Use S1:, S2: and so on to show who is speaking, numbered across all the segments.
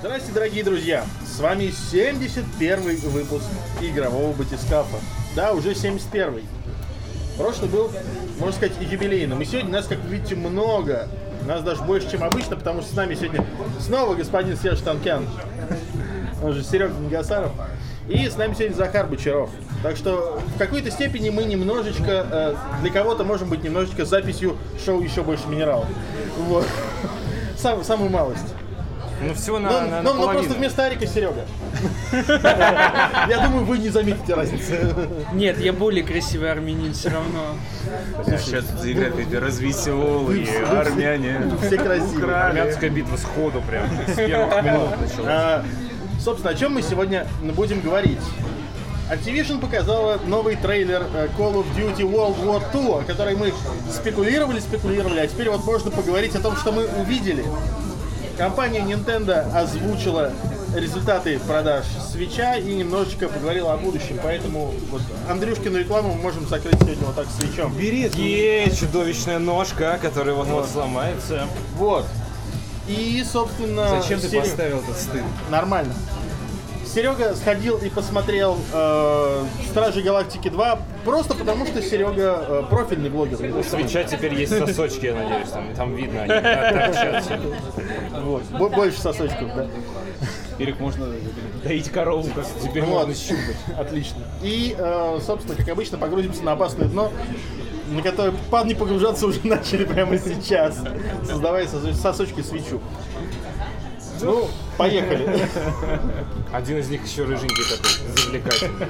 S1: Здравствуйте, дорогие друзья! С вами 71 выпуск игрового батискафа. Да, уже 71 Прошлый был, можно сказать, и юбилейным. И сегодня нас, как вы видите, много. Нас даже больше, чем обычно, потому что с нами сегодня снова господин Серж Танкян. Он же Серега Нагасаров. И с нами сегодня Захар Бочаров. Так что в какой-то степени мы немножечко, э, для кого-то можем быть немножечко записью шоу «Еще больше минералов». Вот. Сам, самую малость.
S2: Ну всего на,
S1: Ну,
S2: на,
S1: ну, ну,
S2: наполовину.
S1: просто вместо Арика Серега. Я думаю, вы не заметите разницы.
S3: Нет, я более красивый армянин все равно.
S2: Сейчас заиграли развеселые армяне.
S1: Все красивые.
S2: Армянская битва сходу прям с первых минут началась.
S1: А, Собственно, о чем мы сегодня будем говорить? Activision показала новый трейлер э, Call of Duty World War II, о которой мы спекулировали, спекулировали, а теперь вот можно поговорить о том, что мы увидели. Компания Nintendo озвучила результаты продаж свеча и немножечко поговорила о будущем, поэтому вот Андрюшкину рекламу мы можем закрыть сегодня вот так свечом.
S2: Бери Е, чудовищная ножка, которая вот-вот сломается.
S1: Вот. И, собственно...
S2: Зачем ты
S1: Серег-
S2: поставил этот стыд?
S1: Нормально. Серега сходил и посмотрел э, «Стражи Галактики 2» просто потому, что Серега э, профильный блогер.
S2: У свеча теперь есть сосочки, я надеюсь, там, там видно, они торчатся.
S1: Вот. Бо- Больше сосочков, да.
S2: Теперь их можно доить корову, как теперь
S1: Вот.
S2: можно щупать.
S1: Отлично. И, э, собственно, как обычно, погрузимся на опасное дно, на которое парни погружаться уже начали прямо сейчас, создавая сосо- сосочки свечу. Ну, поехали.
S2: Один из них еще рыженький такой, завлекательный.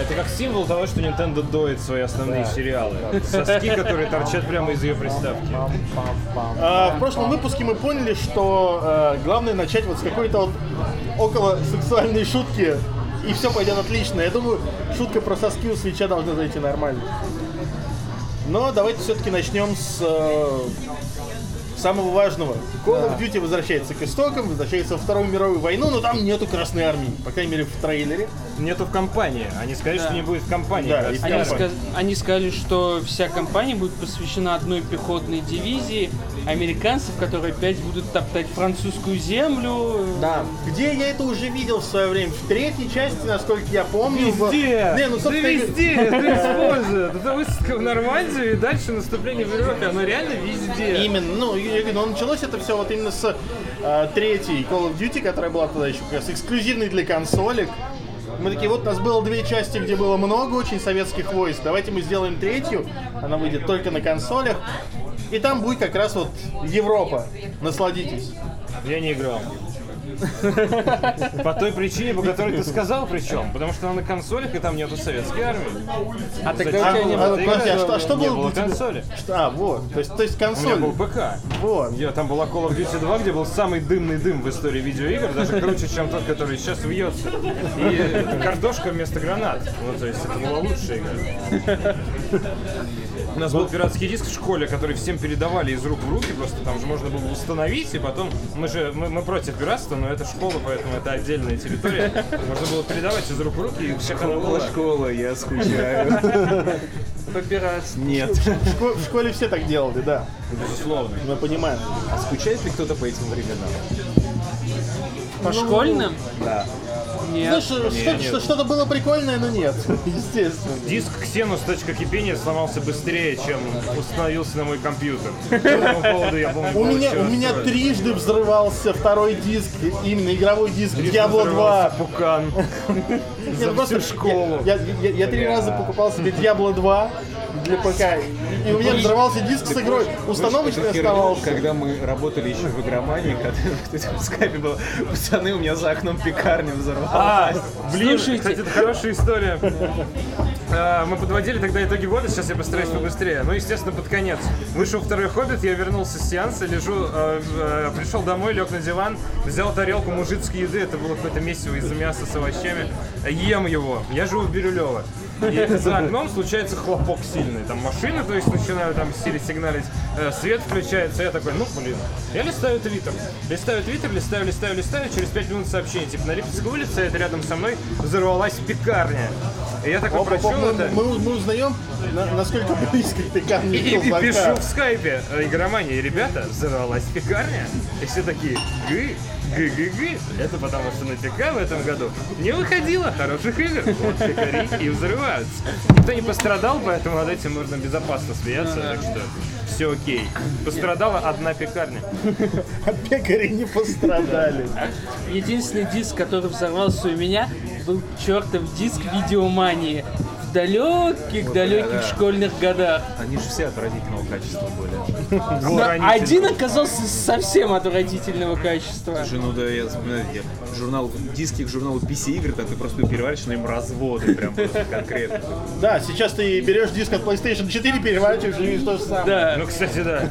S2: Это как символ того, что Nintendo доит свои основные сериалы. Соски, которые торчат прямо из ее приставки.
S1: Э, В прошлом выпуске мы поняли, что э, главное начать вот с какой-то вот около сексуальной шутки, и все пойдет отлично. Я думаю, шутка про соски у свеча должна зайти нормально. Но давайте все-таки начнем с э, самого важного. Call of Duty возвращается к истокам, возвращается во Вторую мировую войну, но там нету Красной Армии, по крайней мере в трейлере.
S2: Нету в компании. Они сказали, что не будет в компании.
S1: Да,
S2: когда
S1: и
S2: снимали.
S3: Они, сказ- они сказали, что вся компания будет посвящена одной пехотной дивизии американцев, которые опять будут топтать французскую землю. э,
S1: Да. Где я это уже видел в свое время? В третьей части, насколько я помню. в-
S4: Везде!
S1: Не, ну,
S4: Да
S1: собственно, и-
S4: везде! Это используют! Это высадка в Нормандию и дальше наступление в Европе. Оно реально везде.
S1: Именно, ну, я говорю, но началось это все вот именно с э, третьей Call of Duty, которая была тогда еще как раз эксклюзивной для консолек. Мы такие, вот у нас было две части, где было много очень советских войск, давайте мы сделаем третью, она выйдет только на консолях, и там будет как раз вот Европа, насладитесь.
S2: Я не играл. По той причине, по которой ты сказал причем. Потому что она на консолях, и там нету советской армии.
S3: А
S2: А,
S3: тогда у тебя не
S2: а,
S3: было...
S2: ты
S1: подожди,
S2: играл,
S1: а что, а что
S2: не
S1: было?
S2: было
S1: у тебя?
S2: консоли.
S1: Что- а, вот, то есть, то есть
S2: У меня
S1: консоль.
S2: был ПК.
S1: Вот.
S2: Я там была Call of Duty 2, где был самый дымный дым в истории видеоигр, даже круче, чем тот, который сейчас вьется. И это картошка вместо гранат. Ну, то есть это была лучшая игра. У нас был пиратский диск в школе, который всем передавали из рук в руки, просто там же можно было установить, и потом мы же мы, мы против пиратства, но это школа, поэтому это отдельная территория. Можно было передавать из рук в руки, и всех она была.
S4: школа, я скучаю. Нет.
S1: В шко- в школе все так делали, да,
S2: Безусловно.
S1: мы понимаем.
S4: А скучает ли кто-то по этим временам?
S3: По школьным?
S4: Да.
S1: Ну,
S3: Нет.
S1: что- что- что- что-то было прикольное, но нет, естественно.
S2: Диск Xenos точка кипения сломался быстрее, чем установился на мой компьютер. По этому поводу я, помню,
S1: У
S2: был
S1: меня,
S2: очень
S1: у меня
S2: расстроен.
S1: трижды взрывался второй диск, именно игровой диск Diablo 2.
S2: Взорвался Пукан.
S1: Нет, ну
S2: за
S1: просто
S2: всю школу.
S1: Я, я- я- я три раза покупал себе Diablo 2 для ПК. И у меня взорвался диск с игрой. Установочный оставался.
S4: Когда мы работали еще в игромании, когда кстати, в скайпе было, пацаны, у меня за окном пекарня
S2: А,
S4: взорвалась.
S2: блин,
S3: Слушайте.
S2: кстати, это хорошая история. А, Мы подводили тогда итоги года, сейчас я постараюсь побыстрее. Ну, естественно, под конец. Вышел второй «Хоббит», я вернулся с сеанса, лежу, э, э, пришел домой, лег на диван, взял тарелку мужицкой еды, это было какое-то месиво из мяса с овощами, ем его, я живу в Бирюлево. И за окном случается хлопок сильный. Там машины, то есть, начинают там сили сигналить, э, свет включается. Я такой, ну, блин. Я листаю твиттер. Листаю твиттер, листаю, листаю, листаю. Через 5 минут сообщение. Типа, на Липецкой улице, это рядом со мной, взорвалась пекарня. И я такой
S1: Оп, оп,
S2: прочел
S1: оп, А мы,
S2: это.
S1: мы- мы узнаем, на- насколько близко ты ко мне
S2: И, и
S1: колпака.
S2: пишу в скайпе, э, игромания, ребята, взорвалась пекарня. И все такие, гы, гы, гы, гы. Это потому, что на ТК в этом году не выходило хороших игр. Вот пекари и взрываются. Никто не пострадал, поэтому над этим можно безопасно смеяться, так что все окей. Пострадала одна пекарня.
S1: А пекари не пострадали.
S3: Единственный диск, который взорвался у меня, был чертов диск видеомании в далеких, далеких
S5: да.
S3: школьных годах.
S5: Они же все отвратительного качества были.
S3: Но
S2: Воронитель.
S3: один оказался совсем отвратительного качества.
S5: Слушай, ну да, я вспоминаю, я журнал, диски к журналу PC игр, там ты просто переваришь, но им разводы прям просто конкретно.
S1: Да, сейчас ты берешь диск от PlayStation 4, переворачиваешь и видишь то же самое.
S3: Да.
S2: Ну, кстати, да.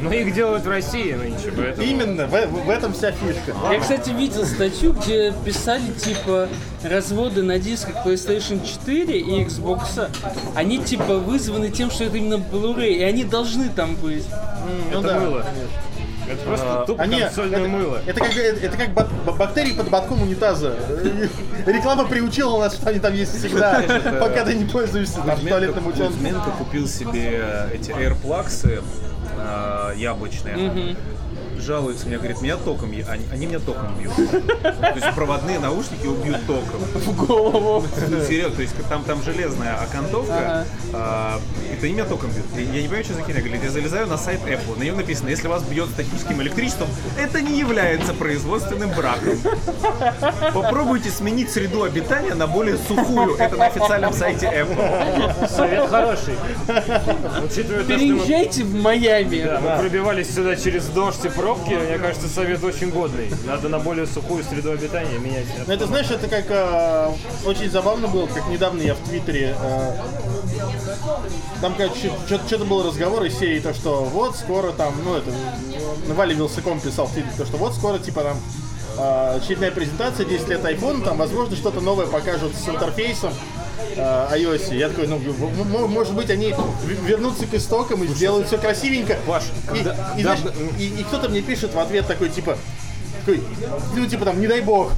S2: Но их делают в России нынче, поэтому...
S1: Именно, в, в этом вся фишка.
S3: Я, кстати, видел статью, где писали, типа, разводы на дисках PlayStation 4 и Xbox, они, типа, вызваны тем, что это именно Blu-ray, и они должны там быть.
S1: Ну
S2: Это
S1: да.
S2: мыло. Это просто тупо
S1: Они-
S2: консольное
S1: А это,
S2: мыло.
S1: Это как, это как бак- бак- бактерии под ботком унитаза. Реклама приучила нас, что они там есть всегда, пока ты не пользуешься там, туалетным
S5: Кузьменко-
S1: утенком.
S5: Кузьменко купил себе эти AirPlugs э, яблочные. Жалуется мне, говорит, меня током, е- они, они меня током бьют. То есть проводные наушники убьют током.
S3: В голову.
S5: Серьезно, Ну, то есть там, там железная окантовка, а, это не меня током бьет. Я я не понимаю, что за херня. Говорит, я залезаю на сайт Apple, на нем написано, если вас бьет статическим электричеством, это не является производственным браком. Попробуйте сменить среду обитания на более сухую. Это на официальном сайте Apple.
S2: Совет хороший. Учитывая то, что мы
S3: Переезжайте в Майами.
S2: Да, мы пробивались сюда через дождь и пробки. Мне кажется, совет очень годный. Надо на более сухую среду обитания менять.
S1: Ну это знаешь, это как э, очень забавно было, как недавно я в Твиттере. э, там, короче, что-то был разговор из серии, то, что вот скоро там, ну это, э, Валя Вилсаком писал в Твиттере, то, что вот скоро, типа там, э, очередная презентация, 10 лет iPhone, там, возможно, что-то новое покажут с интерфейсом э, iOS. Я такой, ну, в- в- может быть, они в- вернутся к истокам и сделают все красивенько.
S5: Паш,
S1: И,
S5: да-
S1: и
S5: да-
S1: знаешь, и, и кто-то мне пишет в ответ такой, типа, такой, ну, типа там, не дай бог.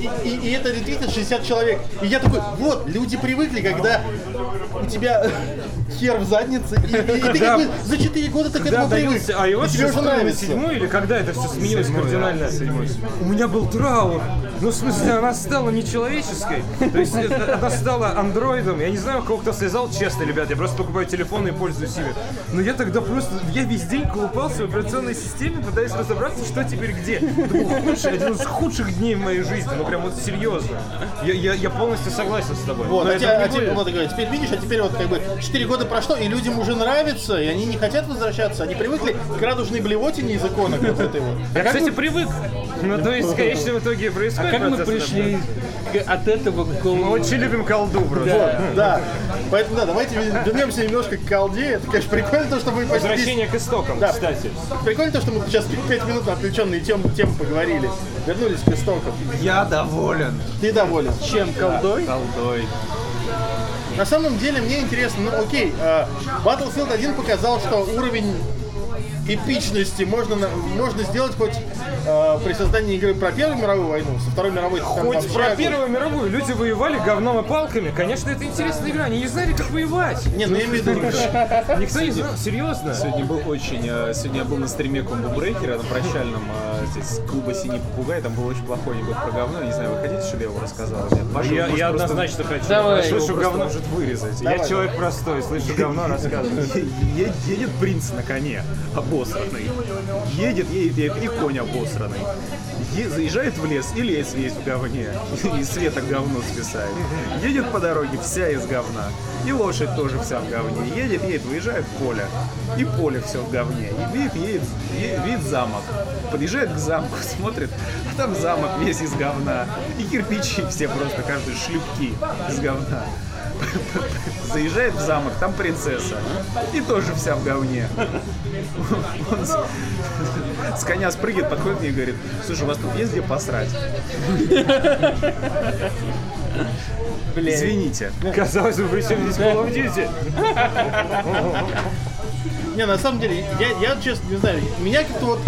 S1: И, и- и это ретвитит 60 человек. И я такой, вот, люди привыкли, когда у тебя хер в заднице, и, и- и ты
S2: Да.
S1: как бы за 4 года ты к
S2: Да,
S1: этому привык.
S2: появился iOS
S1: и тебе уже
S2: 6 или
S1: нравится.
S2: 7 или когда это все сменилось
S5: Седьмой, да,
S2: кардинально?
S5: седьмой.
S2: У меня был траур. Ну, в смысле, она стала нечеловеческой. То есть это- она стала андроидом. Я не знаю, у кого кто слезал, честно, ребят. Я просто покупаю телефоны и пользуюсь ими. Но я тогда просто... Я весь день колупался в операционной системе, пытаясь разобраться, что теперь где. Это был худший, один из худших дней в моей жизни. Ну, прям вот серьезно. Я, я- я полностью согласен с тобой.
S1: Вот,
S2: Но
S1: а,
S2: это
S1: те- а
S2: не
S1: те-
S2: будет.
S1: вот, говорю, теперь видишь, а теперь вот как бы 4 года прошло, и людям уже нравится, и они не хотят возвращаться, они привыкли к радужной блевотине из иконок вот этой вот.
S2: Я, кстати, привык. Ну, то есть, в конечном итоге происходит
S1: А
S3: Как мы
S2: процесс
S3: пришли
S2: адаптации.
S3: к- от этого к
S2: Мы
S3: голову?
S2: очень любим колду просто.
S1: Вот, да. Поэтому да, давайте вернемся немножко к колде. Это, конечно, прикольно, то, что мы почти
S2: Возвращение к истокам,
S1: Да.
S2: кстати.
S1: Прикольно то, что мы сейчас 5 минут на отвлеченные темы тем поговорили. Вернулись к истокам.
S5: Я доволен.
S1: Ты доволен.
S3: Чем колдой?
S5: Колдой.
S1: На самом деле мне интересно, ну окей, э, Battlefield 1 показал, что уровень эпичности можно, на- можно сделать хоть э, при создании игры про Первую мировую войну, со Второй мировой там
S2: Хоть
S1: вообще
S2: про
S1: огонь.
S2: Первую мировую люди воевали говном и палками. Конечно, это интересная игра. Они не знали, как воевать.
S1: Не, ну я имею в виду...
S2: Никто не знал. Серьезно.
S5: Сегодня был очень... э, Сегодня я был на стриме Комбо Брейкера, на прощальном э, здесь клуба «Синий попугай». Там был очень плохой анекдот про говно. Не знаю, вы хотите, чтобы я его рассказал? Нет. Паша,
S2: Я,
S5: может,
S2: я
S5: просто-
S2: однозначно хочу.
S3: Давай.
S2: Я
S5: Паша его
S2: слышу
S5: просто
S2: говно.
S5: может вырезать.
S2: Я человек простой, слышу говно, рассказываю.
S5: Е- е- Едет принц на коне, обосранный. Едет, едет, едет, и конь обосранный. Е- заезжает в лес, и лес весь в говне. И света говно списает. Едет по дороге, вся из говна. И лошадь тоже вся в говне. Едет, едет, выезжает в поле. И поле все в говне. И видит, едет, е- видит замок. Подъезжает к замку, смотрит, а там замок весь из говна. И кирпичи все просто, каждый шлюпки из говна. Заезжает в замок, там принцесса. И тоже вся в говне. Он с- с коня спрыгивает, подходит мне и говорит, слушай, у вас тут есть где посрать? Извините.
S2: Казалось бы, при чем здесь Call of Duty?
S1: Ну, Не, на самом деле, я, я честно не знаю, меня как-то вот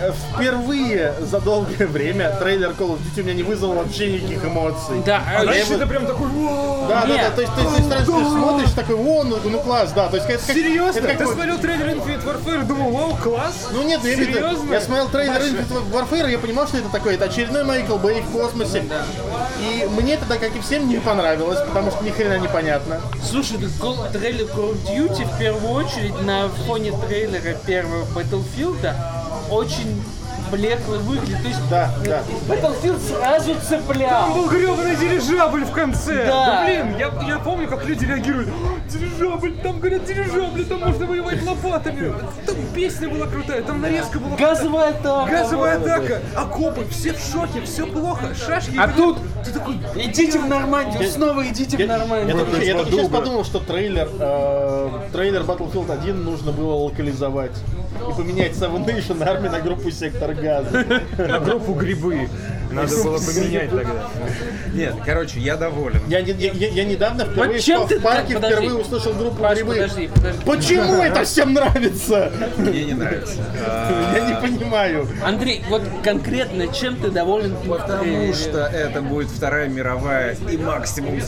S1: э, впервые за долгое время трейлер Call of Duty у меня не вызвал вообще никаких эмоций.
S3: Да, а
S1: я
S3: я
S1: его-
S2: Раньше ты прям такой, «Воу!»
S1: Да, да, да,
S3: Нет.
S1: то есть ты, ты сразу же смотришь такой, о, ну, ну класс, да, то есть как, как-
S2: Серьезно?
S1: это как
S2: Ты
S1: вот-
S2: смотрел трейлер Infinite Warfare и думал, вау, класс?
S1: Ну нет, я, имею в виду,
S2: Серьезно?
S1: я смотрел трейлер Infinite Warfare, и я понимал, что это такое, это очередной Майкл Бэй в космосе. И мне тогда, как и всем, не понравилось, потому что ни хрена не понятно.
S3: Слушай, так Call- трейлер Call of Duty в первую очередь на фоне трейлера первого Battlefield очень блекло выглядит. То есть
S1: Да, да.
S3: Battlefield сразу
S2: Там
S3: цеплял.
S2: был гребаный дирижабль в конце.
S3: Да.
S2: Ну, блин, я, я помню, как люди реагируют. «А, Дирижабль, там говорят дирижабли, там можно воевать лопатами. Там песня была крутая, там нарезка была крутая.
S3: Газовая атака.
S2: Газовая атака, окопы, все в шоке, все плохо, шашки.
S3: А
S2: блин.
S3: тут
S2: ты такой,
S3: идите в Нормандию, снова идите в
S1: Я, я
S3: Нормандию.
S1: только, я только
S5: подумал.
S1: сейчас подумал, что трейлер, э, трейлер Battlefield 1 нужно было локализовать и поменять Seven Nation Army на группу Сектор Газа.
S2: на А группу грибы. Надо было поменять тогда.
S5: Нет, короче, я доволен.
S1: Я, не- я- я- я недавно впервые
S3: Вот чем
S1: шел
S3: ты-
S1: в парке,
S3: подожди.
S1: впервые услышал группу
S3: Паш,
S1: «Грибы».
S3: подожди, подожди.
S1: Почему это всем нравится?
S5: Мне не нравится.
S1: Я не понимаю.
S3: Андрей, вот конкретно чем ты доволен? э,
S5: Потому что это будет Вторая мировая и максимум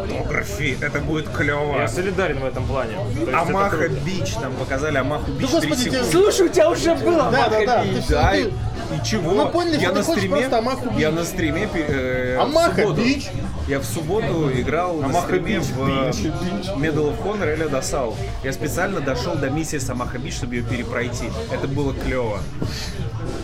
S5: синематографии. Это будет клево.
S2: Я А солидарен в этом плане. То есть
S5: Амаха Бич, там показали Амаху Бич
S1: Ну,
S5: 3
S1: господи, тебе-
S5: секунды.
S3: Слушай, у тебя уже было.
S1: Да, да, да. То есть, ну,
S5: Да,
S1: ты-
S5: и и чего?
S1: Ну, поняли,
S5: я
S1: что
S5: на
S1: ты хочешь
S5: стриме,
S1: просто Амаху Бич.
S5: я на стриме э, в
S1: Амаха
S5: субботу-
S1: Бич.
S5: Я в субботу играл на
S2: Амаха
S5: стриме
S2: Бич,
S5: в э, Medal of Honor Эля Досал. Я специально дошел до миссии с Амаха Бич, чтобы ее перепройти. Это было клево.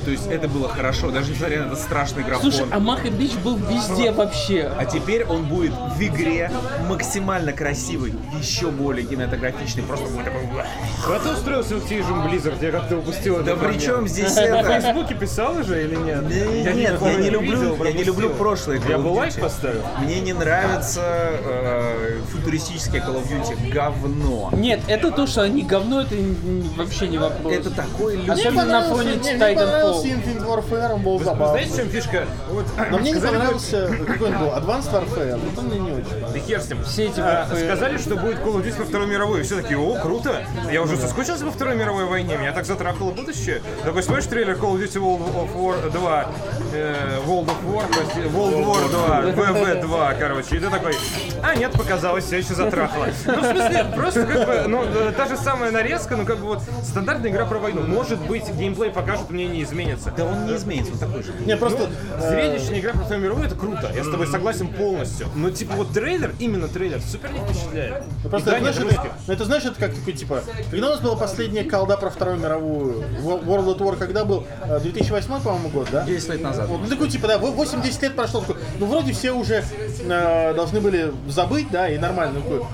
S5: То есть это было хорошо, даже несмотря на этот страшный графон.
S3: Слушай, а Маха Бич был везде вообще.
S5: А теперь он будет в игре максимально красивый, еще более кинематографичный, просто будет такой... «Уа».
S2: Вот ты устроился в Activision Blizzard, я как-то упустил это.
S5: Да при чем здесь
S2: На
S5: это?
S2: Фейсбуке писал уже или нет?
S5: Не- Нет, я не люблю, я не люблю прошлое Call
S2: Я
S5: of
S2: бы лайк
S5: Duty.
S2: поставил.
S5: Мне не нравится э, футуристическое Call of Duty. Говно.
S3: Нет, это то, что они говно, это н- вообще не вопрос.
S5: Это такое лю-
S1: Мне
S3: Особенно А на
S1: понравился-
S3: фоне
S1: не, мне
S3: Titanfall.
S1: понравился Infinite Warfare, он был
S2: Вы
S1: забавный.
S2: знаете, в чем фишка? Вот,
S1: Но мне не
S2: сказали,
S1: понравился, э, какой он был, Advanced Warfare, вот он мне не очень понравился.
S2: Да хер с ним.
S3: Все эти
S2: А,
S3: бафы.
S2: сказали, что будет Call of Duty во Второй мировой. И все такие, о, круто. Я уже соскучился по Второй мировой войне. Меня так затрахало будущее. Такой смотришь трейлер Call of Duty World of War 2. э, World of War, прости, World War 2, WW 2, короче. И ты такой, а нет, показалось, все еще затрахало. Ну, в смысле, просто как бы, ну, э, та же самая нарезка, ну, как бы вот стандартная игра про войну. Может быть, геймплей покажет, мне не изменится. Ну,
S5: Да он не изменится, он такой же.
S1: Не, просто... э,
S2: Зрелищная игра про Вторую мировую это круто, я с тобой согласен полностью. Но типа вот трейлер, именно трейлер, супер не впечатляет.
S1: ну,
S2: И
S1: Просто,
S2: да,
S1: знаешь,
S2: нет
S1: это,
S2: русских.
S1: ну, это знаешь, это как такой, типа, когда у нас была последняя колда про Вторую мировую? Во- World at War когда был? Э, 2008, по-моему, год, да?
S5: 10 лет назад.
S1: Вот, ну такой, типа, да, 8-10 лет прошло, такой, ну вроде все уже э, должны были забыть, да, и нормально. ну, такой.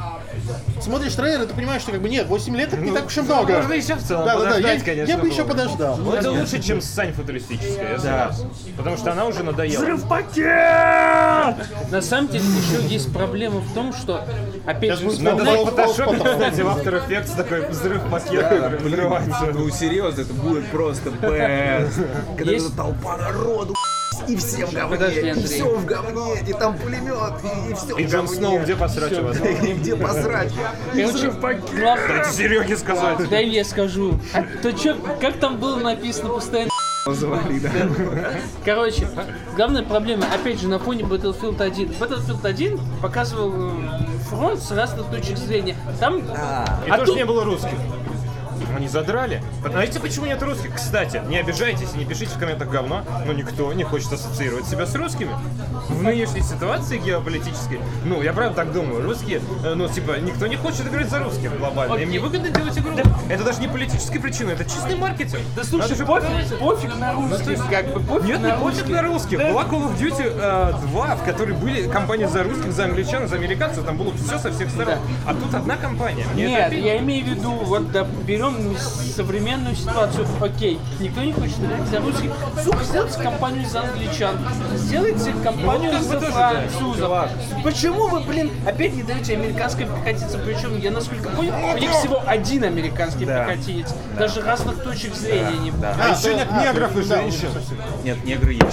S1: Смотришь трейлер, и ты понимаешь, что как бы нет, 8 лет это не так уж и много.
S2: Ну, можно еще в целом
S1: да, да, да, я,
S2: подождать, конечно,
S1: я бы
S2: было.
S1: еще подождал.
S2: Ну, это лучше, чем Сань футуристическая, я согласен. Потому что она уже надоела.
S3: На самом деле еще есть проблема в том, что
S1: Сейчас
S3: опять же
S1: будет Фол-
S2: Надо на
S1: фол-
S2: фотошопе,
S1: фотошоп.
S2: кстати, в After Effects такой взрыв пакета
S5: Блин,
S2: взрывается.
S5: ну серьезно, это будет просто бест. Когда
S3: Есть-
S5: эта толпа народу и все в
S3: Подожди,
S5: говне, и
S3: Андрей.
S5: все в говне, и там пулемет, и, все
S2: И
S5: в
S2: Джон
S5: говне.
S2: Сноу, где посрать у вас?
S5: И где посрать? И
S3: Короче,
S5: взрыв пакета.
S3: глав-
S2: Дайте Сереге сказать.
S3: Дай я скажу. А то чё, как там было написано постоянно?
S5: Позвали, да.
S3: Короче, главная проблема, опять же, на фоне Battlefield 1. Battlefield 1 показывал э, фронт с разных точек зрения. Там...
S2: И
S3: А
S2: тоже
S3: тут-
S2: не было русских. Ну, Они задрали. А Знаете, почему нет русских? Кстати, не обижайтесь и не пишите в комментах говно, но никто не хочет ассоциировать себя с русскими. В нынешней ситуации геополитической, ну, я правда так думаю, русские, э, ну, типа, никто не хочет играть за русских глобально. Им
S3: Окей.
S2: не выгодно делать игру. Это даже не политическая причина, это чистый маркетинг.
S3: Да слушай,
S2: Надо же Ну,
S3: пофиг, пофиг на русских, как бы, пофиг
S2: нет, не
S3: на
S2: пофиг
S3: русских.
S2: на русских.
S3: Да.
S2: Была Call of Duty э, 2, в которой были компании за русских, за англичан, за американцев, там было все со всех сторон. А тут одна компания. Мне это
S3: Нет,
S2: обидно.
S3: я имею в виду, вот да, берем современную ситуацию, окей, никто не хочет играть за русских, сука, сделайте компанию за англичан, сделайте
S2: Ну,
S3: компанию
S2: как бы
S3: за
S2: тоже, да,
S3: французов. Почему вы, блин, опять не даете американским пехотинцам, причем, я насколько понял, у них всего один американский пехотинец, даже разных точек зрения не было.
S2: А еще нет негров и
S1: да,
S2: женщин.
S5: Нет, негры есть.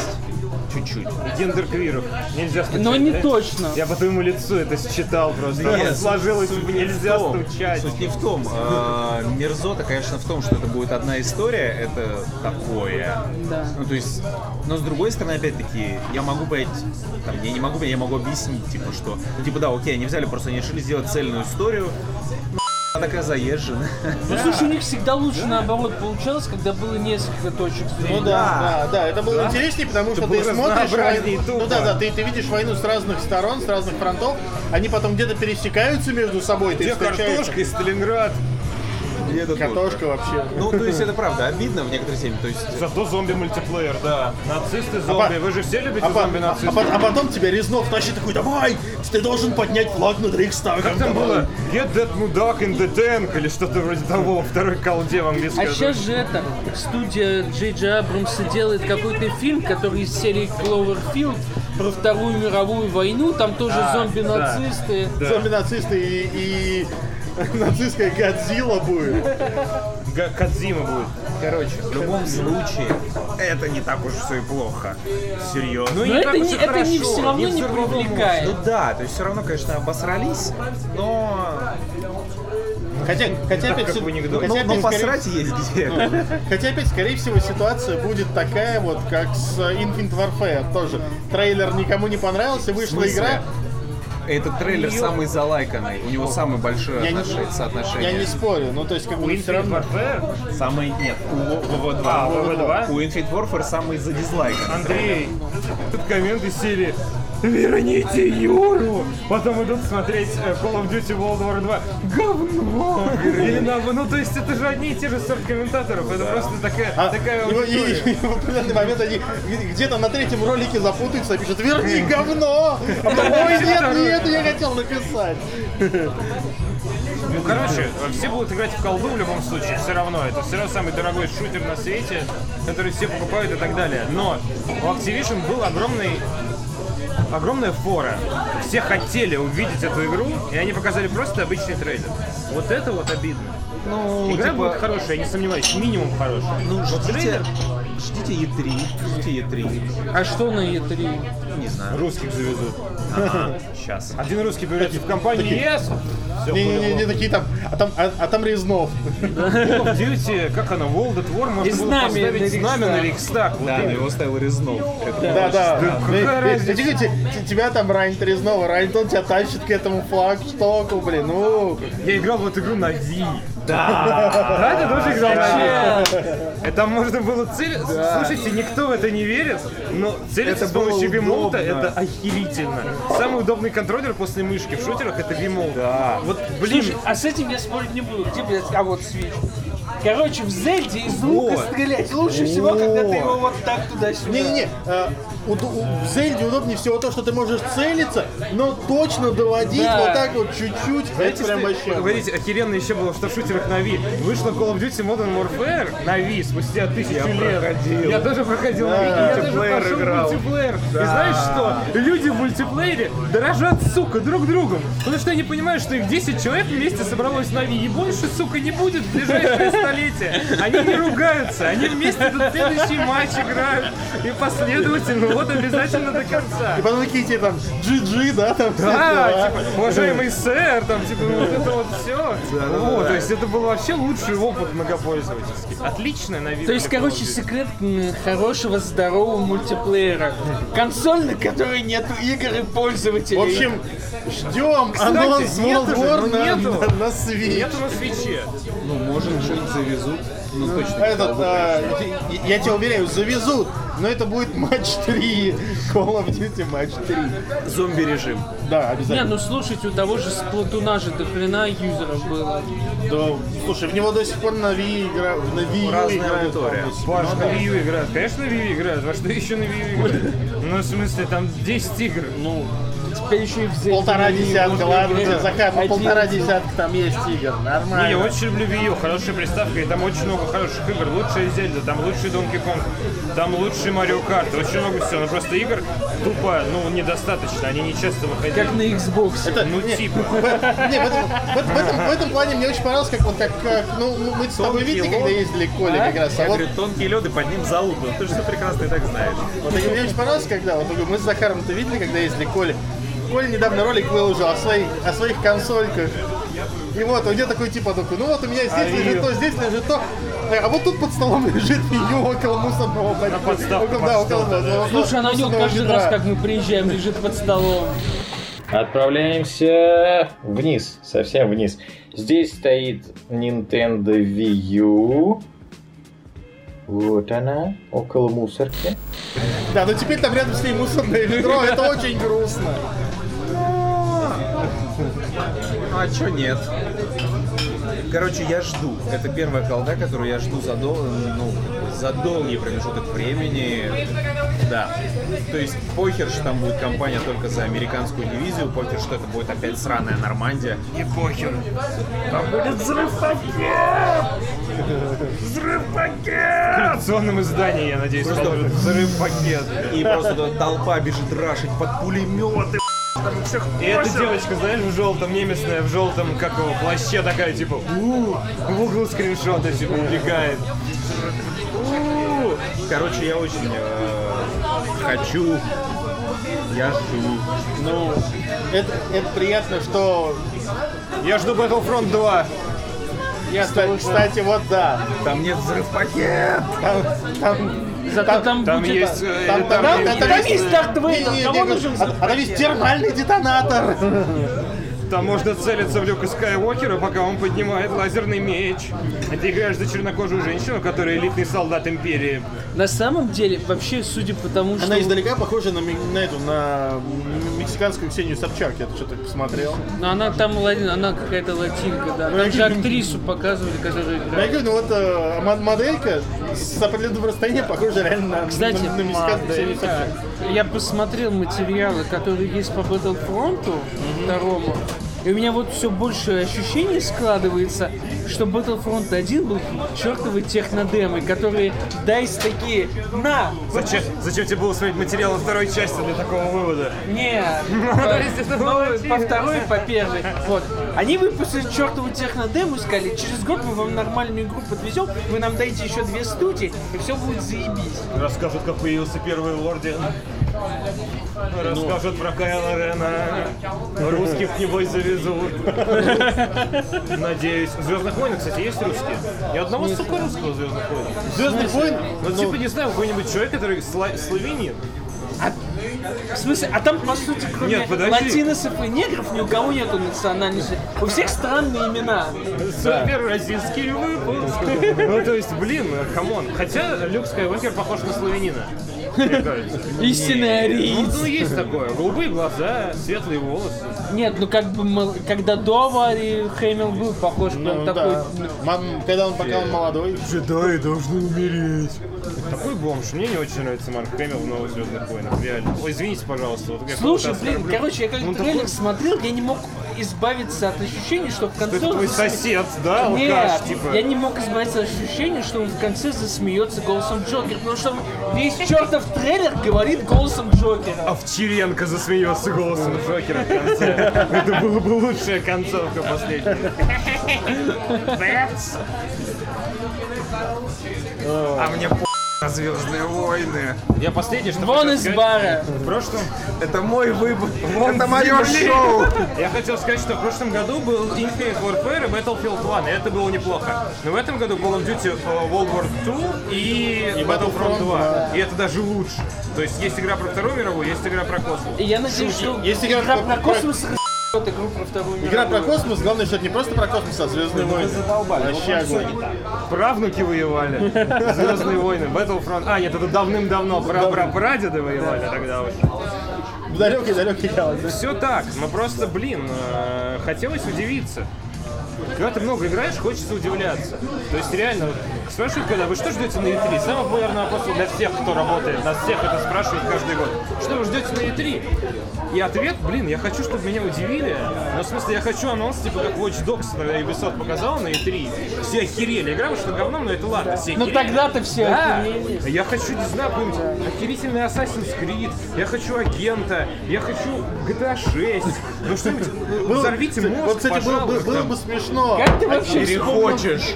S5: чуть-чуть.
S2: Гендер квиров. Нельзя стучать.
S3: Но не
S2: да?
S3: точно.
S2: Я по твоему лицу это считал просто.
S5: Нет,
S2: Оно сложилось,
S5: суть не
S2: нельзя
S5: в том.
S2: стучать.
S5: Суть не в том. А, Мерзота, конечно, в том, что это будет одна история, это такое.
S3: Да.
S5: Ну, то есть, но с другой стороны, опять-таки, я могу понять, там, я не могу, понять, я могу объяснить, типа, что, ну, типа, да, окей, они взяли, просто они решили сделать цельную историю, Ну, она такая заезжена.
S3: Ну, слушай, у них всегда лучше наоборот получалось, когда было несколько точек
S1: Ну
S3: зрения.
S1: да, да, да, это было интереснее, потому что ты
S2: было
S1: смотришь
S2: разнообразнее
S1: войну-
S2: и тупо.
S1: Ну да, да, ты, ты видишь войну с разных сторон, с разных фронтов, они потом где-то пересекаются между собой, ты
S2: Где
S1: встречаешься.
S2: картошка и Сталинград?
S5: И это тоже.
S1: Картошка вообще.
S5: Ну, то есть, это правда, обидно в некоторой теме, то есть,
S2: Зато зомби-мультиплеер, да. Нацисты, зомби. Вы же все любите
S1: А, по- а- а
S2: зомби-нацистов.
S1: по- а потом тебя Резнов тащит такой, давай, ты должен поднять флаг над Рейхстагом.
S2: Как там
S1: давай».
S2: было? Get that мудак in the tank или что-то вроде того во второй колде в английском.
S3: А сейчас же это, студия Джей Джей Абрамса делает какой-то фильм, который из серии Кловерфилд про Вторую мировую войну, там тоже зомби-нацисты.
S1: Зомби-нацисты и, и нацистская Годзилла будет.
S2: Га- Кадзима будет. Короче.
S5: в любом случае, это не так уж все и плохо. Серьезно.
S2: Ну,
S3: Но
S2: не
S3: это
S2: так
S3: не,
S2: уж и
S3: это не
S2: хорошо,
S3: все равно не
S5: всё равно
S3: привлекает.
S5: Ну да, то есть все равно, конечно, обосрались, но,
S1: Хотя, хотя опять,
S2: как
S1: всё-
S2: в анекдоте.
S1: хотя
S5: но, но
S1: опять, скорее,
S5: Ну,
S1: Ну,
S5: посрать есть где.
S1: хотя опять, скорее всего, ситуация будет такая вот, как с э, Infinite Warfare тоже. Трейлер никому не понравился, вышла
S5: смысле?
S1: игра,
S5: Этот трейлер самый залайканный, у него самое большое
S1: Я не-
S5: отношение, соотношение.
S1: я не спорю, ну то есть как бы все
S2: Infinite
S1: равно.
S2: Warfare?
S5: Самый нет, у ВВ2.
S2: А, ВВ2?
S5: У Infinite Warfare самый задизлайканный.
S2: Андрей, тут комменты из серии Верните Юру! Потом идут смотреть э, Call of Duty World War 2. Говно! Или наоборот, ну то есть это же одни и те же сорт комментаторов. Это просто такая,
S1: А,
S2: такая
S1: и- и-
S2: аудитория.
S1: и в определенный момент они г- где-то на третьем ролике запутаются и пишут «Верни говно!» А потом, «Ой, нет, нет, я хотел написать!
S2: Ну, короче, все будут играть в колду в любом случае, все равно. Это все равно самый дорогой шутер на свете, который все покупают и так далее. Но у Activision был огромный огромная фора. Все хотели увидеть эту игру, и они показали просто обычный трейлер. Вот это вот обидно.
S5: Ну,
S2: Игра
S5: типа,
S2: будет хорошая, я не сомневаюсь, минимум хорошая.
S5: ну,
S2: Вот
S5: ждите,
S2: трейлер
S5: ждите E3, ждите E3,
S3: А что на E3?
S5: не знаю.
S2: русских завезут.
S5: Сейчас.
S2: Один русский появляется в компании Yes! Всё,
S1: Не-не-не, не такие там, а там, а, а там Резнов.
S2: Call of Duty, как она, World at War,
S3: И
S2: можно было
S3: знамя на
S2: поставить знамя на Рейхстаг. Вот
S5: Да, но
S2: именно.
S5: его ставил Резнов. Это
S1: Да, да.
S2: какая
S1: Да,
S2: разница?
S1: э, тихо, ти- ти- Тебя там ранит Резнова, ранит он тебя тащит к этому флагштоку, блин, ну...
S2: Я играл в эту игру на Ви. Да! Да, ты тоже играл на Ви. Это можно было цель... Слушайте, никто в это не верит, но целиться
S5: Это
S2: с помощью
S5: было
S2: вимоута
S5: удобно.
S2: это охерительно. Самый удобный контроллер после мышки в шутерах это вимоут. Да. Вот, блин,
S3: Слушай, а с этим я спорить не буду. Где, блядь, а вот свеч. Короче, в Зельде из лука
S5: Вот.
S3: стрелять лучше всего, когда ты его вот так туда-сюда.
S1: Не-не-не, э, уд- у- в Зельде удобнее всего то, что ты можешь целиться, но точно доводить
S3: Да.
S1: вот так вот чуть-чуть. Это
S2: Знаете,
S1: прям
S2: что
S1: вообще...
S2: говорите, охеренно еще было, что в шутерах на Ви. Вышла Call of Duty Modern Warfare на Ви спустя тысячу
S5: Я
S2: лет.
S5: проходил.
S2: Я тоже проходил на Ви, и я даже
S5: Мультиплеер
S2: прошел
S5: играл.
S2: мультиплеер. И знаешь что? Люди в мультиплеере дорожат, сука, друг другом. Потому что они понимают, что их 10 человек вместе собралось на Ви. И больше, сука, не будет в ближайшее столетие. Они не ругаются, они вместе тут следующий матч играют. И последовательно, вот обязательно до конца.
S1: И потом Типа, ну, такие тебе там GG, да, там все
S2: Да,
S1: дела.
S2: типа, уважаемый сэр, там, типа, ну, вот это вот все. Вот, то есть это был вообще лучший опыт многопользовательский. Отличная новинка.
S3: То есть,
S2: для
S3: короче,
S2: Call of Duty.
S3: секрет м, хорошего, здорового мультиплеера. Консоль, на которой нету игр и пользователей.
S1: В общем, ждем
S2: Кстати,
S1: анонс World
S2: нету же,
S1: War
S2: ну,
S1: на-
S2: нету.
S1: на- на Switch.
S2: Нету на свече.
S5: Ну, может, что-нибудь завезут. Ну, точно. не
S1: Этот,
S5: колду,
S1: э, я- я тебя уверяю, завезут, но это будет матч 3. Call of Duty матч 3.
S5: конечно. Зомби-режим.
S1: Да,
S3: Не,
S1: обязательно.
S3: ну слушайте, у того же Сплатуна же до хрена юзеров было.
S1: Да, слушай, в него до сих пор на Wii игра... на Wii U
S5: Разная
S1: играют,
S5: аудитория.
S1: по-моему, с-
S2: Паш, на Wii U играют. Конечно, на Wii U играют. Во что еще на Wii U играют? Ну, в смысле, там 10 игр. Ну,
S3: Теперь еще и в Зельде
S1: Полтора
S3: не
S1: десятка,
S3: можно
S1: ладно,
S3: играть.
S1: Захар, ну
S3: Один-
S1: полтора десятка там есть игр,
S2: не, я
S1: нормально.
S2: очень люблю Wii U. Хорошая приставка, и там очень много хороших игр. Лучшая Зельда, там лучший Donkey Kong, там лучший Марио Карт. Очень много всего. Но просто игр тупо, ну, недостаточно. Они нечасто выходили.
S3: Как на Xbox.
S1: Это-
S2: Ну,
S1: не,
S2: типа.
S1: не, в, этом, в этом- в этом- в этом плане мне очень понравилось, как он как, как- ну, ну, мы с тобой
S5: Тонкий
S1: видели, когда
S5: лед.
S1: ездили к Коле как раз, а
S5: Я
S1: вот,
S5: Ну, говорю, тонкие лед и под ним залупа. Ты же все прекрасно и так знаешь.
S1: вот мне очень понравилось, как всегда. Вот только мы с Захаром-то видели, когда ездили Коля. Коля недавно ролик выложил о, своей, о своих консольках. И вот, у меня такой типа такой, ну вот у меня здесь лежит то, здесь лежит то. Э, А вот тут под столом лежит ее около мусорного бачка.
S2: подставку
S1: Около-
S2: под
S1: да,
S2: стол,
S1: около, да, около
S3: Слушай, она у него
S1: мусорного
S3: каждый
S1: ведра.
S3: раз, как мы приезжаем, лежит под столом.
S6: Отправляемся вниз, совсем вниз. Здесь стоит Nintendo Wii U. Вот она, около мусорки.
S1: Да, но теперь там рядом с ней мусорное ведро, это очень грустно.
S5: А чё нет? Короче, я жду. Это первая колда, которую я жду за, дол... ну, как бы за долгий промежуток времени. Да. То есть похер, что там будет компания только за американскую дивизию, похер, что это будет опять сраная Нормандия. Не похер. Там будет взрыв пакет! Взрыв пакет!
S2: Традиционном издании, я надеюсь,
S5: Просто
S2: положат.
S5: взрыв пакет. И просто тут толпа бежит рашить под пулеметы.
S2: И эта девочка, знаешь, в желтом, немецная, в желтом, как его, плаще такая, типа, «У, в углу скриншота, типа, убегает.
S5: Короче, я очень э, хочу. Я жду.
S1: Ну, это, это приятно, что...
S2: Я жду Battlefront 2.
S1: Кстати, кстати, вот да.
S5: Там нет взрыв пакет!
S1: Там, там,
S3: Зато там,
S2: Там
S3: будет...
S2: есть... э,
S1: там,
S2: там
S1: там-
S2: есть-
S1: там
S3: там есть Дарт Вейдер,
S1: Не-не-не,
S3: кому
S1: говорю,
S3: нужен
S1: а- а там есть термальный детонатор.
S2: Там можно целиться в Люка Скайуокера, пока он поднимает лазерный меч. А ты играешь за чернокожую женщину, которая элитный солдат Империи.
S3: На самом деле, вообще, судя по тому, что...
S1: Она издалека похожа на, ми- на эту, на м- мексиканскую Ксению Собчак, я тут что-то посмотрел.
S3: Ну, она там, лати- она какая-то латинка, да. Там же актрису показывали, которая
S1: Ну, Я
S3: играет.
S1: говорю, ну вот э, мод- моделька с определенного расстояния похожа реально на,
S3: Кстати,
S1: на, на мексиканскую Ксению
S3: да,
S1: Собчак.
S3: я посмотрел материалы, которые есть по Battlefront второму, и у меня вот все больше ощущение складывается, что Battlefront 1 был чертовы технодемы, которые DICE такие, на,
S2: Зачем, зачем тебе было смотреть материалы второй части для такого вывода?
S3: Не, Ну, по- по второй, по первой. Вот. Они выпустили чертову технодему и сказали, через год мы вам нормальную игру подвезем, вы нам дайте еще две студии, и все будет заебись.
S2: Расскажут, как появился первый Лордин. Расскажут про Кайла Рена. Русских, небось, завезут. Надеюсь. В «Звездных войнах», кстати, есть русские? Ни одного, сука, русского в «Звездных войнах».
S1: Звездный войн,
S2: Ну, типа, не знаю, какой-нибудь человек, который сла- славянин.
S3: В смысле, а там, по сути, кроме
S2: Нет, подожди.
S3: латиносов и негров, ни у кого нету национальности. У всех странные имена.
S2: Супер российский выпуск. Ну, то есть, блин, камон. Хотя Люк Скайуокер похож на славянина. мне кажется.
S3: Истинная
S2: Ну, ну, есть такое. Голубые глаза, светлые волосы.
S3: Нет, ну как бы, мол- когда Дова и Хэмилл был похож, прям
S1: Ну,
S3: такой...
S1: да. Мам, когда он пока он молодой.
S2: Джедаи должны умереть. Такой бомж. Мне не очень нравится Марк Хэмилл в «Новых звездных войнах». Реально. Ой, извините, пожалуйста. Вот я
S3: Слушай,
S2: кого-то
S3: блин,
S2: оскорблю.
S3: короче, я как
S2: Ну,
S3: трейлер
S2: такой-
S3: смотрел, я не мог избавиться от ощущения, что в конце...
S2: Это
S3: он
S2: твой
S3: засме-
S2: сосед, да, алкаш,
S3: Нет,
S2: типа?
S3: я не мог избавиться от ощущения, что он в конце засмеется голосом Джокера, потому что он весь чертов трейлер говорит голосом Джокера.
S2: Овчаренко засмеется голосом Джокера в конце. Это была бы лучшая концовка последняя.
S5: А мне по на Звездные войны.
S2: Я последний, что
S3: Вон
S2: хотел
S3: из
S2: сказать.
S3: бара.
S2: В прошлом
S5: Это мой выбор. Это мое шоу.
S2: Я хотел сказать, что в прошлом году был Infinite Warfare и Battlefield 1, и это было неплохо. Но в этом году Call of Duty э, World War 2 и, Battlefront 2. И это даже лучше. То есть есть игра про Вторую мировую, есть игра про космос.
S3: И я надеюсь, что
S1: Если игра
S3: игра
S1: про-
S3: про
S1: про-
S3: космос ра**ет игру про вторую мировую.
S1: Игра про космос, главное, что это не просто про космос, а Звездные войны. Вообще огонь.
S2: Правнуки воевали. Звездные войны, Battlefront. А, нет, это давным-давно. Пра-пра-прадеды воевали тогда уже.
S1: В далекой-далекой галактике.
S2: Все так, но просто, блин, э, хотелось удивиться. Когда ты много играешь, хочется удивляться. То есть реально, вот спрашивают, когда вы что ждете на E3? Самый популярный вопрос для всех, кто работает, нас всех это спрашивают каждый год. Что вы ждете на E3? И ответ, блин, я хочу, чтобы меня удивили. Но в смысле, я хочу анонс, типа как Watch Dogs на Ubisoft показал на E3. Все охерели. Игра вышла говном, но это ладно, все
S3: Ну
S2: охерели.
S3: тогда-то все
S2: Да,
S3: охерели.
S2: А я хочу, не знаю, какой-нибудь охерительный Assassin's Creed, я хочу агента, я хочу GTA 6, ну что-нибудь, ну, взорвите мозг,
S1: Вот, кстати, было, бы-
S2: пожалуйста.
S1: было бы смешно.
S3: Как ты вообще вспомнил?
S5: Перехочешь.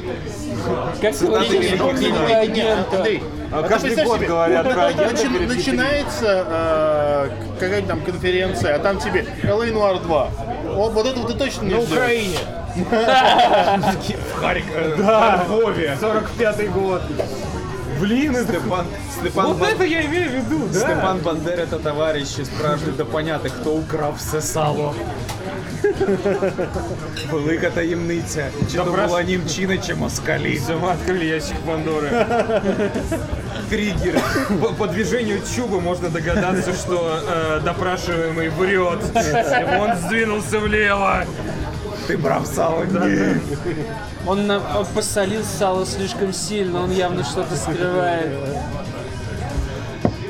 S3: Как ты
S1: Андрей,
S3: Андрей,
S1: ну,
S3: Андрей,
S1: Андрей,
S3: Андрей,
S1: нет,
S3: агента.
S1: Андрей,
S2: А
S1: а ты
S2: каждый
S1: представь
S2: год
S1: себе,
S2: говорят про агента
S1: начи-
S2: перед
S1: Начинается э, какая-нибудь там конференция, а там тебе LA Noir 2. О, вот этого ты точно
S2: Ну
S1: не ждешь.
S5: Да, Вове. 45-й год. Блин, Степан, Степан,
S4: Вот
S5: Бан-
S4: это я имею в виду, да?
S5: Степан Бандера это товарищи спрашивают, да понятно, кто украв все сало. Велика таємниця. Чи то була німчина, чи москалі.
S2: Все, мы открыли ящик Пандоры.
S5: Триггер.
S2: По, по движению чубы можно догадаться, что э, допрашиваемый врет. Он сдвинулся влево.
S5: Ти брав сало.
S3: Он, на- он посолил сало слишком сильно, он явно что-то скрывает.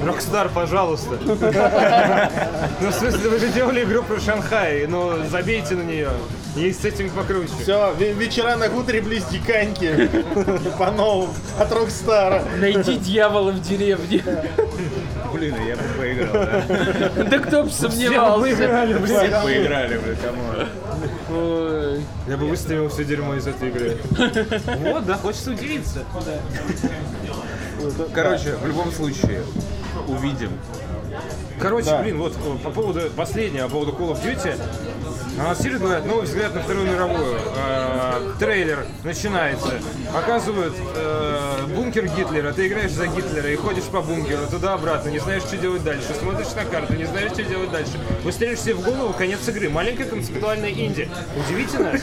S2: Рокстар, пожалуйста. Ну, в смысле, вы же делали игру про Шанхай, но забейте на нее. Есть с этим покруче.
S1: Все, вечера на хуторе близ Диканьки. По-новому. От Рокстара.
S3: Найди дьявола в деревне.
S5: Блін, я б поіграв, да.
S3: Да кто бы сомневался.
S5: Всі поіграли, бля, камон.
S3: Ой.
S2: Я бы выставил все дерьмо из этой игры. Вот, да, хочется удивиться.
S5: Короче, в любом случае, увидим.
S2: Короче, блин, вот э, по поводу последнего, по поводу Call of Duty. А, Серьезно говорят, новый взгляд на Вторую мировую. Э, трейлер начинается. Показывают э, бункер Гитлера. Ты играешь за Гитлера и ходишь по бункеру туда-обратно, не знаешь, что делать дальше. Смотришь на карту, не знаешь, что делать дальше. Выстреливаешь себе в голову, конец игры. Маленькая концептуальная инди. Удивительно?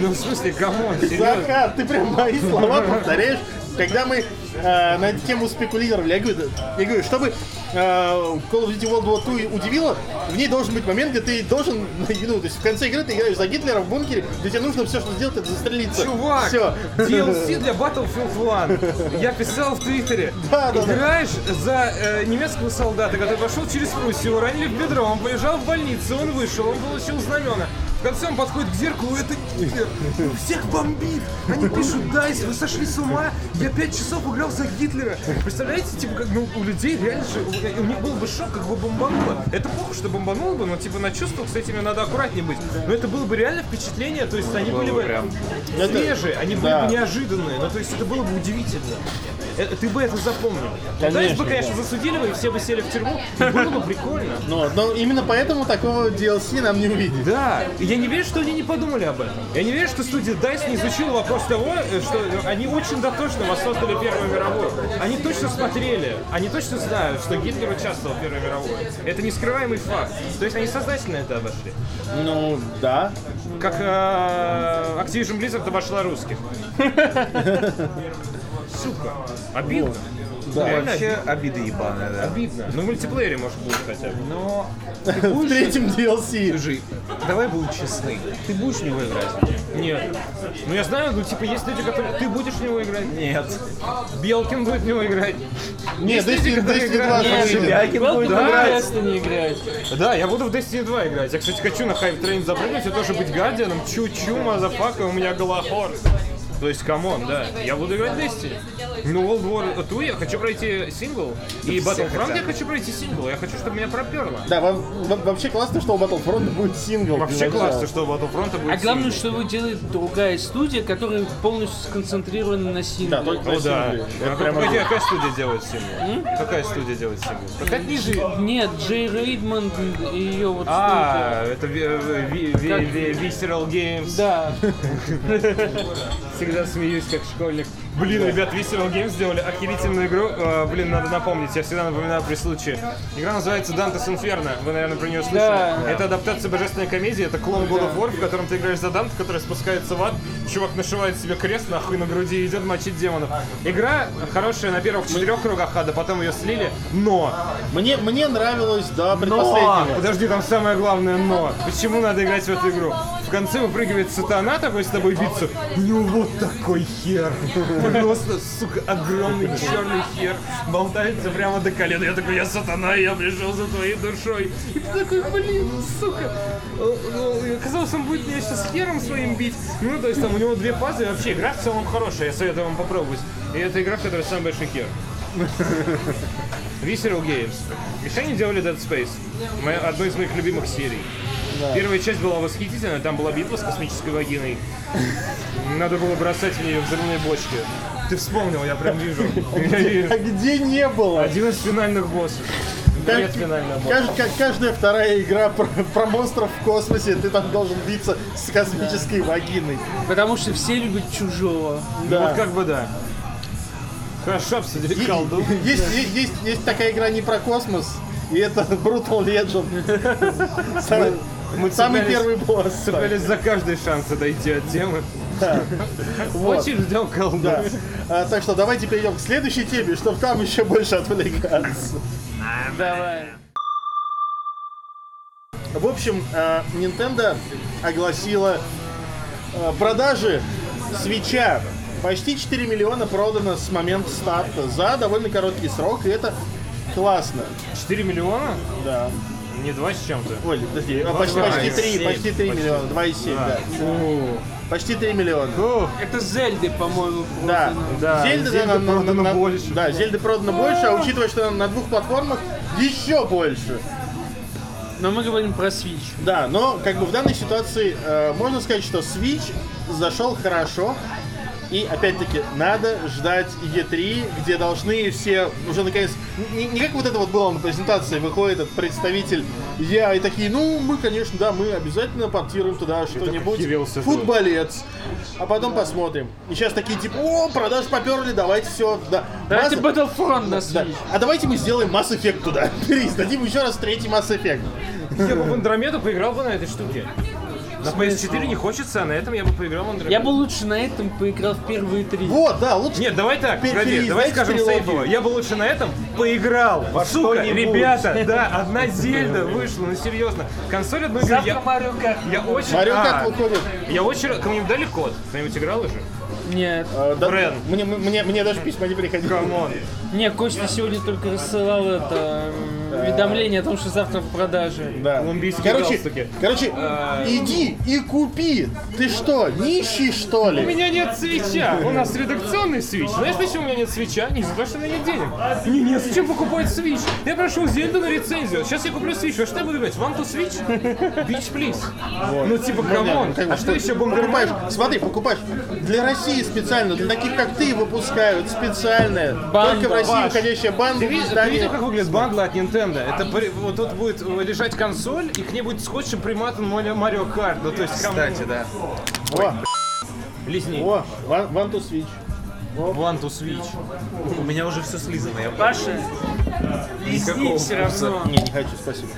S2: Ну, в смысле, камон, серьезно.
S1: Захар, ты прям мои слова повторяешь. Когда мы э, на эту тему спекулировали, я говорю, да- я говорю, чтобы э, Call of Duty World War II удивило, в ней должен быть момент, где ты должен, ну, то есть в конце игры ты играешь за Гитлера в бункере, где тебе нужно все, что сделать, это застрелиться.
S2: Чувак,
S1: Все.
S2: DLC для Battlefield 1. Я писал в Твиттере.
S1: Да, да, да.
S2: Играешь за э, немецкого солдата, который пошел через Пруссию, его ранили в бедро, он полежал в больнице, он вышел, он получил знамена. В конце он подходит к зеркалу, это Гитлер. Всех бомбит. Они пишут, Дайс, вы сошли с ума. Я пять часов играл за Гитлера. Представляете, типа, как ну, у людей реально же, у, у них был бы шок, как бы бомбануло. Это плохо, что бомбануло бы, но типа на чувствах с этими надо аккуратнее быть. Но это было бы реально впечатление, то есть они были бы прям
S1: Это-
S2: свежие, они были
S1: Да.
S2: бы неожиданные. Ну, то есть это было бы удивительно. Э, Ты бы это запомнил. Ну, Дайс бы, конечно, засудили бы, и все бы сели в тюрьму. и Было бы прикольно.
S1: Но, но именно поэтому такого DLC нам не увидеть.
S2: Да, и я не верю, что они не подумали об этом. Я не верю, что студия DICE не изучила вопрос того, э, что они очень дотошно воссоздали Первую мировую. Они точно смотрели, они точно знают, что Гитлер участвовал в Первой мировой. Это нескрываемый факт. То есть они сознательно это обошли.
S1: Ну, да.
S2: Как э, Activision Blizzard обошла русских. Сука, обидно. Реально
S5: Вообще обиды ебаные, да.
S2: обидно. Ну, в мультиплеере, может, будет хотя бы.
S5: Но
S1: В третьем DLC.
S5: Слушай, давай будем честны. Ты будешь в него играть?
S2: Нет. Ну, я знаю, ну, типа, есть люди, которые... Ты будешь в него играть?
S5: Нет.
S2: Белкин будет в него играть.
S1: Нет, Destiny, Destiny 2
S3: Нет,
S1: же.
S3: Велкин
S5: Шелягин будет играть.
S3: интересно не играет.
S2: Да, я буду в Destiny 2 играть. Я, кстати, хочу на Хайп Train запрыгнуть и тоже быть Гардианом. Чу-чу, мазафака, у меня голохор. То есть, камон, да. Я буду играть в Destiny. Ну, World War 2 я хочу пройти сингл. И
S5: все
S2: Battlefront
S5: хотят.
S2: я хочу пройти сингл. Я хочу, чтобы меня проперло.
S1: Да, во- во- вообще классно, что у Battlefront будет сингл. Ну,
S2: Вообще классно, что у Battlefront будет
S3: А главное,
S2: сингл.
S3: что его делает другая студия, которая полностью сконцентрирована на
S1: Да,
S3: сингле.
S1: только
S2: Ну
S1: на
S2: да.
S1: сингле.
S2: А
S1: Это
S2: как-
S1: прямо-
S2: погоди, а какая студия делает сингл? Какая студия делает сингл? Какая ниже?
S3: Нет, Джей Рейдман и ее вот студия.
S2: А, это ви- э, ви- ви- ви- Visceral Games.
S3: Да.
S2: Всегда смеюсь, как школьник. Блин, ребят, Visceral Games сделали охерительную игру. Э, блин, надо напомнить, я всегда напоминаю при случае. Игра называется Dante's Inferno. Вы, наверное, про нее слышали.
S3: Да.
S2: Это адаптация божественной комедии. Это клон God of War, в котором ты играешь за Данте, который спускается в ад. Чувак нашивает себе крест нахуй на груди и идет мочить демонов. Игра хорошая на первых четырех кругах ада, потом ее слили. Но!
S1: Мне, мне нравилось до
S2: Но!
S1: предпоследнего.
S2: Подожди, там самое главное но. Почему надо играть в эту игру? В конце выпрыгивает сатана такой с тобой биться. У него вот такой хер. Просто, сука, огромный черный хер. Болтается прямо до колена. Я такой, я сатана, я пришел за твоей душой. И ты такой, блин, сука. Э, э, Казалось, он будет меня сейчас хером своим бить. Ну, то есть там у него две фазы. И Вообще, игра в целом хорошая. Я советую вам попробовать. И это игра, в которой самый большой хер. Visceral Games. Еще они делали Dead Space. Моя- одну из моих любимых серий. Первая часть была восхитительная, там была битва с космической вагиной. Надо было бросать в нее взрывные бочки. Ты вспомнил, я прям вижу. Я вижу.
S1: А где не было?
S2: Один из финальных боссов. Нет финального босса.
S1: Кажд- как каждая вторая игра про, про монстров в космосе, ты там должен биться с космической вагиной.
S3: Потому что все любят чужого.
S2: Ну,
S1: Да.
S2: Вот как бы да. Хорошо обсудили
S1: Е-
S2: колду.
S1: Есть, е- есть, есть такая игра не про космос, и это Brutal Legend. Самый-
S2: мы
S1: Самый
S2: цеплялись-
S1: первый босс.
S2: Цеплялись за каждый шанс отойти от темы.
S1: Вот.
S2: Очень ждем колду.
S1: Да. А, так что давайте перейдем к следующей теме, чтобы там еще больше отвлекаться.
S3: Давай.
S1: В общем, а, Nintendo огласила а, продажи свеча. Почти 4 миллиона продано с момента старта за довольно короткий срок, и это классно.
S2: 4 миллиона?
S1: Да.
S2: Не два с чем-то.
S1: Ой, подожди, а, почти,
S2: два
S1: почти
S2: и
S1: 3,
S2: семь.
S1: почти 3 миллиона, 2,7, да. Почти 3 миллиона.
S3: Это Зельды, по-моему,
S1: Да,
S3: продано.
S1: да. Зельда,
S2: Зельда продано больше.
S1: Да, Зельда продано больше, а учитывая, что она на двух платформах, еще больше.
S3: Но мы говорим про Switch.
S1: Да, но как бы в данной ситуации э, можно сказать, что Switch зашел хорошо. И опять-таки надо ждать E3, где должны все уже наконец... Не, не как вот это вот было на презентации, выходит этот представитель я и такие, ну мы, конечно, да, мы обязательно портируем туда что-нибудь.
S2: Кирилл Сетов.
S1: Футболец. А потом посмотрим. И сейчас такие типа, о, продаж поперли, давайте все. Да.
S3: Давайте
S1: Mass-
S3: Battlefront на
S1: да.
S3: Switch.
S1: А давайте мы сделаем Mass Effect туда. Переиздадим еще раз третий Mass Effect.
S2: Я бы в Андромеду поиграл бы на этой штуке. На PS4 не хочется, а на этом я бы поиграл в Андромеду.
S3: Я бы лучше на этом поиграл в первые три.
S1: Вот, да, лучше
S2: Нет, давай так,
S1: Пер-
S2: погоди, давай
S1: переиздать
S2: скажем
S1: трилогию.
S2: сейфово. Я бы лучше на этом поиграл. Во Сука, ребята, да, одна Зельда вышла, ну серьезно. Консоль одну игру
S3: Завтра
S2: я...
S3: Марио Карт.
S2: Я очень...
S1: Марио
S2: а,
S1: Карт выходит.
S2: Я очень... рад- Кому-нибудь дали код? Кто-нибудь играл уже?
S3: Нет.
S1: Э, да,
S2: Брэн.
S1: Мне, мне, мне даже письма не приходили.
S2: Камон.
S3: Не, Костя сегодня только рассылал это м, уведомление о том, что завтра в продаже.
S1: Да.
S2: Колумбийские
S1: Короче,
S2: галстуки. Э.
S1: короче иди и купи. Ты что, нищий что
S2: У
S1: ли?
S2: меня нет свеча. У нас редакционный свич. Знаешь, почему у меня нет свеча? Не из-за того, что у меня нет денег. Не, не, зачем покупать свич? Я прошел Зельду на рецензию. Сейчас я куплю свич. Во что я буду играть? Вам то свич? Бич, плиз. Ну, типа, камон.
S1: Как бы,
S2: А что еще,
S1: покупаешь?
S2: Бомбермен?
S1: Смотри, покупаешь. Для России специально, для таких как ты выпускают специальное.
S3: Банда.
S1: Только в России
S2: Баш.
S1: уходящая банда.
S2: Ты видел, ты
S1: издание.
S2: видел, как выглядит бандла от Nintendo? Это при- вот тут будет э, лежать консоль, и к ней будет скотчем приматан Мари- Марио Карт. Ну, то есть, Кстати, да.
S1: О,
S2: Лизни.
S1: о, one, one to switch.
S2: One to Switch.
S5: У меня уже все слизано. Я,
S3: Паша, лизни все равно.
S1: Не, не хочу, спасибо.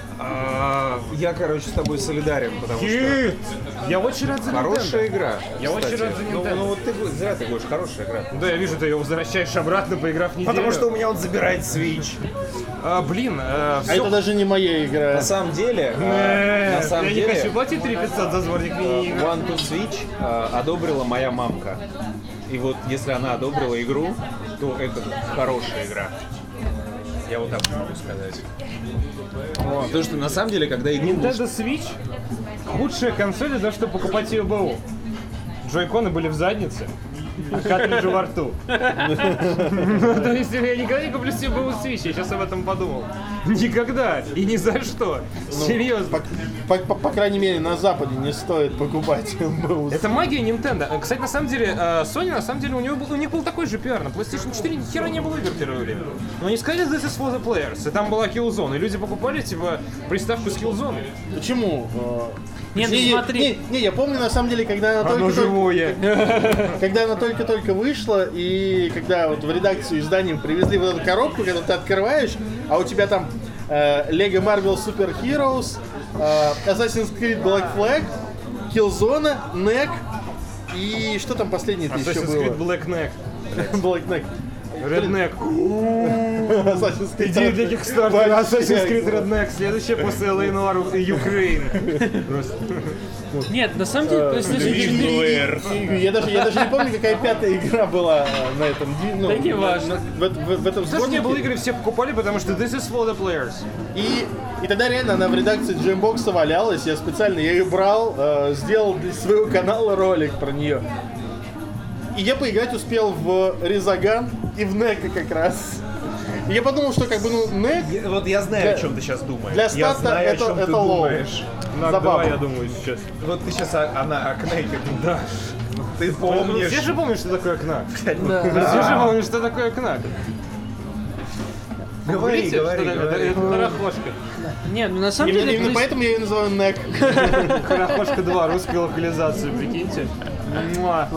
S5: я, короче, с тобой солидарен, потому что
S2: Я очень рад за
S5: хорошая игра.
S2: Я очень рад за
S5: Ну,
S2: Nintendo.
S5: ну вот ты го- зря ты говоришь, хорошая игра.
S2: Да, я вижу, ты ее возвращаешь обратно, поиграв неделю.
S5: Потому что у меня он забирает Switch.
S2: А, блин,
S5: э,
S1: А это
S2: все...
S1: даже не моя игра.
S5: На самом деле, э,
S2: Я
S5: на самом
S2: не хочу
S5: деле, э,
S2: платить 3500 за сборник мини
S5: One to Switch э, одобрила моя мамка. И вот если она одобрила игру, то это хорошая игра. Я вот так могу сказать. Потому что на самом деле, когда игру...
S2: Nintendo Switch — лучшая консоль, за что покупать ее БУ. Джойконы были в заднице, а картриджи во рту. Ну, То есть я никогда не куплю себе БУ Switch, я сейчас об этом подумал. Ну. Никогда и ни за что. Серьезно.
S1: По, по- по крайней мере, на Западе не стоит покупать МБУ.
S2: Это магия Nintendo. Э, Кстати, на самом деле, э, Sony, на самом деле, у, него был, у них был такой же пиар. На PlayStation 4 ни хера не было игр первое время. Но они сказали This is for the players, и там была Killzone, и люди покупали, типа, приставку с Killzone.
S1: Почему? Э,
S3: Не,
S1: Нет,
S3: ну смотри.
S1: Не, я помню, на самом деле, когда она только...
S2: живое.
S1: Когда она только-только вышла, и когда вот в редакцию изданием привезли вот эту коробку, когда ты открываешь, а у тебя там э, Lego Marvel Super Heroes, э, Assassin's Creed Black Flag, Killzone, NEC и что там последнее-то еще
S2: Assassin's
S1: было?
S2: Creed Black Neck.
S1: Black Neck.
S2: Redneck.
S1: Assassin's Creed.
S2: Идея для Kickstarter.
S1: Вообще.
S2: Assassin's Creed Redneck. Следующая после LA Noir и Ukraine. Просто.
S3: Нет, на самом деле, PlayStation 4
S1: Я даже, я даже не помню, какая пятая игра была э, на этом. ди- Ну,
S3: Да не
S1: на-
S3: важно.
S1: на- В, в- в этом
S2: Тоже не
S1: сборнике.
S2: было игры, все покупали, потому что This is for the players.
S1: И, и тогда реально она в редакции Джеймбокса валялась. Я специально я ее брал, э, сделал для своего канала ролик про нее. И я поиграть успел в Резаган и в Нека как раз. И я подумал, что как бы, ну, Нек
S5: Я- Вот я знаю,
S1: Для-
S5: о чем ты сейчас думаешь.
S1: для
S5: я
S1: старта
S5: знаю,
S1: это-
S5: о чем
S1: это
S5: ты
S1: лол.
S5: думаешь. Ну, а
S2: На
S1: Забавно.
S2: два, я думаю, сейчас.
S5: Вот ты сейчас о, о, на- о Кнейке думаешь. Ты
S2: Ну, все
S5: помнишь.
S2: же помнят, что такое кнак.
S3: Да.
S2: Все же помнят, что такое кнак.
S5: Говори,
S2: Видите,
S5: говори,
S2: что такое?
S5: говори.
S2: Это тарахошка.
S3: Нет, ну на самом
S1: Именно,
S3: деле...
S1: именно
S3: то есть-
S1: поэтому я ее называю Нек.
S2: Тарахошка 2, русская локализация, прикиньте. Муа.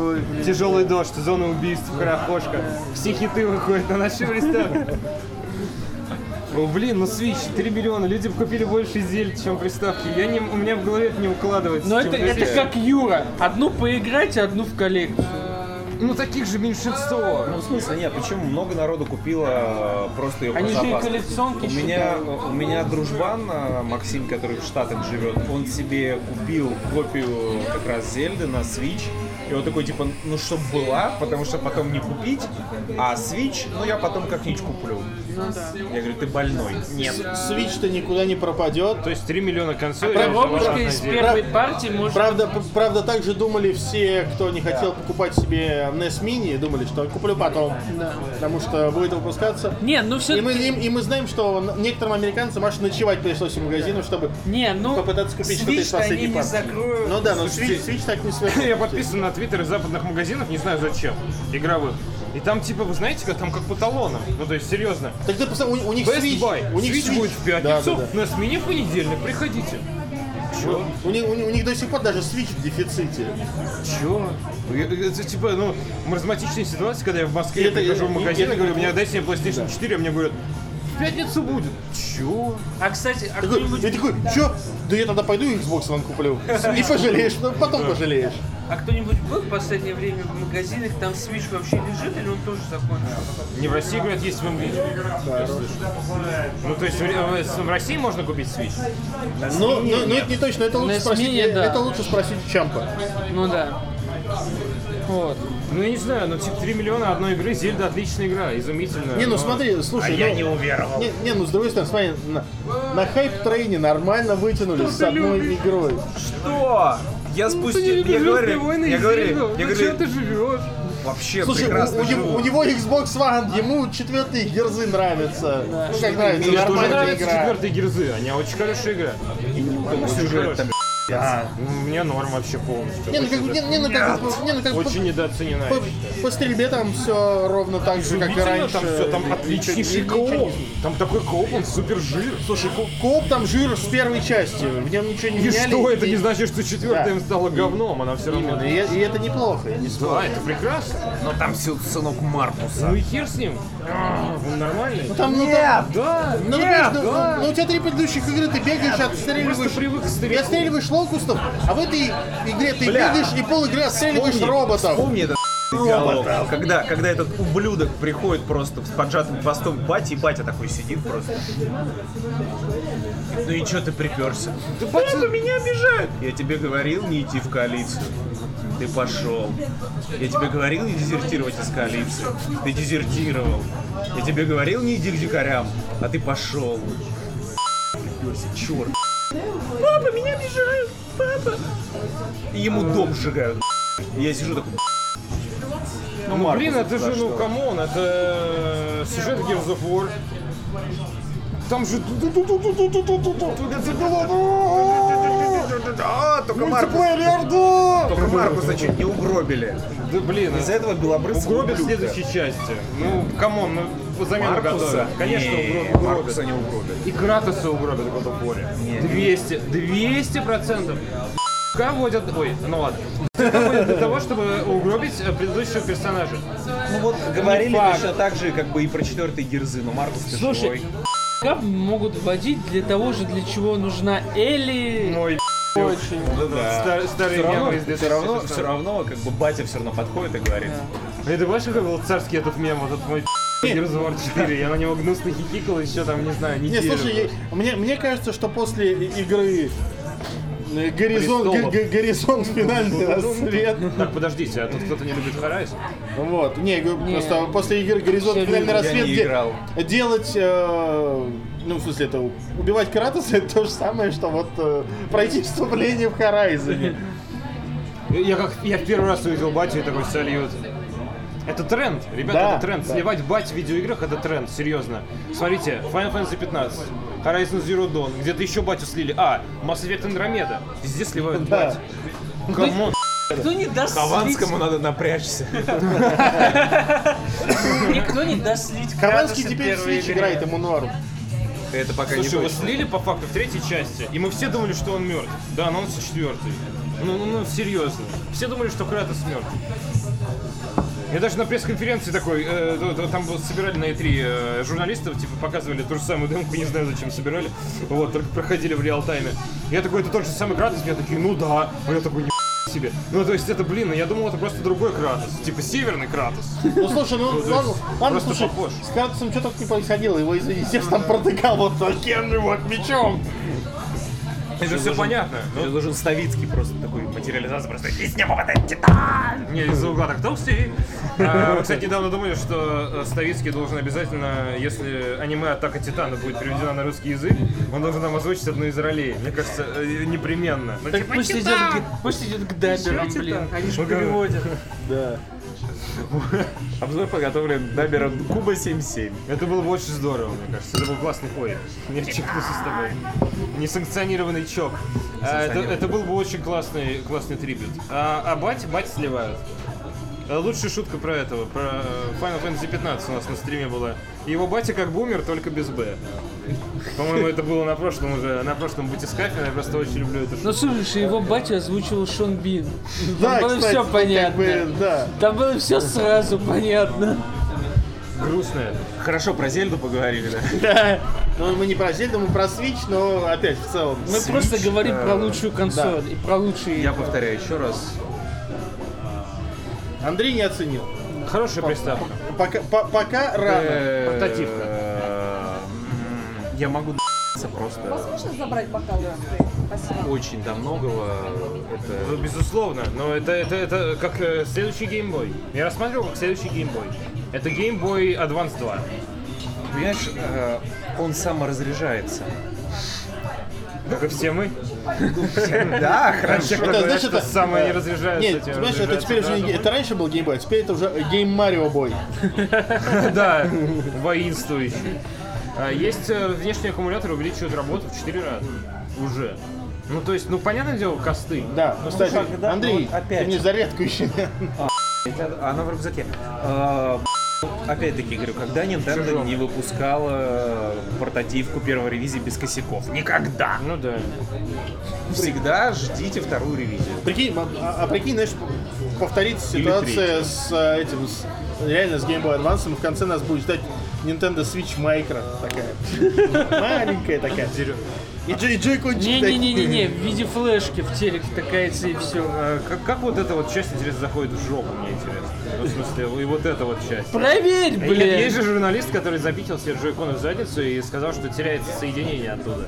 S2: Тяжелый дождь, зона убийств, Карахошка. Все хиты выходят на наши приставки. О, блин, ну Switch, 3 миллиона, люди бы купили больше зель, чем приставки. Я не, у меня в голове это не укладывается.
S3: Но
S2: чем
S3: это, это
S2: приставки.
S3: как Юра. Одну поиграть, а одну в коллекцию.
S2: Ну таких же меньшинство.
S5: Ну, в смысле, нет, почему много народу купило э, просто ее
S3: Они же и
S5: запас.
S3: коллекционки
S5: У меня, у меня дружбан э, Максим, который в Штатах живет, он себе купил копию э, как раз Зельды на Switch. И он такой, типа, ну, чтоб была, потому что потом не купить, а Switch, ну, я потом как-нибудь куплю.
S2: Ну
S5: Я говорю, ты больной. Нет.
S1: Свич-то никуда не пропадет.
S2: То есть 3 миллиона
S3: А
S2: консолей.
S3: Коробочка из первой партии может...
S1: Правда, п- правда, также думали все, кто не хотел покупать себе NES Mini, думали, что куплю потом, потому что будет выпускаться.
S3: Не, ну все...
S1: И мы, и, и мы знаем, что н- некоторым американцам аж ночевать пришлось в магазинам, чтобы
S3: Не, ну...
S1: попытаться купить что-то из
S3: Switch-то
S1: последней
S3: они не
S1: партии.
S3: закроют.
S1: Ну да, но Switch, Switch так не связано.
S2: Я подписан на твиттеры западных магазинов, не знаю зачем, игровых. И там типа, вы знаете, как там как по талонам. Ну то есть серьезно.
S1: Так ты посмотри, у, у них
S2: Best
S1: Switch,
S2: Buy.
S1: у них
S2: Switch будет в
S1: Да,
S2: пятницу,
S1: да, да.
S2: на смене в понедельник, приходите.
S1: У, них, у них- у них до сих пор даже Switch в дефиците.
S2: Чё? Я- Это типа, ну, маразматичная ситуация, когда я в Москве
S1: Это-
S2: прихожу в
S1: и-
S2: магазин и
S1: это-
S2: говорю, мне дайте мне PlayStation 4, а мне говорят, в пятницу будет. Чё?
S3: А, кстати, а
S1: Такой-
S3: кто-нибудь
S1: я такой, чё? Да я тогда пойду Xbox One куплю. И пожалеешь, ну потом пожалеешь.
S3: а кто-нибудь был в последнее время в магазинах, там Switch вообще лежит или он тоже закончился?
S2: Не в России, говорят, есть в Англии. Я слышу. Ну, то есть в Ре- в в России можно купить Switch?
S1: Но, но- но это не точно, это лучше
S3: На
S1: спросить,
S3: смене, да.
S1: это лучше спросить у Чампа.
S3: Ну да. Вот.
S2: Ну, я не знаю, но типа 3 миллиона одной игры, Зельда отличная игра, изумительная.
S1: Не, ну
S2: но-
S1: смотри, слушай, ну,
S5: уверовал.
S1: не, не, ну с другой стороны, смотри, на, на хайп-трейне нормально вытянули с одной игрой.
S5: Что? Я спустил... Я говорю, я говорю, я говорю,
S2: ты живешь?
S5: вообще
S1: Слушай, у,
S5: прекрасно
S1: у него-
S5: живу.
S1: у него Xbox One, ему четвертые герзы нравятся. Ну как нравится,
S2: Мне тоже
S1: нормальная
S2: нравится
S1: игра.
S2: четвертые герзы, они очень хорошая игра.
S5: Потому что сюжет там,
S2: Ну, Мне норм вообще полностью.
S1: Не, ну как, бы- не, не, ну как, бы- не, ну как бы
S2: Очень недооценена.
S1: по, по стрельбе там все ровно так же, как и
S2: Удивительно,
S1: раньше.
S2: там все, там отличнейший
S1: Ничего- ничего
S2: кооп.
S1: не-
S2: Там такой кооп, он супер жир. Слушай,
S1: Кооп там жир с первой части, в нем ничего не
S2: и
S1: меняли.
S2: что? Это
S1: и-
S2: не значит,
S1: Да.
S2: что четвертая им стала говном, она все равно...
S1: Именно, и, и это неплохо, ну, я не спорю.
S2: Да, это прекрасно.
S5: но там все сынок Маркуса.
S2: Ну и хер с ним. Он нормальный.
S1: Там, ну, там-
S2: Да,
S1: ну,
S2: нет,
S1: ну,
S2: да.
S1: ну, у тебя три предыдущих игры, ты бегаешь,
S2: Просто
S1: отстреливаешь...
S2: привык к
S1: Ты
S2: старику.
S1: отстреливаешь локустов, а в этой игре ты
S5: Бля.
S1: бегаешь и пол игры отстреливаешь
S5: Вспомни-
S1: роботов.
S5: Вспомни этот диалог. Когда, когда этот ублюдок приходит просто с поджатым хвостом к бате, и батя такой сидит просто. Ну и чё ты приперся? Да папа меня обижают! Я тебе говорил не идти в коалицию. Ты пошел. Я тебе говорил не дезертировать из коалиции. Ты дезертировал. Я тебе говорил не иди к дикарям, а ты пошел. Черт. Папа, меня обижают! Папа! И ему дом сжигают. Я сижу такой. Ну, Маркус,
S2: Блин, это
S5: за
S2: же, ну
S5: что?
S2: камон, это э, сюжет Gears of War. Там же...
S5: А, только Маркус, только Маркуса чуть не угробили.
S2: Да блин,
S5: Из-за этого белобрысого
S2: угробят в
S5: ублюдка.
S2: следующей части. Ну, камон, ну, замену
S5: Маркуса?
S2: готовят. Конечно,
S5: Не,
S2: угро-
S5: Маркуса
S2: угробят.
S5: не угробят.
S2: И Кратоса угробят в God of War. 200, 200 процентов. водят... Ой, ну ладно. Доводят Для того, чтобы угробить э, предыдущего персонажа.
S5: Ну вот, говорили
S2: факт.
S5: точно так же, как бы и про четвертый Герзы, но Маркус ты
S3: Слушай,
S5: живой.
S3: как могут вводить для того же, для чего нужна
S1: Ну,
S3: Элли?
S2: Ой,
S3: Очень.
S5: Ну да.
S2: стар- старые
S5: Все равно,
S2: мемы из детства
S5: все равно,
S2: всё
S5: все равно, как бы батя все равно подходит и говорит.
S2: Блин, ты помнишь, какой был царский этот мем, вот этот мой Gears of War 4? Я на него гнусно хихикал еще там, не знаю,
S1: Не,
S2: неделю.
S1: слушай, я- мне, мне кажется, что после и- игры э, Горизонт, г- г- горизонт финальный рассвет.
S2: Так, подождите, а тут кто-то не любит Харайс?
S1: Вот. Не, я говорю, просто после игры Горизонт
S3: Все
S1: финальный
S5: Я
S1: рассвет
S5: не
S1: де-
S5: играл.
S1: делать, э, ну, в смысле, это убивать Кратоса, это то же самое, что вот э, пройти вступление в Horizon.
S2: Я как я в первый раз увидел батю и такой салют. Это тренд, ребята,
S1: Да,
S2: это тренд.
S1: да.
S2: Сливать бать в видеоиграх это тренд, серьезно. Смотрите, Final Fantasy 15, Horizon Zero Dawn, где-то еще батю слили. А, Mass Effect Andromeda. Везде сливают
S1: Да. Ну,
S2: бать. Камон,
S3: Никто не даст слить,
S5: Хованскому надо напрячься.
S3: никто ну не даст слить
S1: Хованский
S3: Кратоса
S1: теперь
S3: первой
S1: Свич
S3: игре.
S1: играет ему норм.
S5: Это пока не
S2: Слушай, его
S5: точно.
S2: слили по факту в третьей части, и мы все думали, что он мертв. Да, но он с четвертой. Ну, ну, ну, серьезно. Все думали, что Кратос мертв. Я даже на пресс-конференции такой, э, то- то- там вот собирали на E3 э, журналистов, типа показывали ту же самую демку, не знаю зачем собирали, вот, только проходили в реал-тайме. Я такой, это тот же самый Кратос, я такие, ну да, а я такой, не себе. Ну, то есть это, блин, я думал, это просто другой Кратос, типа северный Кратос.
S1: Ну слушай, ну
S2: то
S1: ладно, ладно,
S2: есть просто Ну,
S1: слушай,
S2: похож.
S1: с Кратосом что только не происходило, его из Министерства там протыкал вот
S2: ну,
S1: таким же вот мечом.
S2: Это все понятно. Ну,
S5: Я должен Ставицкий просто такой материализация просто.
S2: Не, из-за угла так толстый. А, Кстати, недавно думали, что э, Ставицкий должен обязательно, если аниме «Атака Титана» будет переведено на русский язык, он должен нам озвучить одну из ролей. Мне кажется, э, непременно. Ну,
S3: Так
S2: типа,
S3: пусть идет, к- пусть идет к даберам, блин. Они же переводят.
S1: Да.
S5: Обзор подготовлен Дабером Куба 77.
S2: Это было бы очень здорово, мне кажется. Это был классный хой. Я чекнулся с тобой. Несанкционированный чок. А, это, это был бы очень классный, классный трибют. А, а бать, бать сливают. А, Лучшая шутка про этого, про э, Final Fantasy 15 у нас на стриме была. Его батя как бумер, только без Б. По-моему, это было на прошлом уже, на прошлом батискафе, я просто очень люблю эту шутку.
S3: Ну слушай, его батю озвучивал Шон Бин.
S1: Да,
S3: Там
S2: ну,
S3: было
S1: кстати,
S3: все
S1: как
S3: понятно.
S1: бы, да.
S3: Там было все сразу понятно.
S2: Грустная.
S5: Хорошо, про Зельду поговорили, да?
S1: Ну, мы не про Зельду, мы про Switch, но опять в целом.
S3: Мы просто говорим про лучшую консоль и про лучшие...
S5: Я повторяю еще раз.
S1: Андрей не оценил.
S2: Хорошая приставка.
S1: Пока, по- пока рано.
S5: Э,
S2: Портативка.
S5: м, Я могу д***ться просто
S7: Возможно забрать бокал? Спасибо.
S5: очень до многого.
S2: Ну,
S5: Это
S2: безусловно, но это, это, это как э, следующий геймбой. Я рассматривал как следующий геймбой. Это геймбой Advance 2.
S5: Понимаешь, э, он саморазряжается.
S2: Как и все мы.
S5: Да, хорошо.
S1: Это, знаешь,
S2: что самое не
S1: э,
S2: разряжается,
S1: Нет,
S2: те
S1: понимаешь, это
S2: разряжается,
S1: теперь уже
S2: да,
S1: не
S2: ну.
S1: ге- Это раньше был геймбой, а теперь это уже гейм Марио бой.
S2: Да, воинствующий. А, Есть э, внешний аккумулятор, увеличивает работу в 4 раза. Уже. Ну, то есть, ну, понятное дело, косты.
S1: Да, кстати,
S5: когда-
S1: Андрей,
S5: вот опять
S1: ты не
S5: же.
S1: зарядку еще.
S5: А Она в рюкзаке. Э, б***ь, Опять-таки говорю, когда Nintendo не выпускала Э, портативку первой ревизии без косяков? Никогда!
S2: Ну да.
S5: Всегда ждите вторую ревизию.
S1: Прикинь, м- а, а прикинь, знаешь, повторится ситуация с э, этим, с- реально с Game Boy Advance, и в конце нас будет ждать Nintendo Switch Micro такая. Маленькая такая. И джой
S3: Не-не-не-не-не, в виде флешки в телек втыкается и все.
S2: Э, Как, как вот эта вот часть, интересно, заходит в жопу, мне интересно. Ну, в смысле, и вот эта вот часть. Е-
S3: Проверь,
S2: Есть
S3: блин!
S2: же журналист, который запитил себе джойконы в задницу и сказал, что теряется соединение оттуда.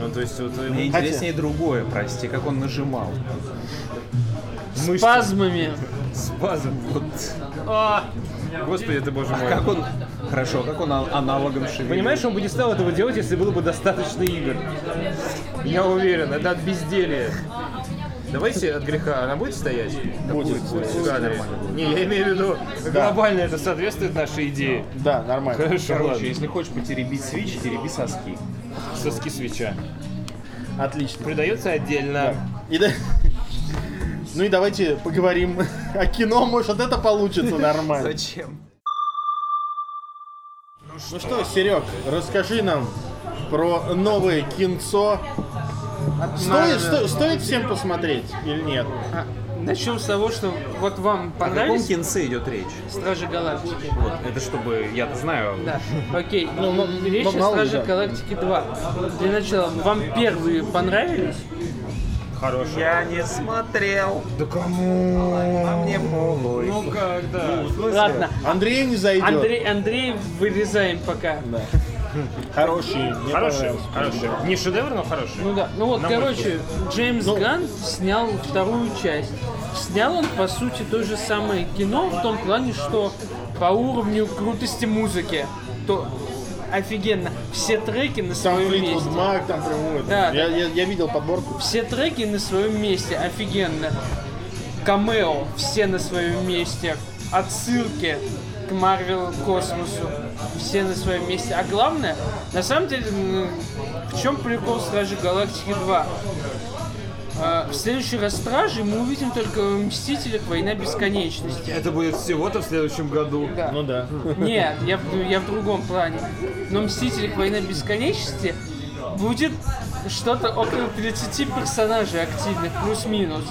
S2: Ну, то есть, вот
S5: Мне
S2: э,
S5: интереснее другое, прости, как он нажимал.
S2: мышцы.
S3: Спазмами.
S5: Спазм. Вот.
S2: А! Господи, ты боже мой.
S5: Как он... Хорошо, как он а- аналогом шевелил.
S2: Понимаешь, он бы не стал этого делать, если было бы достаточно игр. Я уверен, это от безделия. Давайте от греха, она будет стоять?
S1: Будет.
S2: В кадре. Не, я имею в виду, глобально это соответствует нашей идее.
S1: Да, нормально.
S2: Хорошо,
S5: Ну, Короче, если хочешь потеребить свич, тереби соски.
S2: ладно. Соски свеча.
S1: Отлично.
S2: Продается отдельно.
S1: И да- Ну и давайте поговорим о кино, может это получится нормально.
S5: Зачем?
S1: Ну что, Серег, расскажи нам про новое кинцо. Стоит, сто- стоит всем посмотреть или нет?
S3: Начнем с того, что вот вам
S5: О каком
S3: понравились
S5: кинце идет речь?
S3: Стражи Галактики.
S5: Вот, это чтобы, я знаю,
S3: Да, окей.
S1: Ну, ну,
S3: Речь
S1: ну,
S3: о
S1: мало ли,
S3: Страже
S1: да.
S3: Галактики 2. Для начала, вам первые понравились?
S5: Я не смотрел. Да кому? А мне похуй.
S2: Ну как, да.
S3: Ладно.
S1: Андрею не зайдет.
S3: Андрей, Андрей вырезаем пока.
S1: Хороший. мне
S2: Хороший,
S1: понравился.
S2: хороший. Не шедевр, но хороший.
S3: Ну да. Ну вот,
S2: На мой
S3: короче, Джеймс Ганн снял вторую часть. Снял он, по сути, то же самое кино, в том плане, что по уровню крутости музыки. То офигенно. Все треки на
S1: Там
S3: своем
S1: Флитвуд
S3: месте.
S1: Мак, там прямой.
S3: Да,
S1: я, я- я видел подборку.
S3: Все треки на своем месте, офигенно. Камео, все на своем месте. Отсылки к Марвел космосу, все на своем месте. А главное, на самом деле, м, в чем прикол Стражи Галактики 2? а, в следующий раз Стражи мы увидим только в Мстителях Война Бесконечности.
S2: Это будет всего-то в следующем году.
S3: Да.
S1: Ну да.
S3: Нет, я, в- я в другом плане. Но Мстителях Война Бесконечности будет что-то около 30 персонажей активных, плюс-минус.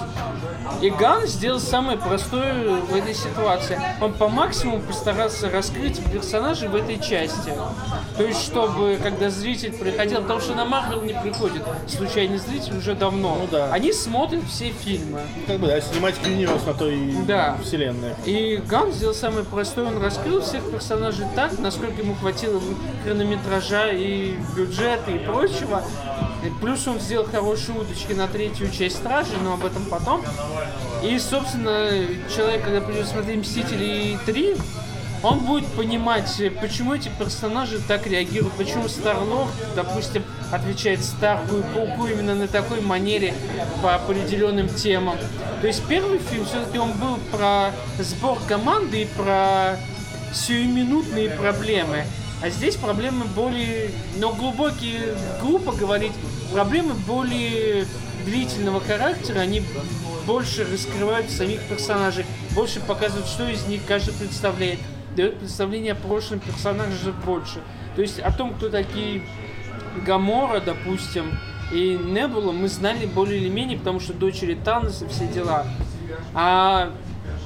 S3: И Ган сделал самое простое в этой ситуации. Он по максимуму постарался раскрыть персонажей в этой части. То есть, чтобы когда зритель приходил, потому что на Марвел не приходит случайный зритель уже давно.
S1: Ну да.
S3: Они смотрят все фильмы.
S1: Как бы, да, снимать Universe на той
S3: Да.
S1: вселенной.
S3: И Ган сделал самое простое, он раскрыл всех персонажей так, насколько ему хватило хронометража и бюджета и прочего. И плюс он сделал хорошие удочки на третью часть Стражи, но об этом потом. И, собственно, человек, когда придет смотреть Мстители 3, он будет понимать, э, почему эти персонажи так реагируют, почему Старлорд, допустим, отвечает Старку и Пауку именно на такой манере по определенным темам. То есть первый фильм все-таки он был про сбор команды и про сиюминутные проблемы. А здесь проблемы более, но глубокие, глупо говорить, проблемы более длительного характера, они больше раскрывают самих персонажей, больше показывают, что из них каждый представляет, дает представление о прошлом персонаже больше. То есть о том, кто такие Гамора, допустим, и Небула мы знали более или менее, потому что дочери Таноса, все дела. А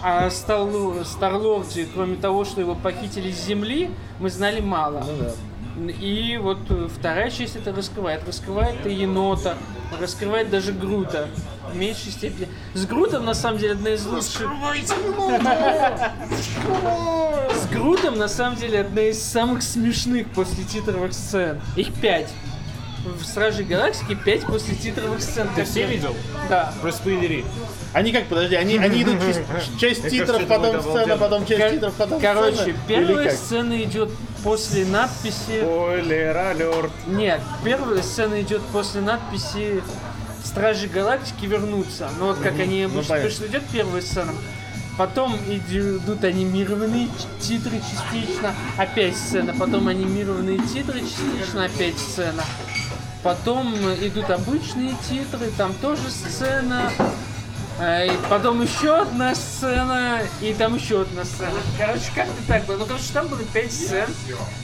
S3: о Старло- Старлорде, кроме того, что его похитили с Земли, мы знали мало. И вот э, вторая часть это раскрывает. Раскрывает и енота, раскрывает даже Грута. В меньшей степени. С Грутом, на самом деле, одна из лучших... С Грутом, на самом деле, одна из самых смешных после титровых сцен. Их пять. В Страже Галактики пять после титровых сцен.
S2: Ты все видел?
S3: Да.
S2: Проспойлери.
S1: Они как, подожди, они, они идут через- часть титров,
S2: это
S1: потом
S2: был
S1: сцена,
S2: Double
S1: потом часть
S3: Кор-
S1: титров, потом
S3: Короче,
S1: сцена? Или
S3: первая
S1: как?
S3: сцена идет после надписи...
S5: Спойлер алерт.
S3: Нет, первая сцена идет после надписи Стражи Галактики вернутся. Ну вот как они
S1: ну,
S3: обычно
S1: понятно.
S3: пишут, идет первая сцена. Потом идут анимированные ч- титры частично, опять сцена. Потом анимированные титры частично, опять сцена. Потом идут обычные титры, там тоже сцена. А, И потом еще одна сцена, и там еще одна сцена. Короче, как-то так было. Ну, короче, там было пять сцен.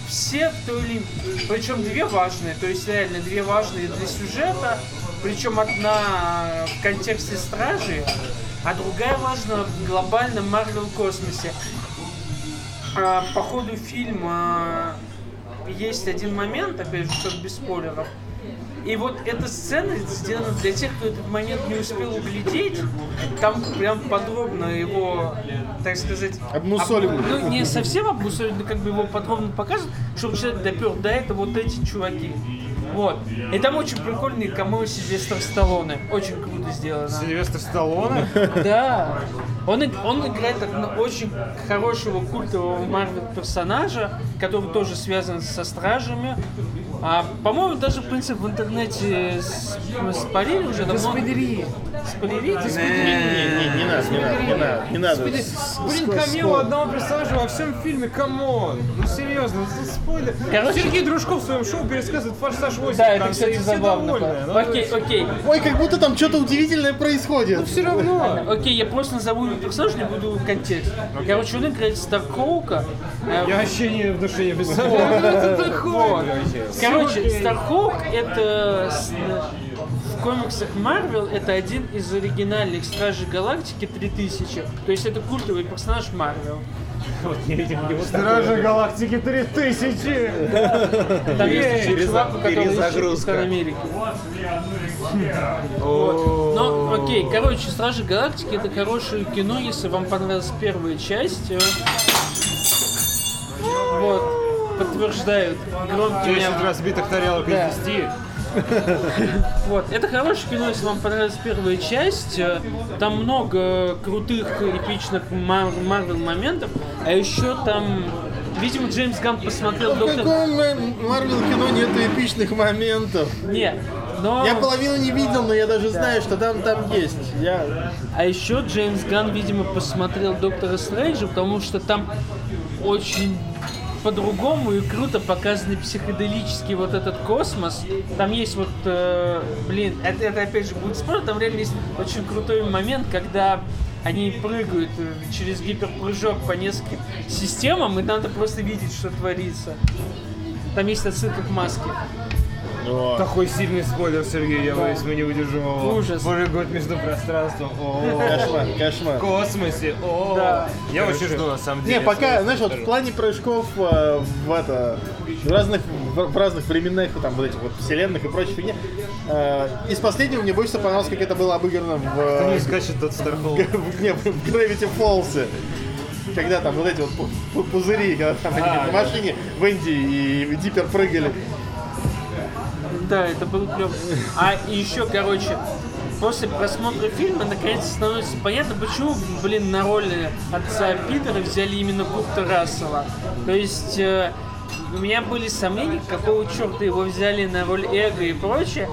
S3: Все в той или... Причем две важные, то есть реально две важные для сюжета. Причем одна в контексте Стражи, а другая важна в глобальном Марвел космосе. А, по ходу фильма есть один момент, опять же, чтобы без спойлеров. И вот эта сцена сделана для тех, кто этот момент не успел углядеть. Там прям подробно его, так сказать...
S1: Обмусоливают.
S3: об- Ну, не совсем обмусоливают, но как бы его подробно показывают, чтобы человек допер, да, это вот эти чуваки. Вот. И там очень прикольные камео Сильвестра Сталлоне. Очень круто сделано.
S2: Сильвестр Сталлоне.
S3: Да. Он, иг- он играет одно- очень хорошего культового Марвел персонажа, который тоже связан со стражами. А, по-моему, даже, в принципе, в интернете с- спалили уже давно. Спойлери.
S1: Не, не, не надо, не надо, не надо, не надо.
S4: Блин, камео одного персонажа во всем фильме, камон! Ну серьезно, это спойлер.
S3: Короче-
S4: Сергей Дружков в своем шоу пересказывает «Форсаж 8»
S3: Да,
S4: в
S3: это,
S4: конце, и
S3: кстати,
S4: все
S3: забавно.
S4: довольны.
S3: было.
S4: Ну,
S3: Окей, окей.
S1: Ой, как будто там что-то удивительное происходит.
S4: Все равно.
S3: Окей, я просто назову его персонаж, не буду контекст. Короче, он играет Старкоука. э,
S4: Я вообще не в душе не представляю.
S3: Вот. Короче, Стархок это с- в комиксах Марвел это один из оригинальных Стражей Галактики 3000. То есть это культовый персонаж Марвел.
S4: Стражи Галактики 3000!
S3: Там есть еще
S5: Переза-
S3: чувак, у которого есть
S5: перезагрузка.
S3: Капитан Америка. Вот. Ну, окей, короче, Стражи Галактики это хорошее кино, если вам понравилась первая часть. э, Вот, подтверждают громкими
S2: 10 разбитых тарелок
S3: Да.
S2: из 10.
S3: Вот, это хорошее кино, если вам понравилась первая часть. Э, Там много крутых, эпичных Мар- Марвел моментов. А еще там, видимо, Джеймс Ганн посмотрел
S1: В
S3: доктор...
S1: каком Марвел кино нету эпичных моментов?
S3: Не, но...
S1: Я половину не видел, но я даже знаю, что там там есть. Я...
S3: А еще Джеймс Ганн, видимо, посмотрел Доктора Стрэнджа, потому что там очень по-другому и круто показан психоделический вот этот космос. Там есть вот, э, блин, это, это опять же будет спор, там реально есть очень крутой момент, когда они прыгают э, через гиперпрыжок по нескольким системам, и надо просто видеть, что творится. Там есть отсылка к маске.
S1: Вот.
S2: Такой сильный спойлер, Сергей, я боюсь, мы не удержим его.
S3: Ужас.
S2: Прыгают между пространством. О,
S1: Кошмар, кошмар.
S2: в космосе. О,
S3: Да.
S2: я очень жду, на самом деле.
S1: Не, пока,
S2: этого.
S1: знаешь, вот в плане прыжков э, в это в разных в в разных временных там вот этих вот вселенных и прочей фигне. э, из последнего мне больше всего понравилось, как это было обыграно в
S5: Кто
S1: э,
S5: не скачет тот Стархолл.
S1: в- не, в Gravity Falls. Когда там вот эти вот пу- пу- пузыри, когда там они в машине Венди и Диппер прыгали.
S3: Да, это было клево. А еще, короче, после просмотра фильма наконец становится понятно, почему, блин, на роли отца Питера взяли именно Курта Рассела. То есть э, у меня были сомнения, какого черта его взяли на роль Эго и прочее.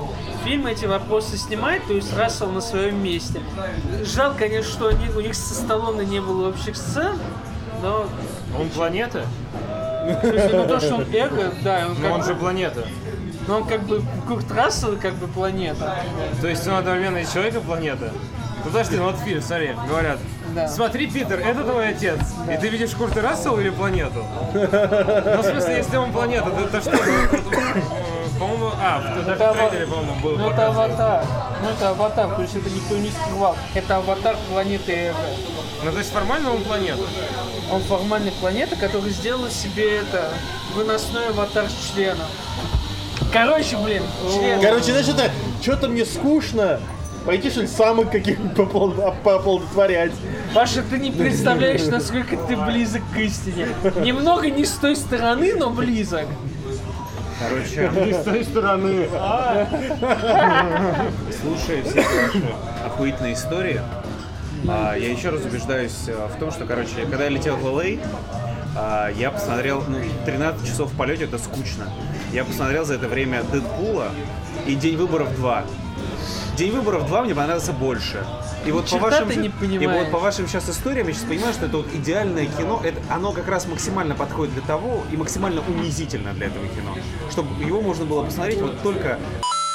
S3: Фильм эти вопросы снимает, то есть Рассел на своем месте. Жалко, конечно, что они- у них со Сталлоне не было общих сцен, но
S2: Он планета?
S3: слушай, ну то, что он эго, да, он
S2: Ну,
S3: как,
S2: он же планета.
S3: но он как бы Курт Рассел как бы планета.
S2: То есть он одновременно и человек, и планета. Подожди, ну вот фильм, смотри, говорят.
S3: Да.
S2: Смотри, Питер, это твой отец. И ты видишь Курта Рассела или планету? Ну, в смысле, если он планета, то, то что? ну, Курт- э, По-моему, а, в
S3: Это
S2: даже в
S3: ава-
S2: трейлере, по-моему, был
S3: Ну это
S2: показан.
S3: аватар. Ну это аватар, то есть это никто не скрывал. Это аватар планеты Эго.
S2: Ну, то есть формально он планета.
S3: Он формальный планета, который сделала себе это выносной аватар с членом. Короче, блин, член.
S1: Короче, знаешь, это что-то мне скучно. Пойти что-нибудь самых каких-нибудь попол- пооплодотворять.
S3: Паша, ты не представляешь, насколько ты близок к истине. Немного не с той стороны, но близок.
S5: Короче,
S1: С той стороны.
S5: слушая все ваши охуительные истории, а, я еще раз убеждаюсь а, в том, что, короче, когда я летел в LA, а, я посмотрел, ну, 13 часов в полете, это скучно. Я посмотрел за это время Дэдпула и День выборов 2. День выборов 2 мне понравился больше. И вот, по
S3: черта
S5: вашим,
S3: ты не
S5: и
S3: понимаешь.
S5: вот по вашим сейчас историям, я сейчас понимаю, что это вот идеальное кино. Это, оно как раз максимально подходит для того и максимально унизительно для этого кино. Чтобы его можно было посмотреть вот только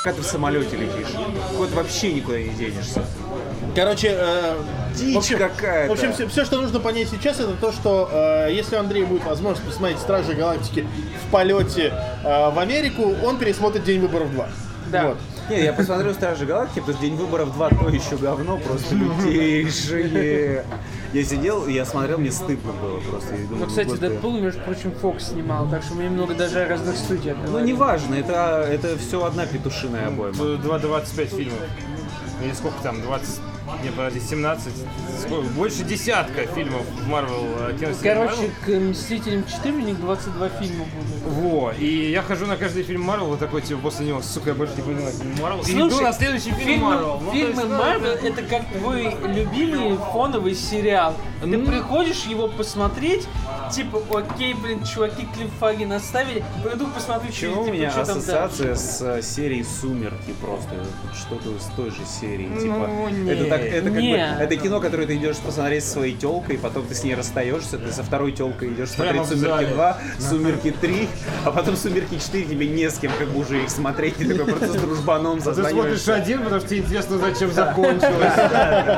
S5: когда ты в самолете летишь. Вот вообще никуда не денешься.
S1: Короче, э,
S5: Дичь
S1: в общем,
S5: какая-то.
S1: В общем, все, что нужно понять сейчас, это то, что э, если у Андрея будет возможность посмотреть Стражи Галактики в полете э, в Америку, он пересмотрит День выборов 2.
S3: Да.
S1: Вот.
S5: Не, я посмотрю «Стражи Галактики», потому что «День выборов 2» то еще говно, просто лютейшее. Я сидел, и я смотрел, мне стыдно было просто. Я думаю,
S3: Ну, кстати,
S5: господи.
S3: Дэдпул, между прочим, Фокс снимал, так что мы немного даже о разных студиях.
S5: Ну, неважно, это, это все одна петушиная обойма.
S2: 225 фильмов. Или сколько там, 20... Не, подожди, 17. Сколько? Больше десятка фильмов в Марвел э,
S3: Короче, к «Мстителям 4» у них 22 фильма будут.
S2: Во, и я хожу на каждый фильм Марвел, вот такой, типа, после него, сука, я больше не буду на фильм Марвел. И иду
S3: Слушай,
S2: на следующий фильм
S3: фильмы,
S2: Марвел. Ну, то есть,
S3: фильмы
S2: ну,
S3: Марвел это как твой любимый фоновый сериал. Ты
S2: Ну.
S3: приходишь его посмотреть, типа, окей, блин, чуваки клиффаги наставили, пойду посмотрю, через,
S5: Чего у
S3: типа,
S5: меня
S3: что там
S5: ассоциация с э, серией «Сумерки» просто? Что-то из той же серии, типа...
S2: не.
S5: Это, так, это, как
S3: Ну,
S5: бы,
S3: Не.
S5: это кино, которое ты идешь посмотреть со своей телкой, потом ты с ней расстаешься, ты со второй телкой идешь смотреть
S2: Прямо в зале.
S5: «Сумерки 2», «Сумерки 3», а потом «Сумерки 4» тебе не с кем как бы уже их смотреть, ты такой просто с
S2: А
S5: дружбаном
S2: Ты смотришь
S5: зазваниваешься.
S2: один, потому что тебе интересно, зачем закончилось.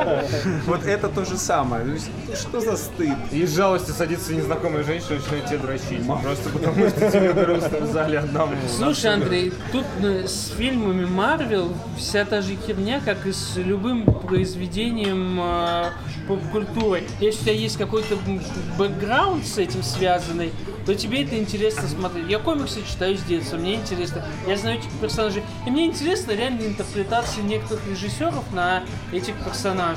S5: Вот это то же самое. Ну, Что за стыд?
S2: И с жалостью садится незнакомая женщина и начинает тебя дрочить. Просто потому, что тебе грустно в зале одному.
S3: Слушай, Андрей, тут ну, с фильмами Марвел вся та же херня, как и с любым произведением э, поп-культуры. Если у тебя есть какой-то м, бэкграунд с этим связанный, то тебе это интересно смотреть. Я комиксы читаю с детства, мне интересно. Я знаю этих персонажей. И мне интересно реально интерпретация некоторых режиссеров на этих персонажей.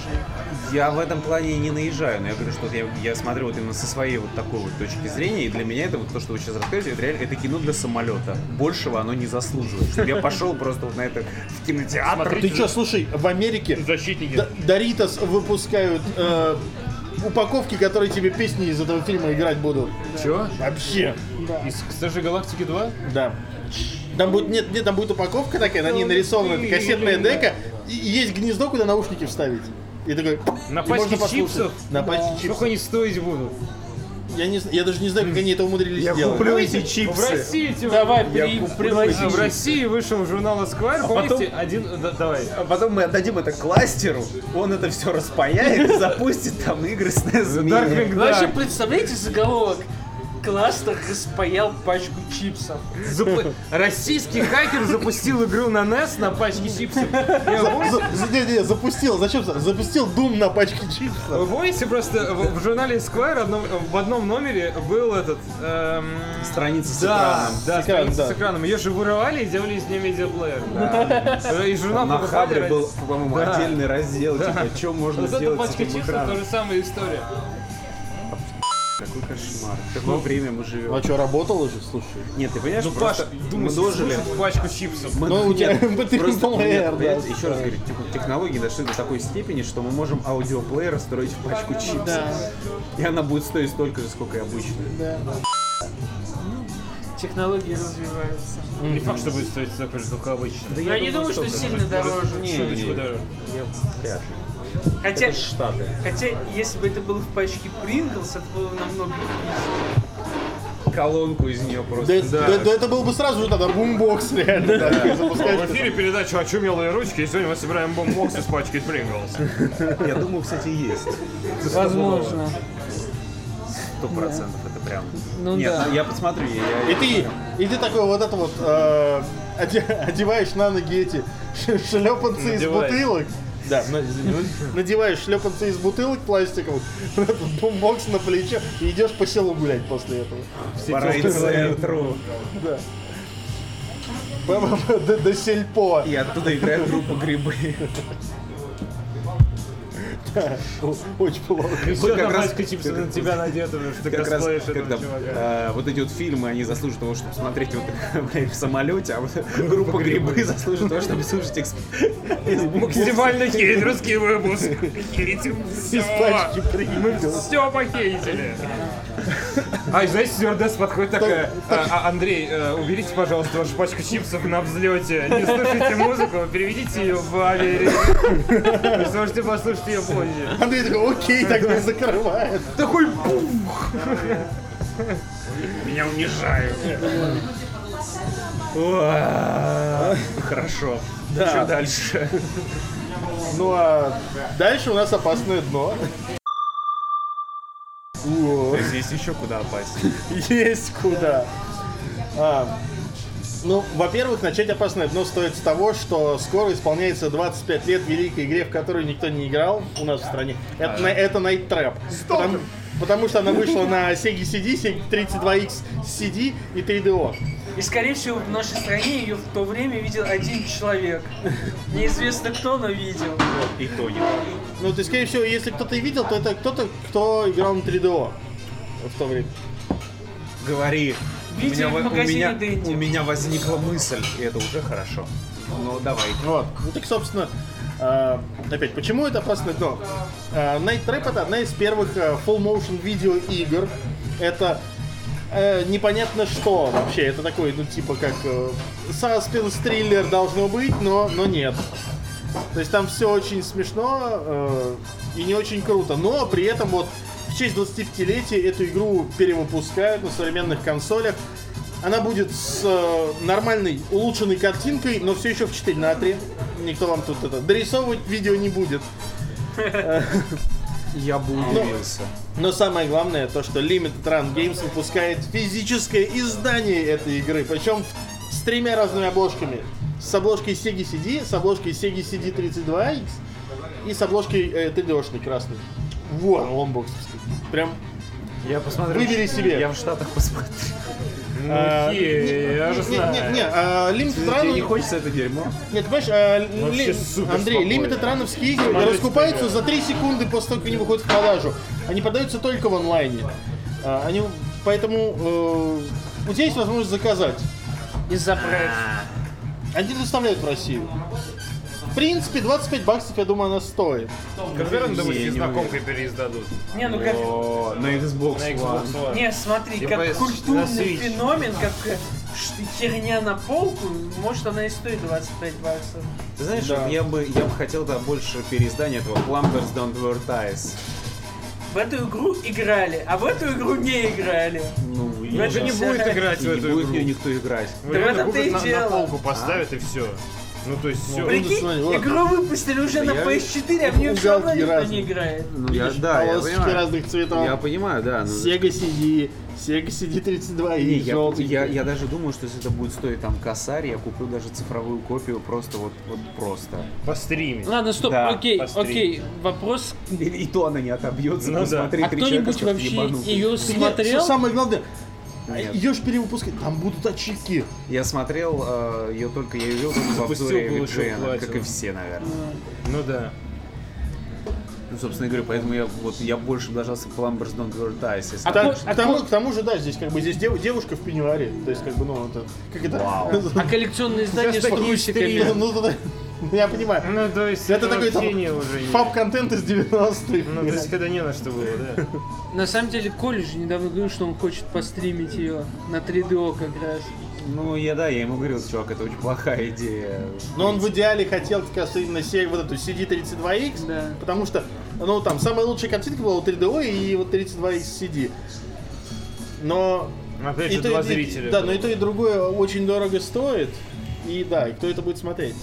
S5: Я в этом плане и не наезжаю, но я говорю, что вот я, я смотрю вот именно со своей вот такой вот точки зрения, и для меня это вот то, что вы сейчас рассказываете, это реально это кино для самолета. Большего оно не заслуживает. Чтобы я пошел просто вот на это в кинотеатр.
S1: Ты что, слушай, в Америке
S2: Защитники.
S1: Д- Доритас выпускают э, упаковки, которые тебе песни из этого фильма играть будут.
S2: Чё?
S1: Вообще.
S2: Из «Стражей Галактики 2»?
S1: Да. Там будет, нет, нет, там будет упаковка такая, на ней нарисована эта кассетная дека, и есть гнездо, куда наушники вставить. И такой...
S2: На
S1: и
S2: пачке
S1: можно послушать.
S2: чипсов?
S1: На пачке чипсов.
S2: Сколько они стоить будут?
S1: я, не, зн- я даже не знаю, как они это умудрились
S5: Я
S1: сделать.
S5: куплю эти
S4: В
S5: чипсы.
S4: России
S2: типа.
S4: эти-
S3: Давай, А
S5: Я
S3: при,
S5: куплю
S3: привози.
S4: А, в России вышел журнал Esquire, помните, один... да, давай.
S5: А потом мы отдадим это кластеру, он это все распаяет и запустит там игры с
S4: Darkwing
S5: Darkwing
S4: Duck.
S3: Вы вообще представляете заголовок? Кластер распаял пачку чипсов.
S4: Запу- Российский хакер запустил игру на NES на пачке чипсов. Не, вы помните-
S1: За- за- не- не, запустил, зачем? за- Запустил Doom на пачке чипсов.
S4: Вы помните, просто в в журнале Esquire одном- в одном номере был этот... эм,
S5: Страница с
S4: Да, да,
S5: экраном.
S1: С экраном,
S4: страница с
S1: да.
S4: экраном. Ее же вырывали и делали из нее медиаплеер. Э, И журнал
S5: На
S4: покупали
S5: хабре
S4: ради-
S5: был, по-моему,
S4: Да.
S5: отдельный раздел, типа, что можно
S4: Вот эта
S5: сделать с
S4: пачка
S5: этим
S4: чипсов, та
S5: экраном.
S4: же
S5: Ну,
S4: самая история.
S5: Какой кошмар.
S4: Ну,
S5: В какое время мы живем?
S1: А что, работало же, слушай?
S5: Нет, ты понимаешь, просто мы
S4: думаешь,
S5: дожили.
S4: слушать пачку чипсов.
S5: Мы,
S1: Ну, у тебя MP3
S5: просто,
S1: плеер,
S5: нет,
S1: да,
S5: понимаете, еще
S1: слушай.
S5: раз говорю, тех- технологии дошли до такой степени, что мы можем аудиоплеер строить в пачку чипсов. И она будет стоить столько же, сколько и обычная.
S3: Технологии развиваются.
S2: Не факт, что будет стоить столько же, только обычно.
S3: Я, не думаю, что сильно дороже.
S2: Чуточку дороже.
S5: Вряд ли.
S3: Хотя,
S5: Штаты.
S3: хотя, если бы это было в пачке Принглс, это было намного вкуснее.
S5: Колонку из нее
S1: Да,
S5: просто.
S1: это- да- да это был бы сразу же тогда бумбокс, реально. да, ты запускаешь
S2: В эфире передача «Очумелые ручки», и сегодня мы собираем бомбокс из пачки Принглс.
S5: Я думаю, кстати, есть.
S3: Возможно.
S5: Сто процентов это прям.
S3: Ну
S5: Нет,
S3: да.
S5: я посмотрю. я-
S1: И ты, и ты такой вот это вот э, оде- одеваешь на ноги эти ш- шлепанцы из
S2: Надеваешь.
S1: бутылок. Да, на- на- надеваешь шлепанцы из бутылок пластиковых, этот бумбокс на плечо и идешь по селу гулять после этого.
S5: Пора идти в центру.
S1: П-п-п- До, до сельпо.
S5: И оттуда играет группа грибы.
S1: О- Очень плохо.
S5: Вот
S2: Все
S5: как
S2: на
S5: раз-
S2: пачка чипсов типа, на тебя надета, потому что ты
S5: Как раз,
S2: косплеишь этого
S5: когда
S2: чувака.
S5: э, вот эти вот фильмы, они заслужат того, чтобы смотреть вот, блядь, в самолете, а вот группа грибы заслужит того, чтобы слушать их из боксов.
S2: Максимально хейтерский выпуск. Хейтим все.
S1: Из пачки Pringles.
S2: Все похейтили. А, и знаете, стюардесса подходит такая, «А, а, Андрей, э, уберите, пожалуйста, вашу пачку чипсов на взлете, не слушайте музыку, переведите ее в авиарежим, вы сможете послушать ее позже. А
S1: Андрей такой, окей, тогда закрывает.
S2: Такой бух! Меня унижают.
S5: Хорошо.
S1: Да.
S5: Что дальше?
S1: Ну а дальше у нас опасное дно. О,
S5: Здесь еще куда опасть.
S1: Есть куда. А, ну, во-первых, начать опасное дно стоит с того, что скоро исполняется 25 лет великой игре, в которую никто не играл у нас в стране. Это, на- это Night Trap. Потому, потому что она вышла на Sega CD, Sega 32X CD и 3DO.
S3: И, скорее всего, в нашей стране ее в то время видел один человек. Неизвестно кто, но видел.
S5: И то не
S1: Ну, ты, скорее всего, если кто-то и видел, то это кто-то, кто играл на 3DO в то время.
S5: Говори.
S3: Видели
S5: у меня,
S3: в
S5: во- у,
S3: магазине
S5: меня,
S3: Дэнди.
S5: у меня возникла мысль, и это уже хорошо. Ну, давай.
S1: Вот. Ну так, собственно, э, опять, почему это опасное дно? Э, Night Trap это одна из первых э, full motion видео игр. Это э, непонятно что вообще. Это такой, ну, типа как э, саспенс триллер должно быть, но, но нет. То есть там все очень смешно э, и не очень круто. Но при этом вот в честь 25-летия эту игру перевыпускают на современных консолях. Она будет с э, нормальной, улучшенной картинкой, но все еще в 4 на 3. Никто вам тут это дорисовывать видео не будет.
S5: Я бы удивился.
S1: Но самое главное то, что Limited Run Games выпускает физическое издание этой игры, причем с тремя разными обложками. С обложкой Sega CD, с обложкой Sega CD 32X и с обложкой э, 3D-шной красной. Вот, ломбоксовской. Прям
S5: Я посмотрю.
S1: Выбери себе.
S5: Я в Штатах посмотрю.
S1: а,
S2: Е, Ну, я же
S1: не, не, не,
S2: знаю.
S1: а, Limited
S5: Тебе не
S1: Run...
S5: хочется это дерьмо?
S1: Нет, ты понимаешь, а, ли-
S2: Вообще супер
S1: Андрей,
S2: спокойно.
S1: Limited Run'овские игры раскупаются за 3 секунды после того, как они выходят в продажу. Они продаются только в онлайне. А, они, поэтому э, у тебя есть возможность заказать.
S3: И забрать.
S1: Они доставляют в Россию. В принципе, 25 баксов, я думаю, она стоит.
S2: Когда рандомовские
S5: Не, не
S2: знакомкой переиздадут?
S3: Не, ну как...
S5: О, на Xbox
S2: На
S5: One.
S2: Xbox One.
S3: Не, смотри,
S2: И
S3: как
S2: PS
S3: культурный
S2: на Switch.
S3: феномен, как э, ш- херня на полку, может она и стоит 25 баксов.
S5: Ты знаешь,
S1: Да.
S5: я бы я бы хотел да, больше переиздания этого Plumbers Don't Wear Ties.
S3: в эту игру играли, а в эту игру не играли.
S5: Ну, и
S2: Это же не будет играть в
S5: не
S2: эту
S5: будет в
S2: игру.
S5: нее никто играть.
S3: Да в этом-то и
S2: на, на
S3: дело.
S2: полку поставят и все. Ну то есть все.
S3: Прикинь,
S1: смотри, вот.
S3: игру выпустили уже на
S1: Я-
S3: PS4, а в нее все равно
S1: Уголки
S3: никто
S1: разные.
S3: не играет.
S5: Ну, я,
S1: Видишь, а
S5: да, я
S1: полосочки
S5: понимаю.
S1: разных цветов.
S5: Я понимаю, да. но-
S1: Sega CD, Sega CD 32
S5: Не,
S1: и
S5: я,
S1: желтый.
S5: я- я даже думаю, что если это будет стоить там косарь, я куплю даже цифровую копию просто вот, вот просто.
S2: По стриме.
S3: Ладно, стоп,
S5: Да,
S3: окей,
S2: постриг.
S3: окей. Вопрос,
S5: И, и то она не отобьется,
S2: Ну
S5: ну,
S2: да.
S5: смотри,
S3: а
S5: три человека,
S3: кто-нибудь
S5: чтоб
S3: вообще
S5: ебануть.
S3: ее
S1: Ты не-
S3: смотрел?
S1: что самое главное,
S5: Нет.
S1: ее ж перевыпускать, там будут ачивки.
S5: Я смотрел ее только, я ее видел только в
S2: Запустил
S5: обзоре
S2: бы лучше
S5: VGN,
S2: платину.
S5: как и все, наверное.
S2: Ну да.
S5: Ну, собственно, я говорю, поэтому я вот я больше облажался к Plumbers Don't Wear Ties. если-
S3: А
S1: Та-
S3: ко-
S1: к,
S3: а
S1: тому,
S3: ко-
S1: к тому же, да, здесь как бы здесь дев- девушка в пеньюаре. То есть, как бы, ну, это. Как это?
S3: А коллекционные издания с
S2: такие
S3: трусиками?
S1: Ну, ну, да, я понимаю.
S2: Ну то есть
S1: Это
S2: это,
S1: такой
S2: вообще
S1: там
S2: не уже. не-
S1: фаб-контент из
S2: Ну то есть
S1: 90-х.
S2: когда не на что было, да.
S3: На самом деле, Коля же недавно говорил, что он хочет постримить ее на 3DO как раз.
S5: Ну, я да, я ему говорил, чувак, это очень плохая идея.
S1: Но он в идеале хотел как раз именно серию вот эту CD32X,
S3: Да.
S1: потому что, ну, там самая лучшая картинка была у 3DO и вот 32X CD. Но
S2: Опять
S1: И
S2: же
S1: то,
S2: два
S1: и-
S2: зрителя.
S1: Да,
S2: было.
S1: но и то, и другое очень дорого стоит. И да, и кто это будет смотреть?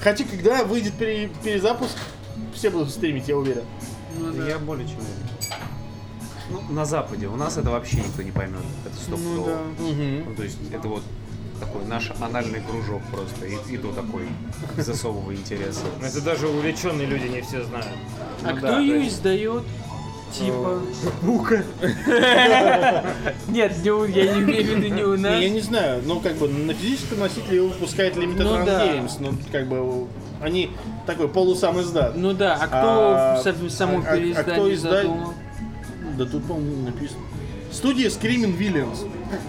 S1: Хотя, когда выйдет пере- перезапуск, все будут стримить, я уверен.
S3: Ну да.
S5: Я более чем уверен. Ну, на Западе. У нас это вообще никто не поймет. Это стоп
S3: Ну да.
S5: Ну, то есть это вот такой наш анальный кружок просто. И, и то такой без особого интереса.
S2: Это даже увлеченные люди не все знают.
S3: А
S5: Ну
S3: кто
S5: да,
S3: ее
S5: то есть- Ну,
S3: издает? Типа. Бука. Нет, не у- я не имею в виду не у
S1: Не,
S3: нас.
S1: я не знаю, ну как бы на физическом носителе выпускает Limited
S3: Ну
S1: Run
S3: да.
S1: Games, ну как бы они такой полусам издат.
S3: Ну да, а
S1: А,
S3: кто сам- само
S1: а- а- а кто
S3: переиздание
S1: изда-
S3: задумал?
S1: Да тут, по-моему, написано. Студия Screaming Villains.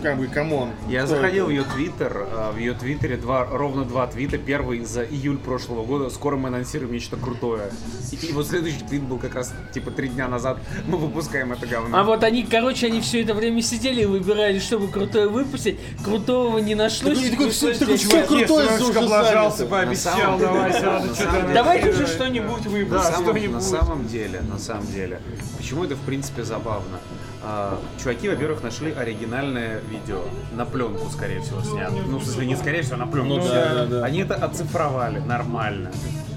S1: Как бы, камон.
S5: Я
S1: Кто
S5: заходил в
S1: это?
S5: ее твиттер, а, в ее твиттере два, ровно два твита. Первый за июль прошлого года. Скоро мы анонсируем нечто крутое. И, и вот следующий твит был как раз типа три дня назад. Мы выпускаем это говно.
S3: А вот они, короче, они все это время сидели и выбирали, чтобы крутое выпустить. Крутого не нашлось.
S1: Такой- такой, всё-
S3: пришлось
S1: такой,
S3: здесь
S1: всё
S3: делать.
S1: кру- Крутой
S2: Если
S1: Зож
S2: Зожка облажался,
S1: занят.
S5: На
S2: пообещал,
S5: самом
S2: давай,
S5: деле,
S2: надо
S5: на
S2: что-то
S5: самом деле.
S3: Давайте же что-нибудь
S5: на,
S3: выбрать.
S5: самом, на
S2: что-нибудь.
S5: самом деле, на самом деле. Почему это в принципе забавно? А, чуваки, во-первых, нашли оригинальное видео. На пленку, скорее всего, снято. Ну, в смысле, не скорее всего, на пленку.
S1: Ну да,
S5: снято.
S1: да, да.
S5: Они это оцифровали нормально.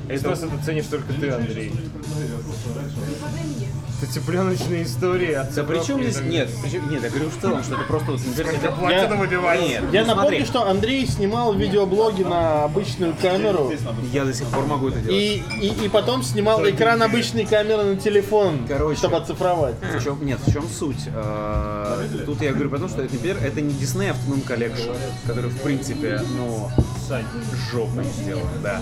S2: Из нас
S5: Это
S2: это ценишь только ты, Андрей. Это пленочные истории. от
S5: да при чем
S2: цифровки.
S5: здесь... Нет, причем- нет, я говорю в целом, что это просто... Вот, это-
S2: Платину выбивать.
S5: Нет,
S1: Я
S5: ну,
S1: напомню,
S5: смотри,
S1: что Андрей снимал видеоблоги на обычную камеру.
S5: Я до сих пор могу это делать.
S1: И, и, и потом снимал экран обычной камеры на телефон,
S5: Короче.
S1: чтобы оцифровать.
S5: В чем, нет, в чем суть? Э, Тут я говорю потому, что это, например, это не Disney Afternoon Collection, который, в принципе, ну, жопой сделан, да.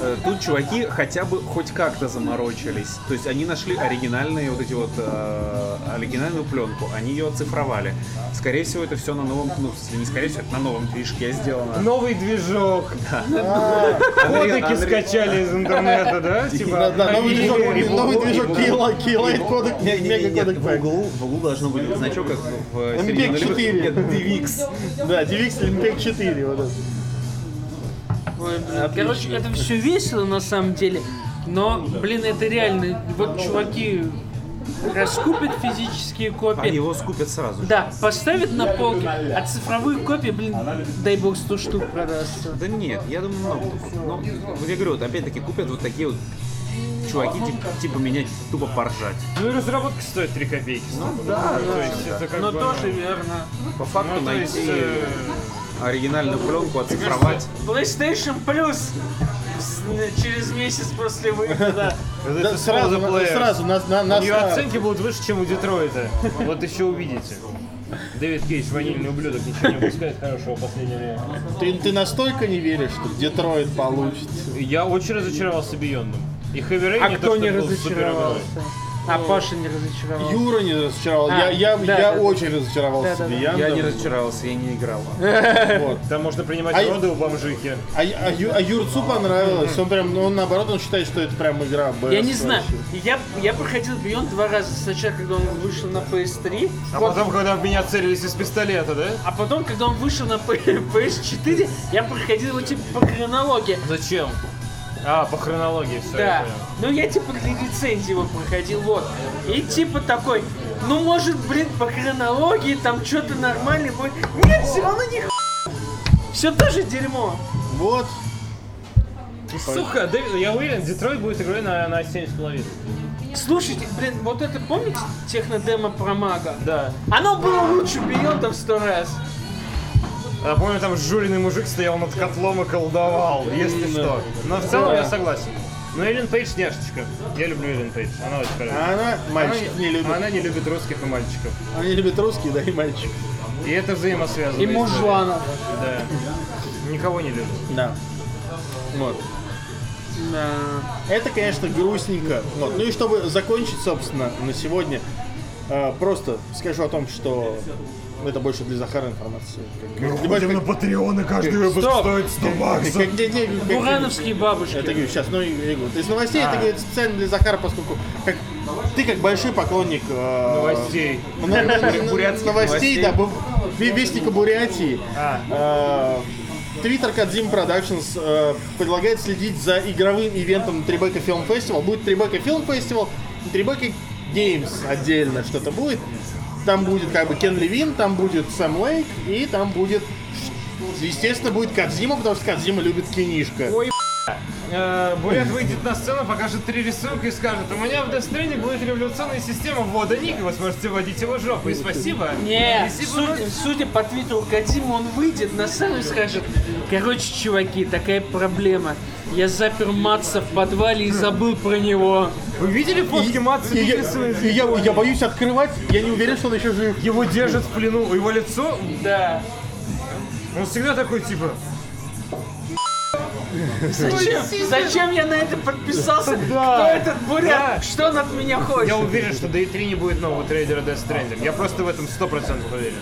S5: Э, Тут чуваки хотя бы хоть как-то заморочились. То есть они нашли оригинальные вот эти вот, э, оригинальную пленку, они ее оцифровали. Скорее всего, это все на новом, ну, в смысле, не скорее всего, это на новом движке сделано.
S2: Новый движок.
S5: Андрей-
S2: Кодеки
S5: Андрей-
S2: скачали из интернета, да?
S1: Да,
S2: Типа.
S1: да, новый
S2: они-
S1: движок,
S5: и в
S1: новый
S5: углу, и
S1: движок
S5: в углу.
S1: Keyla- Keylight Codec,
S5: Не, не, не,
S1: Mega
S5: нет,
S1: Codec
S5: в
S1: Pack.
S5: углу, в углу должно быть значок, как в э,
S1: MPEG-4.
S5: середине нулевых. Нет, DVX.
S1: Да, DivX Limpec 4, вот это.
S3: Ой, блин. Э, Короче, это все весело на самом деле. Но, блин, это реально. Вот чуваки раскупят физические
S5: А
S3: копии.
S5: его скупят сразу.
S3: Да, поставят на полки, а цифровые копии, блин, дай бог 100 штук продастся.
S5: Да нет, я думаю, много кто купит. Но, вот я говорю, вот опять-таки купят вот такие вот чуваки, тип- типа, меня тупо поржать.
S2: Ну и разработка стоит 3 копейки. Ну да, то есть это как
S3: Но
S2: бы,
S3: тоже верно.
S5: По факту
S2: Ну то есть.
S5: найти
S2: э,
S5: оригинальную пленку, оцифровать.
S3: PlayStation Plus с- э, через месяц после выхода.
S2: вот
S1: Да,
S2: это
S1: сразу,
S2: Zelda Players.
S1: сразу, на, на, на,
S2: У нее
S1: на-
S2: оценки будут выше, чем у Детройта. Вот еще увидите. Дэвид Кейдж, ванильный ублюдок, ничего не выпускает хорошего в последнее время.
S1: Ты, ты настолько не веришь, что Детройт получит.
S2: Я очень разочаровался Биондом. И Хэви Рейн
S3: А
S2: не то,
S3: кто
S2: что
S3: не
S2: был супергероем.
S3: разочаровался? А Паша не разочаровался.
S1: Юра не разочаровал.
S3: А,
S1: я я,
S3: да,
S1: я
S3: да, да.
S1: очень разочаровался.
S3: Да, да, да.
S1: Яндом.
S5: Я не разочаровался, я не играл.
S3: Э,
S1: Вот.
S2: Там можно принимать
S1: А я-
S2: роды у бомжихи.
S1: А, а Ю- а Юрцу понравилось. Он прям, ну, он наоборот, он считает, что это прям игра. best
S3: Я не знаю.
S1: вообще.
S3: Я, я проходил Beyond два раза. Сначала, когда он вышел на PS3,
S2: А потом, когда в меня целились из пистолета, да?
S3: а потом, когда он вышел на P- PS4, я проходил его типа по хронологии.
S2: Зачем? А, по хронологии все.
S3: Да. Ну я типа для рецензии его проходил, вот. И типа такой, ну может, блин, по хронологии там что-то нормально будет. Нет, все равно не Все тоже дерьмо.
S1: Вот.
S2: Сука, да, Ну, я уверен, Детройт будет игрой на, на 7,5.
S3: Слушайте, блин, вот это помните технодемо про мага?
S2: Да.
S3: Оно было лучше Бионда в сто раз.
S2: Я А помню, там журенный мужик стоял над котлом и колдовал, если что. Но в целом я согласен. Но Ну, Эллен Пейдж няшечка. Я люблю Эллен Пейдж, она очень хорошая.
S1: А она мальчиков не любит.
S2: Она не любит русских и мальчиков.
S1: Она не любит русские, да и мальчик.
S2: И это взаимосвязано.
S3: И мужлана.
S2: Да. Никого не любит.
S1: Да. Вот. Это, конечно, грустненько. Вот. Ну и чтобы закончить, собственно, на сегодня, э, просто скажу о том, что это больше для Захара информации. Как- как-
S5: Патреоны каждый выпуск стоит 100 баксов.
S1: как- не- не- как-
S3: Бурановские бабушки.
S1: Это говорю, сейчас, ну, и- я говорю, из новостей
S2: А.
S1: это говорю, специально для Захара, поскольку как- ты как большой поклонник э,
S2: Новостей.
S1: м- м- м- новостей,
S2: Бурятских новостей.
S1: да, бу- ве- вестника Бурятии.
S2: А.
S1: Э, Твиттер Кадзим Productions э, предлагает следить за игровым ивентом Трибека Film Festival. Будет Трибека Film Festival и Трибека Games отдельно что-то будет. Там будет как бы Кен Левин, там будет Сэм Лейк и там будет, естественно, будет Кадзима, потому что Кадзима любит кинишка.
S2: Э, Бурят выйдет на сцену, покажет три рисунка и скажет, у меня в Дестрейне будет революционная система ввода ник, вы сможете вводить его жопой, спасибо.
S3: Не,
S2: Если бы
S3: судя, судя по твиттеру Кадима, он выйдет на сцену и скажет, короче, чуваки, такая проблема. Я запер Матса в подвале и забыл про него.
S2: Вы видели фотки Матса
S1: И я, и я- я боюсь открывать, я не уверен, что он еще жив.
S2: Его держат в плену, его лицо,
S3: Да.
S2: он всегда такой, типа,
S3: Зачем, зачем я на это подписался? Кто этот бурят? Что он от меня хочет?
S2: я уверен, что до E3 не будет нового трейдера Death Stranding. Я просто в этом 100% уверен.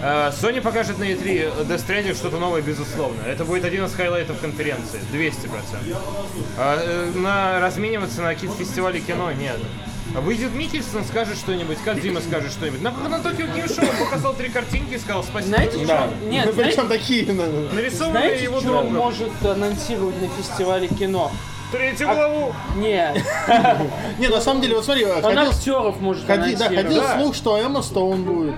S2: Э, Sony покажет на E3 Death Stranding что-то новое, безусловно. Это будет один из хайлайтов конференции, 200%. А, э, на размениваться на какие-то фестивали кино нет. А Выйдет Микельсон, скажет что-нибудь, Кадзима скажет что-нибудь. На, на Токио Game Show он показал три картинки и сказал спасибо.
S3: Знаете,
S1: Да.
S3: что? Нет,
S1: Ну,
S3: знаете,
S1: причем такие. ну, ну.
S2: Нарисованные
S3: знаете,
S2: его
S3: что он
S2: другом.
S3: может анонсировать на фестивале кино?
S2: Третью главу.
S3: Нет,
S1: Не, на самом деле, вот смотри,
S3: он
S1: ходил,
S3: актеров может
S1: ходи- да,
S3: анонсировать.
S1: ходил слух, что Эмма Стоун будет.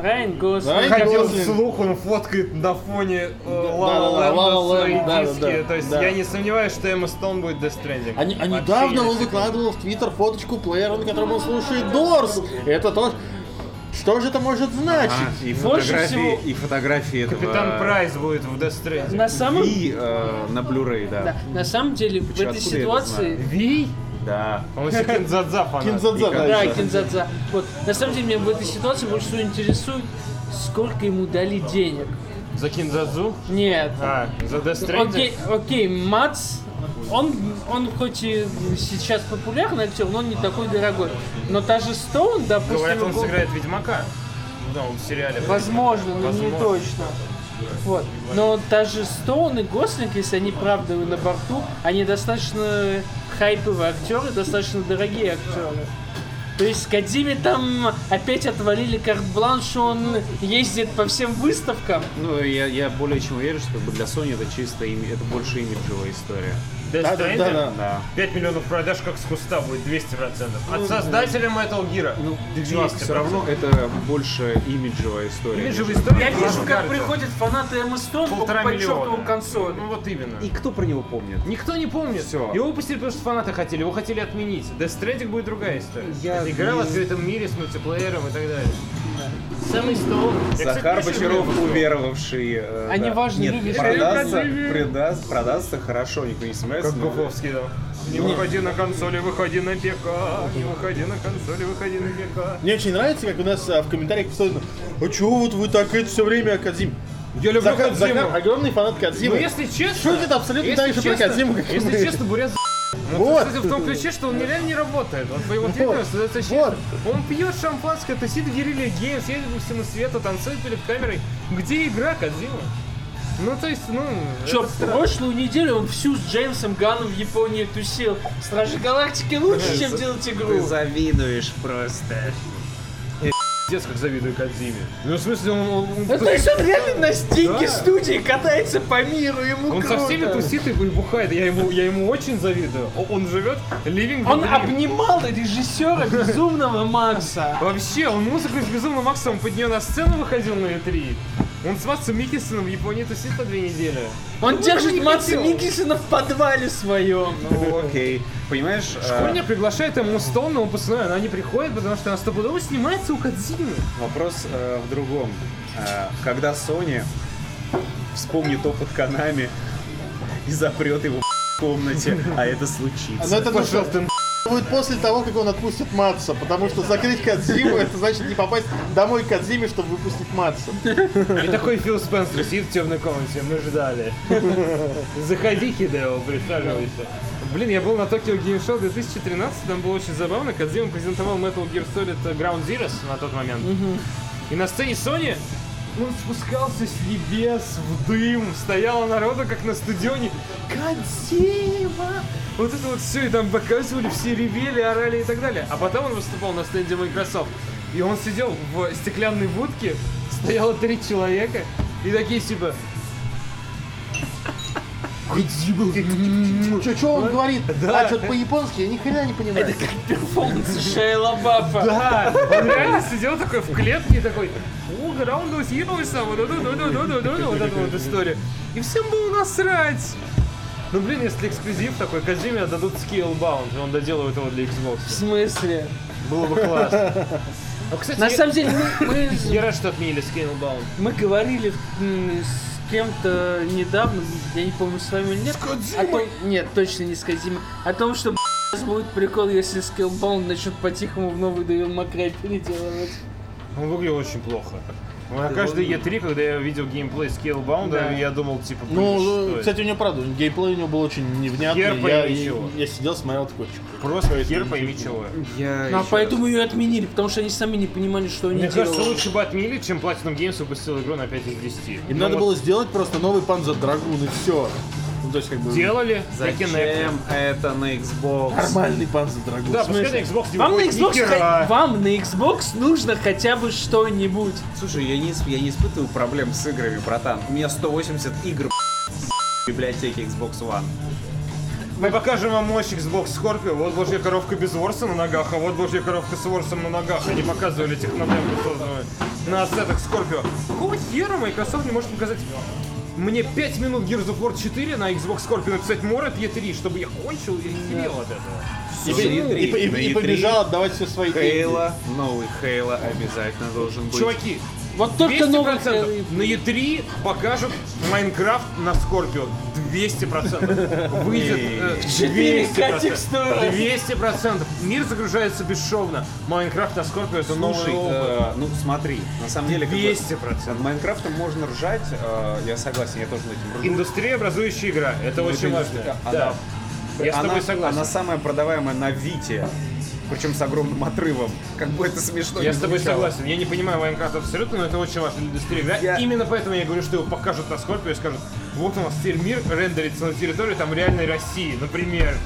S3: Райан Гослинг.
S1: Райан
S2: Ходил
S1: Гослинг.
S2: слух, он фоткает на фоне э,
S1: да, La La
S2: Лала
S1: Land, да, да,
S2: свои диски.
S1: да,
S2: То есть
S1: да.
S2: я не сомневаюсь, что Эмма Стоун будет Death Stranding.
S1: А, не- а
S2: Вообще
S1: недавно
S2: не
S1: он выкладывал в Твиттер фоточку плеера, на котором он слушает Дорс. Это тоже... Что же это может
S2: А,
S1: значит?
S5: А, И
S3: Больше
S5: фотографии,
S3: всего-
S5: и фотографии этого...
S2: Капитан Прайс будет в Death Stranding.
S3: На самом
S5: И э, на Blu-ray, да.
S3: Да, на самом деле в
S5: Чё,
S3: этой
S5: откуда я это
S3: ситуации...
S2: Ви?
S5: Да.
S2: Он вообще Кинзадза фанат.
S1: Кинзадза, да,
S3: Да,
S1: еще.
S3: кинзадза. Вот, на самом деле меня в этой ситуации больше всего интересует, сколько ему дали денег.
S2: За Кинзадзу?
S3: Нет.
S2: А, за Death
S3: Окей,
S2: Stranding?
S3: окей, Мац, он, он хоть и сейчас популярный актер, но он не такой дорогой. Но та же Стоун, допустим,
S2: Говорят, он
S3: его-
S2: сыграет Ведьмака. В новом сериале.
S3: возможно, но не
S2: Возможно.
S3: точно. Вот. Но та же Стоун и Гослинг, если они правда на борту, они достаточно хайповые актеры, достаточно дорогие актеры. То есть Кадзиме там опять отвалили карт-бланш, он ездит по всем выставкам.
S5: Ну, я, я более чем уверен, что как бы для Sony это чисто, ими- это больше имиджевая история.
S1: Да,
S2: Death
S1: да, да,
S2: Stranding?
S1: да.
S5: Да.
S2: 5 миллионов продаж как с куста будет 200%.
S1: Ну,
S2: От создателя Metal Gear.
S5: Ну, чувак,
S2: 200%.
S5: все равно это больше имиджевая история.
S2: Имиджевая
S5: нежели-
S2: история.
S3: Я вижу,
S2: Класс
S3: как
S2: Гардер.
S3: приходят фанаты Эммы Стоун
S2: Полтора
S3: покупать
S2: миллиона.
S3: чертову консоль.
S2: Ну вот именно.
S5: И кто про него помнит?
S2: Никто не помнит.
S5: Всё.
S2: Его выпустили, потому что фанаты хотели, его хотели отменить. Death Stranding будет другая история.
S5: Я
S2: Это игра в
S5: не-
S2: открытом мире с мультиплеером и так далее. Самый стол.
S5: Захар Бочаров, уверовавший... э,
S3: Они важно
S5: Нет,
S3: любят.
S5: продастся, предаст- продастся хорошо, никто не снимается.
S2: Как
S5: но-
S2: Глуховский, да. Не выходи на консоли, выходи на ПК. Не выходи на консоли, выходи на ПК.
S1: Мне очень нравится, как у нас а, в комментариях постоянно «А чего вот вы так это все время о Кадзиме?»
S2: Я люблю
S1: Захар,
S2: Кодзиму.
S1: Захар огромный фанат
S2: Ну,
S1: Кадзимы.
S2: если честно...
S1: Шутит абсолютно
S2: если
S1: так же про
S2: честно-
S1: Кодзиму, как и мы.
S2: Если честно, Бурят Ну,
S1: Вот.
S2: Кстати, в том ключе, что он реально не работает. Вот по его твиттеру создается ощущение, Он пьет шампанское, тусит в Guerrilla Games, едет по всему свету, танцует перед камерой. Где игра, Кадзима? Ну, то есть, ну...
S3: Чё,
S2: это странно.
S3: прошлую неделю он всю с Джеймсом Ганном в Японии тусил. Стражи Галактики лучше, чем делать игру.
S5: завидуешь просто.
S2: пиздец, как завидую Кадзиме. Ну, в смысле, он... он- он-
S3: Ну, то есть он реально на стенке
S2: Да.
S3: студии катается по миру, ему
S2: он со
S3: круто.
S2: всеми тусит и бухает. Я ему, я ему очень завидую. О- Он живет living the
S3: Он
S2: dream.
S3: обнимал режиссера безумного Макса.
S2: Вообще, он музыку из Безумного Макса, он под нее на сцену выходил на E3. Он с Матсом Микисоном в Японии тусит на две недели.
S3: Он держит
S2: не
S3: Макса
S2: хотел.
S3: Микисона в подвале своем.
S5: Ну, окей. Понимаешь? э,
S2: Коня приглашает ему стол, но он пацаны, она не приходит, потому что она стопудово снимается у Кадзимы.
S5: Вопрос э, в другом. Э, когда Sony вспомнит опыт Канами и запрет его в комнате, а это случится.
S1: Но это ну, что, будет после того, как он отпустит Матса, потому что закрыть Кадзиму, это значит не попасть домой к Кадзиме, чтобы выпустить Матса.
S2: И такой Фил Спенсер сидит в темной комнате, мы ждали. Заходи, Хидео, присаживайся. Блин, я был на Tokyo Game Show 2013, там было очень забавно. Кадзима презентовал Metal Gear Solid Ground Zeroes на тот момент. И на сцене Sony он спускался с небес в дым, стояло народу, как на стадионе. Кадзима! Вот это вот все, и там показывали, все ревели, орали и так далее. А потом он выступал на стенде Microsoft. И он сидел в стеклянной будке, стояло три человека, и такие типа...
S1: Че, че он говорит? А, что-то по-японски, я ни хрена не понимаю.
S3: Перформанс Шея Лабафа.
S2: Да, он реально сидел такой в клетке и такой, у, граунду синулся, вот эту вот эту вот эту вот эту вот историю. И всем было насрать. Ну блин, если эксклюзив такой, Казиме отдадут Scalebound, и он доделывает его для
S3: В
S2: Xbox.
S3: смысле?
S2: Было бы классно. Ну, кстати,
S3: На
S2: я-
S3: самом деле, мы, мы-
S2: я рад, что отменили Scalebound.
S3: мы говорили м, с кем-то недавно, я не помню, с вами или нет. С Нет, точно не с Кодзимой. О том, что б***ь, будет прикол, если Скиллбаун начнет по-тихому в новый Devil May Cry переделывать.
S2: Он выглядел очень плохо. На каждой E3, когда я видел геймплей Scalebound,
S3: Да.
S2: я думал, типа, блин, что
S1: Ну,
S2: это?
S1: кстати, у него правда, геймплей у него был очень невнятный.
S2: Хер
S1: я,
S2: пойми чего.
S1: я сидел, смотрел такой. чё,
S2: просто хер пойми чего.
S5: Я
S3: Ну, а
S5: ещё
S3: поэтому ее отменили, потому что они сами не понимали, что они
S2: Мне
S3: делают.
S2: кажется, лучше бы отменили, чем Platinum Games выпустил игру на 5 из 10.
S1: Им
S2: Ну
S1: надо
S2: вот
S1: было сделать просто новый Panzer Dragoon и все. Ну, то есть, как бы...
S2: Делали
S5: раз-
S2: на Kinect.
S5: Зачем это на Xbox?
S1: Нормальный Panzer Dragoon.
S2: Да,
S1: В
S2: пускай на
S1: смысле?
S2: Xbox не
S3: Вам на,
S2: выходит ни
S3: Xbox,
S2: хера.
S3: хо- вам на Xbox нужно хотя бы что-нибудь.
S5: Слушай, я не, исп- я не испытываю проблем с играми, братан. У меня 180 игр в библиотеке Xbox One.
S2: Мы покажем вам мощь Xbox Scorpio. Вот божья коровка без ворса на ногах, а вот божья коровка с ворсом на ногах. Они показывали технодемку, созданную на ассетах Scorpio. Какого хера Microsoft не может показать мне 5 минут Gears of War 4 на Xbox Scorpio написать Морет E3, чтобы я кончил и охерел от этого.
S1: И, и- и- и- и побежал отдавать все свои деньги.
S5: Хейла, новый Хейла обязательно должен быть.
S2: Чуваки,
S3: Вот только новый
S2: 200% на E3 покажут Майнкрафт на Скорпио. 200%. Выйдет э,
S3: 4К
S2: 200%. 200%. Мир загружается бесшовно. Майнкрафт на Скорпио это
S5: Слушай,
S2: новый опыт.
S5: э, ну смотри, на самом деле... как бы
S2: 200%.
S5: Над Майнкрафтом можно ржать, э, я согласен, я тоже над этим ржу.
S2: Индустрия образующая игра. Это
S5: Ну,
S2: очень
S5: это
S2: важно.
S5: индустрия.
S2: Да. Я с
S5: Она-
S2: тобой согласен.
S5: Она самая продаваемая на Вите, причем с огромным отрывом. Как бы это смешно
S2: Я
S5: ни
S2: с тобой
S5: звучало.
S2: согласен. Я не понимаю Майнкрафт абсолютно, но это очень важно для индустрии. игра.
S5: Я-
S2: Именно поэтому я говорю, что его покажут на Скорпио и скажут, вот у нас теперь мир рендерится на территории там реальной России, например.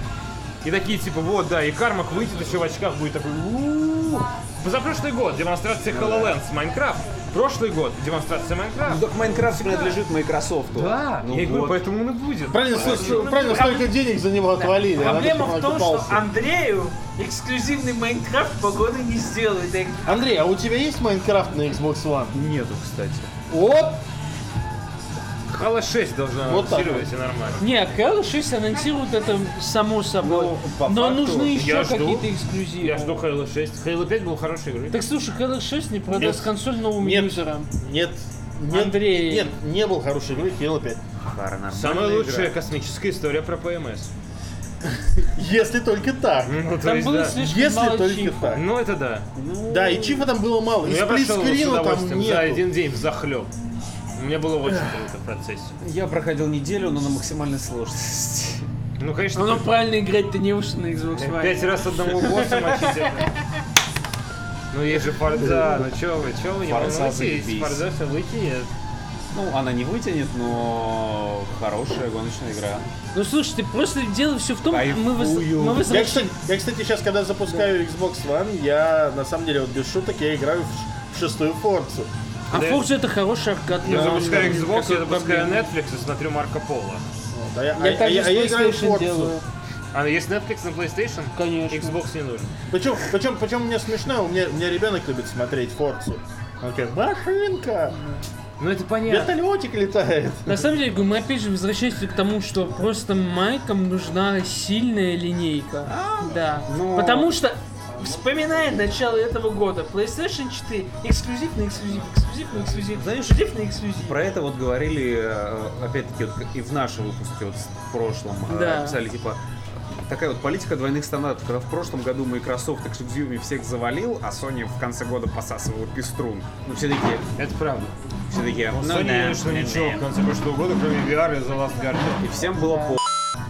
S2: И такие типа, вот, да, и Кармак выйдет еще в очках, будет такой, «У-у-у». Позапрошлый год демонстрация HoloLens Майнкрафт. Прошлый год демонстрация Майнкрафт.
S5: Ну, так Майнкрафт принадлежит Microsoft.
S2: Да,
S5: ну
S2: я и говорю,
S5: вот.
S2: поэтому он и будет.
S1: Правильно, слушай, правильно, столько денег за него отвалили. а на
S3: Проблема
S1: он
S3: в том, что
S1: окупался.
S3: Андрею эксклюзивный Майнкрафт погоды не сделает. Я-
S1: Андрей, а у тебя есть Майнкрафт на Xbox One?
S5: Нету, кстати.
S1: Вот
S2: Halo 6 должна
S1: Вот так
S2: анонсировать, и нормально.
S3: Не, Halo 6 анонсируют это само собой.
S5: Ну, по
S3: Но
S5: факту,
S3: нужны еще
S2: я жду.
S3: какие-то эксклюзивы.
S2: Я жду Halo 6. Halo 5 был хорошей игрой.
S3: Так слушай, Halo 6 не продаст
S1: Нет.
S3: консоль новым
S1: Нет.
S3: юзерам.
S1: Нет. Нет,
S3: Андрей.
S1: Нет, не был хорошей игры Halo 5.
S2: Самая лучшая космическая история про ПМС.
S1: Если только так.
S2: Ну, то
S3: Там
S2: есть,
S3: было
S2: да.
S3: слишком
S1: Если
S3: мало
S1: только
S3: чипов.
S1: так.
S2: Ну, это да.
S1: Да, и чифа там было мало, и
S2: Ну, я прошел его с
S1: сплитскрина там
S2: удовольствием за
S1: нет.
S2: один день в захлеб. Мне было очень круто в процессе.
S5: Я проходил неделю, но на максимальной сложности.
S2: Ну,
S3: Ну,
S2: конечно,
S3: ну, правильно играть ты не уж на Xbox One.
S2: Э, пять раз одному босса мочить это. Ну, есть же форза, ну чё вы, чё вы, не
S5: Форза
S2: волнуйтесь,
S5: заебись.
S2: форза всё выкинет.
S5: Ну, она не вытянет, но хорошая гоночная игра.
S3: Ну слушай, ты просто дело все в том, мы, выс-
S5: Кайфую.
S1: Я,
S3: мы возвращаемся.
S1: кстати, я, кстати, сейчас, когда запускаю Xbox One, я, на самом деле, вот без шуток, я играю в ш- в шестую форцу.
S3: А
S2: Да.
S3: Forza это хороший аркадный.
S2: Я
S3: Да,
S2: запускаю
S3: да.
S2: Xbox,
S3: Какой
S2: я запускаю
S3: Ну, проблемы?
S2: Netflix и смотрю Марко Поло.
S1: Вот, а я, а
S3: Я
S1: я-
S3: так
S1: а я-
S3: же
S1: а я
S3: с
S1: играю в
S3: PlayStation
S1: Форцу.
S3: делаю.
S2: А есть Netflix на PlayStation?
S3: Конечно.
S2: Xbox не нужен.
S1: Причем, причем, причем мне смешно, у меня, у меня ребенок любит смотреть Форцу. Он такой, машинка,
S2: Ну это понятно.
S1: вертолетик летает.
S3: На самом деле, говорю, мы опять же возвращаемся к тому, что просто майкам нужна сильная линейка. Да. Потому что, вспоминая начало этого года, PlayStation 4 эксклюзив на эксклюзив, эксклюзив на эксклюзив, эксклюзив на эксклюзив.
S5: Про это вот говорили, э, опять-таки, вот и в нашем выпуске, вот в прошлом, э,
S3: Да.
S5: писали, типа, такая вот политика двойных стандартов, когда в прошлом году Microsoft эксклюзивами всех завалил, а Sony в конце года посасывала пеструн. Ну, все такие,
S2: Это правда.
S5: все такие, ну
S2: Sony
S5: да.
S2: не вышло ничего в конце прошлого года, кроме VR и The Last Guardian.
S5: И всем было по.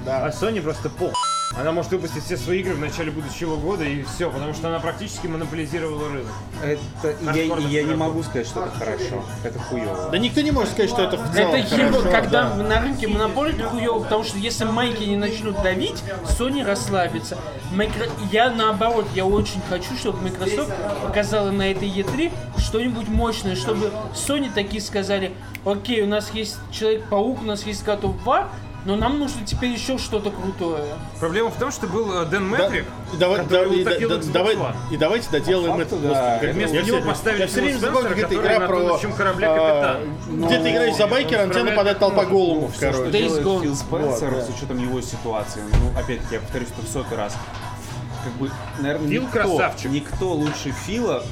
S2: А Sony просто пох. Она может выпустить все свои игры в начале будущего года и все, потому что она практически монополизировала рынок.
S5: Это и я, и я не могу сказать, что это хорошо. Это хуево.
S1: Да никто не может сказать, что это в целом
S3: Это херово,
S1: хорошо,
S3: когда
S1: да.
S3: в- на рынке монополия это хуёво, потому что если майки не начнут давить, Sony расслабится. Микро- Я наоборот, я очень хочу, чтобы Microsoft показала на этой E3 что-нибудь мощное, чтобы Sony такие сказали, окей, у нас есть Человек-паук, у нас есть God of War, но нам нужно теперь еще что-то крутое.
S2: Проблема в том, что был э, Дэн
S1: Да,
S2: Мэтрик,
S1: и давай-
S2: который
S1: да- и да-
S2: утопил
S1: да-
S2: Xbox
S1: давай-
S2: One.
S1: и давайте доделаем это. Господи, как-
S2: Вместо
S1: я
S2: него
S1: всё-
S2: поставили
S1: я все время
S2: Фила
S1: забыл,
S2: Спенсера,
S1: где то
S2: который
S1: игра
S2: на
S1: про...
S2: тонущем корабле
S1: а,
S2: капитан.
S1: Где ты играешь за байкера, а на тебя
S2: Управлять
S1: нападает толпа
S2: можно.
S1: голубов, короче.
S3: Days Gone.
S5: Фил Спенсер,
S1: Вот, да.
S5: с учетом его ситуации, ну, опять-таки, я повторюсь это в сотый раз, как бы, наверное,
S2: Фил
S5: никто,
S2: красавчик.
S5: никто лучше Фила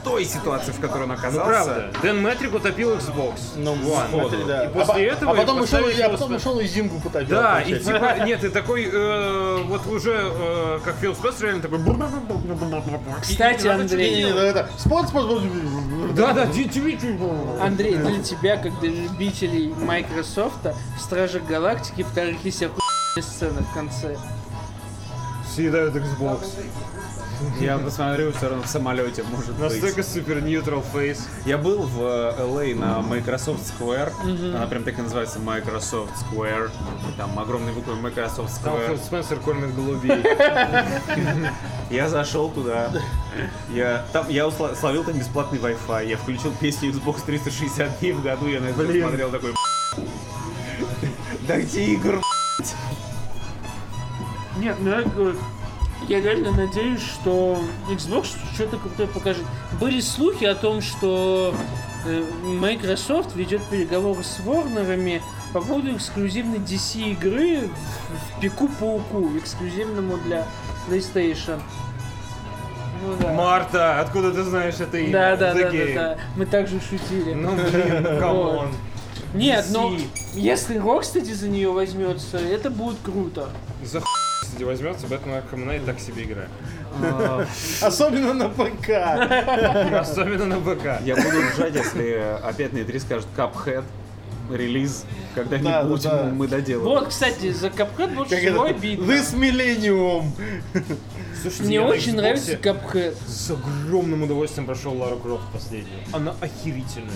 S5: в той ситуации, в которой он оказался.
S2: Правда. Дэн Мэтрик утопил Xbox.
S1: Ну, вот,
S2: сходу.
S1: смотри, да.
S2: И после
S1: а,
S2: этого
S1: а потом
S2: его
S1: ушел,
S2: поставили
S1: и, а потом
S2: Фила
S1: ушел и Зингу потопил.
S2: Да, и
S1: получается.
S2: типа, нет, и такой, э, вот уже, э, как Фил Спенсер, реально такой...
S3: Кстати,
S1: Не, не,
S3: Андрей,
S1: ну это, спорт, спорт, спорт.
S2: Да-да,
S3: Андрей, для тебя, как для любителей Microsoft, в Страже Галактики вторых есть охуенная сцена в конце.
S2: съедают Xbox.
S5: Я посмотрю все равно в самолете, может
S2: Настолько
S5: быть.
S2: супер нейтрал фейс.
S5: Я был в э, LA на Microsoft Square. Она прям так и называется Microsoft Square. Там огромные буквы Microsoft
S2: Там Фил
S5: Square.
S2: Спенсер кормит голубей.
S5: Я зашел туда. Я, там, я усла- словил там бесплатный Wi-Fi. Я включил песню Xbox 360 дней в году. Я на это смотрел такой... Да где игр?
S3: Нет, ну я говорю, я реально надеюсь, что Xbox что-то крутое покажет. Были слухи о том, что э, Microsoft ведет переговоры с Warner'ами по поводу эксклюзивной DC игры в пику пауку, эксклюзивному для PlayStation. Ну да.
S2: Марта, откуда ты знаешь это имя?
S3: да, да,
S2: The
S3: да, да,
S2: Game.
S3: да. Мы также шутили.
S2: Ну, блин, ну, камон.
S3: Нет, но если Rocksteady за нее возьмется, это будет круто.
S2: За хуй, кстати, возьмется Batman Arkham Knight, так себе игра.
S5: А,
S1: Особенно на ПК.
S2: Особенно на БК.
S5: Я буду ржать, если опять на E3 скажут Cuphead релиз. Когда-нибудь
S1: Да, да, да.
S5: мы доделаем.
S3: Вот, кстати, за Капкет больше
S1: Как
S3: всего
S1: это?
S3: обидно.
S1: This Millennium.
S2: Слушайте,
S3: Мне
S2: я на
S3: очень
S2: Xbox'е
S3: нравится Капкет.
S2: С огромным удовольствием прошел Лару Крофт последнюю. Она охерительная.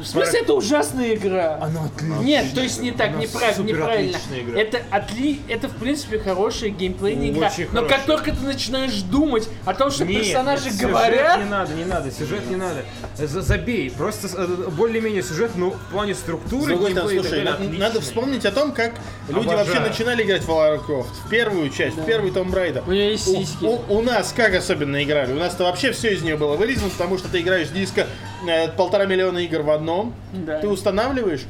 S3: В смысле, это ужасная игра.
S2: Она отличная.
S3: Нет, то есть не так,
S2: Она
S3: неправ-
S2: супер
S3: неправильно.
S2: отличная игра.
S3: Это отли, это в принципе хорошая геймплейная игра.
S2: Очень
S3: Но как
S2: хорошая.
S3: только ты начинаешь думать о том, что
S2: Нет,
S3: персонажи
S2: сюжет
S3: говорят,
S2: Не надо, не надо, сюжет не надо. Э, За- Забей, просто э, более-менее сюжет, но в плане
S1: С
S2: структуры,
S1: другой стороны,
S2: геймплея и так
S1: слушай,
S2: далее
S1: на-
S2: отличный.
S1: надо вспомнить о том, как люди
S2: Обожаю.
S1: вообще начинали играть в Лару Крофт. В первую часть, в первый Том Брайда.
S3: у нее есть сиськи.
S1: У, у нас как особенно играли? У нас-то вообще все из нее было вырезано, потому что ты играешь диска э, полтора миллиона игр в одном.
S3: Да.
S1: Ты устанавливаешь,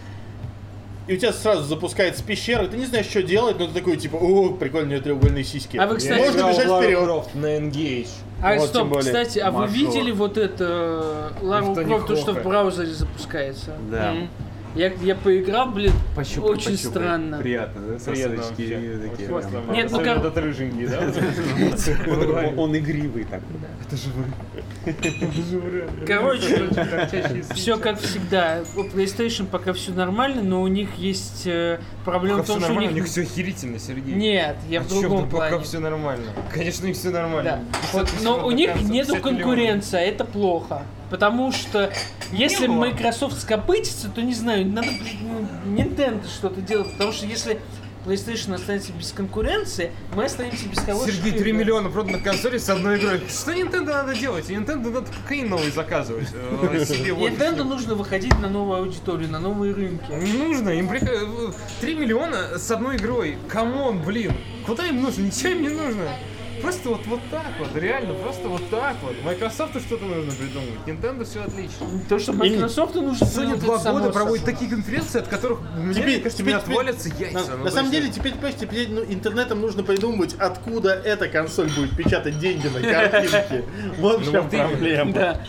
S1: и у тебя сразу запускается пещера, и ты не знаешь, что делать, но ты такой типа, о, прикольные треугольные сиськи.
S3: А вы, кстати,
S1: Можно
S2: Играл
S1: бежать
S2: Лара
S1: вперед.
S2: Крофт на Engage.
S3: А
S1: Вот, тем
S3: стоп,
S1: более,
S3: кстати, а вы
S5: мажор.
S3: видели вот это э, Лару
S2: Никто не
S3: Крофт, то, что в
S2: хлопает.
S3: браузере запускается?
S5: Да.
S3: М. Я, я поиграл, блин,
S5: Пощупай,
S3: очень
S5: пощупай.
S3: странно.
S5: Приятно, да?
S2: Приятно
S5: сосочки
S2: вообще.
S5: такие,
S2: Очень
S5: прям.
S2: классно.
S3: Нет, ну
S2: Особенно
S3: как-
S2: этот рыженький, да?
S5: Он такой, Он игривый такой, да.
S3: Короче, все как всегда. У PlayStation пока все нормально, но у них есть э, проблема
S2: Пока
S3: в
S2: все
S3: том, что у
S2: нормально, у них
S3: них...
S2: все охерительно, Сергей.
S3: Нет, я
S2: А
S3: в
S2: чё,
S3: другом
S2: ну,
S3: плане.
S2: Пока все нормально. Конечно, у них все
S3: Да.
S2: нормально.
S3: Вот,
S2: 50
S3: но у
S2: до
S3: них
S2: конца,
S3: нету
S2: 50 миллионов.
S3: конкуренции, а это плохо. Потому что если
S2: было.
S3: Microsoft скопытится, то не знаю, надо блин, ну, Nintendo что-то делать. Потому что если PlayStation останется без конкуренции, мы останемся без хороших
S2: Сергей,
S3: игр.
S2: 3 миллиона продано консолей с одной игрой. Что Nintendo надо делать? Nintendo надо кокаин новый заказывать. э, себе в офис.
S3: Nintendo нужно выходить на новую аудиторию, на новые рынки.
S2: Не нужно, им прих... 3 миллиона с одной игрой. Камон, блин. Куда им нужно? Ничего им не нужно. Просто вот, вот так вот, реально, просто вот так вот. Microsoft что-то нужно придумывать. Nintendo все отлично.
S3: То, что Microsoft нужно...
S2: Sony
S3: делать,
S2: два
S3: это само
S2: года проводит
S3: собой.
S2: такие конференции, от которых мне
S1: Теперь-
S2: кажется,
S1: теперь-
S2: у меня отвалятся яйца.
S1: На,
S2: ну,
S1: на
S2: точно.
S1: самом деле, теперь, понимаешь, теперь ну, интернетом нужно придумывать, откуда эта консоль будет печатать деньги на картинке. Вот в чем
S2: вот именно.
S1: проблема.
S3: Да.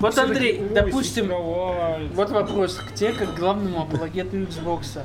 S3: Вот, Андрей,
S2: Ой,
S3: допустим,
S2: сестровая.
S3: вот вопрос к тебе, как главному апологету Xbox.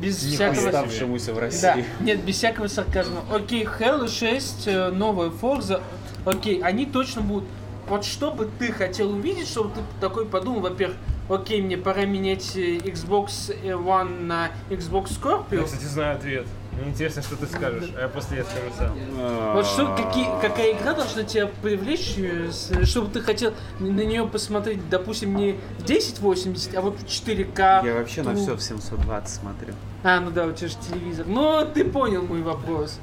S3: Без всякого...
S5: оставшемуся в
S3: Да,
S5: России.
S3: нет, без всякого сарказма. Окей, Halo 6, э, новая Forza, окей, они точно будут... Вот что бы ты хотел увидеть, чтобы ты такой подумал, во-первых, окей, мне пора менять э, Xbox One на Xbox
S2: Я,
S3: Scorpio.
S2: кстати, знаю ответ. Мне интересно, что ты скажешь, а я после я скажу сам.
S3: Вот что, какие,
S5: А,
S3: какая игра должна тебя привлечь, э, с- чтобы ты хотел на нее посмотреть, допустим, не в 1080, а вот в 4К.
S5: Я вообще на
S3: Ну,
S5: все в 720 смотрю.
S3: А, ну да, у тебя же телевизор. Но ты понял мой вопрос.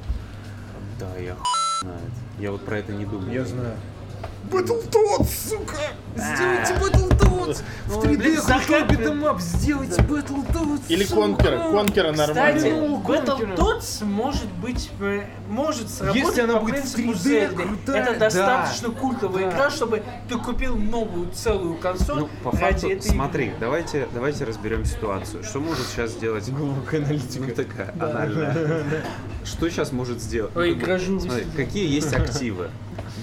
S5: Да, я хуй знает. Я вот про это не думаю. Я знаю.
S2: Battletoads, сука! Сделайте Battletoads! В 3D крутой битэмап, сделайте Battletoads!
S1: Или конкера. Конкера
S3: Кстати,
S1: нормально.
S3: Battletoads может быть, э, может сработать
S2: Если она
S3: по
S2: будет в
S3: принципу
S2: 3D
S3: Зельды.
S2: крутая,
S3: Это
S2: да.
S3: достаточно культовая
S2: Да.
S3: игра, чтобы ты купил новую целую консоль
S5: Ну, по
S3: ради
S5: факту,
S3: этой
S5: смотри, давайте, давайте разберем ситуацию. Что может сейчас сделать... Глубокая аналитика. Ну, такая, анальная. Что сейчас может сделать?
S3: Ой,
S5: Ну, как бы,
S3: грожу.
S5: смотри, какие есть активы?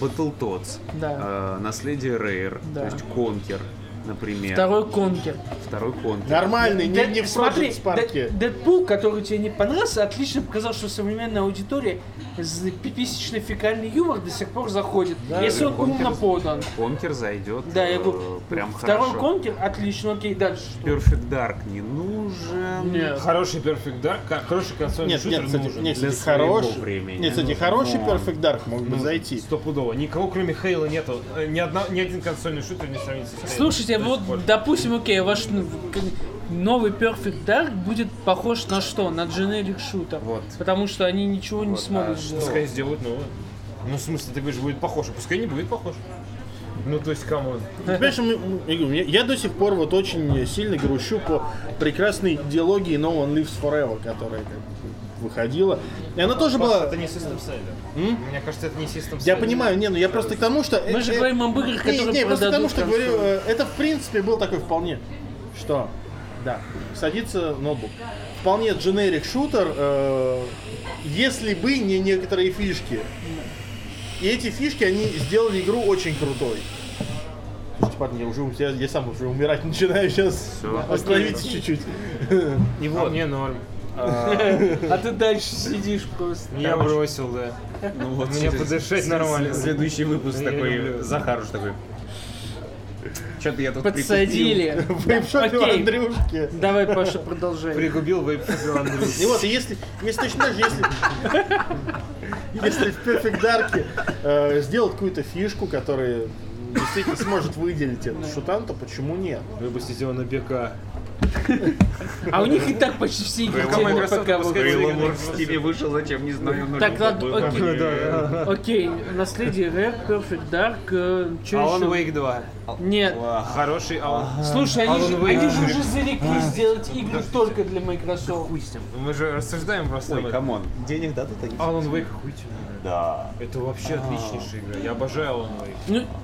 S5: Battletoads,
S3: игры. Да.
S5: э, Наследие Rare,
S3: Да.
S5: то есть Конкер, например.
S3: Второй конкер.
S5: Второй Конкер.
S1: Нормальный, не,
S3: Дед-
S1: не в
S3: смотри,
S1: спарке.
S3: Дед- Дэдпул, который тебе не понравился, отлично показал, что современная аудитория за пиписечный фекальный юмор до сих пор заходит, если он
S5: Конкер-
S3: умно подан.
S5: Конкер зайдет
S3: Да, я
S5: э,
S3: говорю,
S5: прям
S3: второй
S5: хорошо.
S3: конкер, отлично, окей, дальше что?
S5: Perfect Dark не нужен.
S3: Нет.
S2: Хороший Perfect Dark, ко- хороший консольный
S1: Нет,
S2: шутер
S1: нет, кстати,
S2: нужен.
S1: нет,
S5: для
S1: кстати,
S5: своего
S1: хороший.
S5: времени.
S1: Нет, кстати,
S5: Нужен.
S1: хороший
S5: Но-
S1: Perfect Dark мог бы
S2: Ну,
S1: зайти.
S2: Стопудово. Никого, кроме Хейла, нету. Э, Ни, одна, ни один консольный шутер не сравнится с Halo.
S3: Слушайте,
S2: До сих
S3: вот,
S2: пор.
S3: допустим, окей, ваш ну, к- новый Perfect Dark будет похож на что? На дженерик шутер.
S5: Вот.
S3: Потому что они ничего не смогут
S5: а
S3: сделать.
S2: Пускай сделают новое. Ну, в смысле, ты говоришь, будет похож, а пускай не будет похож. Ну, то есть, камон.
S1: Понимаешь, мы- мы- я говорю, я, я до сих пор вот очень сильно грущу по прекрасной идеологии No One Lives Forever, которая как бы выходила. И она тоже была...
S2: Это не System Seller. Мне кажется, это не System
S1: Я
S2: Seller.
S1: понимаю, не, ну я просто к тому, что...
S3: Мы
S1: э,
S3: же
S1: э,
S3: говорим об играх,
S1: не,
S3: которые
S1: не, просто к тому,
S3: продадут
S1: что говорю,
S3: консоль.
S1: э, это в принципе был такой вполне... Что? Да. Садится ноутбук. Вполне дженерик шутер, э, если бы не некоторые фишки. И эти фишки, они сделали игру очень крутой. Слушайте, парни, я уже у- я, я сам уже умирать начинаю сейчас.
S5: Всё.
S1: Остановитесь чуть-чуть.
S2: И вот. мне норм.
S3: А ты дальше сидишь просто.
S2: Я бросил, да.
S5: Ну вот
S2: Мне подышать нормально.
S5: Следующий выпуск
S2: Я
S5: такой,
S2: люблю.
S5: Захаруш такой. Что-то я тут прикупил.
S3: Подсадили.
S1: Вейпшопил
S3: Окей.
S1: Андрюшки.
S3: Давай, Паша, продолжай.
S2: Пригубил вейп
S1: И вот, и если, если точно так же, если, если в Perfect Dark э, сделать какую-то фишку, которая действительно сможет выделить этот шутан, то почему нет?
S2: Выпустить его на БК.
S3: А у них и так почти все игры
S5: Рейлом
S3: делают
S2: Microsoft
S3: Типа пока
S2: пускай
S3: выходят.
S5: Рейлом Мур в Стиве вышел, зачем не знаю, но
S3: Так, ладно,
S5: любопытно.
S3: окей. Окей, наследие Rare, Perfect Dark, э, чё
S2: Alan
S3: ещё?
S2: Wake 2.
S3: Нет.
S2: Хороший Alan.
S3: Слушай, они,
S2: Alan
S3: же,
S2: Wake.
S3: они же уже зарекли сделать игры только для Microsoft.
S2: Мы же рассуждаем просто об
S5: Ой,
S2: этом.
S5: камон, денег дадут они?
S2: Alan Wake охуительная.
S5: Да.
S2: Это вообще
S5: А.
S2: отличнейшая игра. Я обожаю Alan Wake.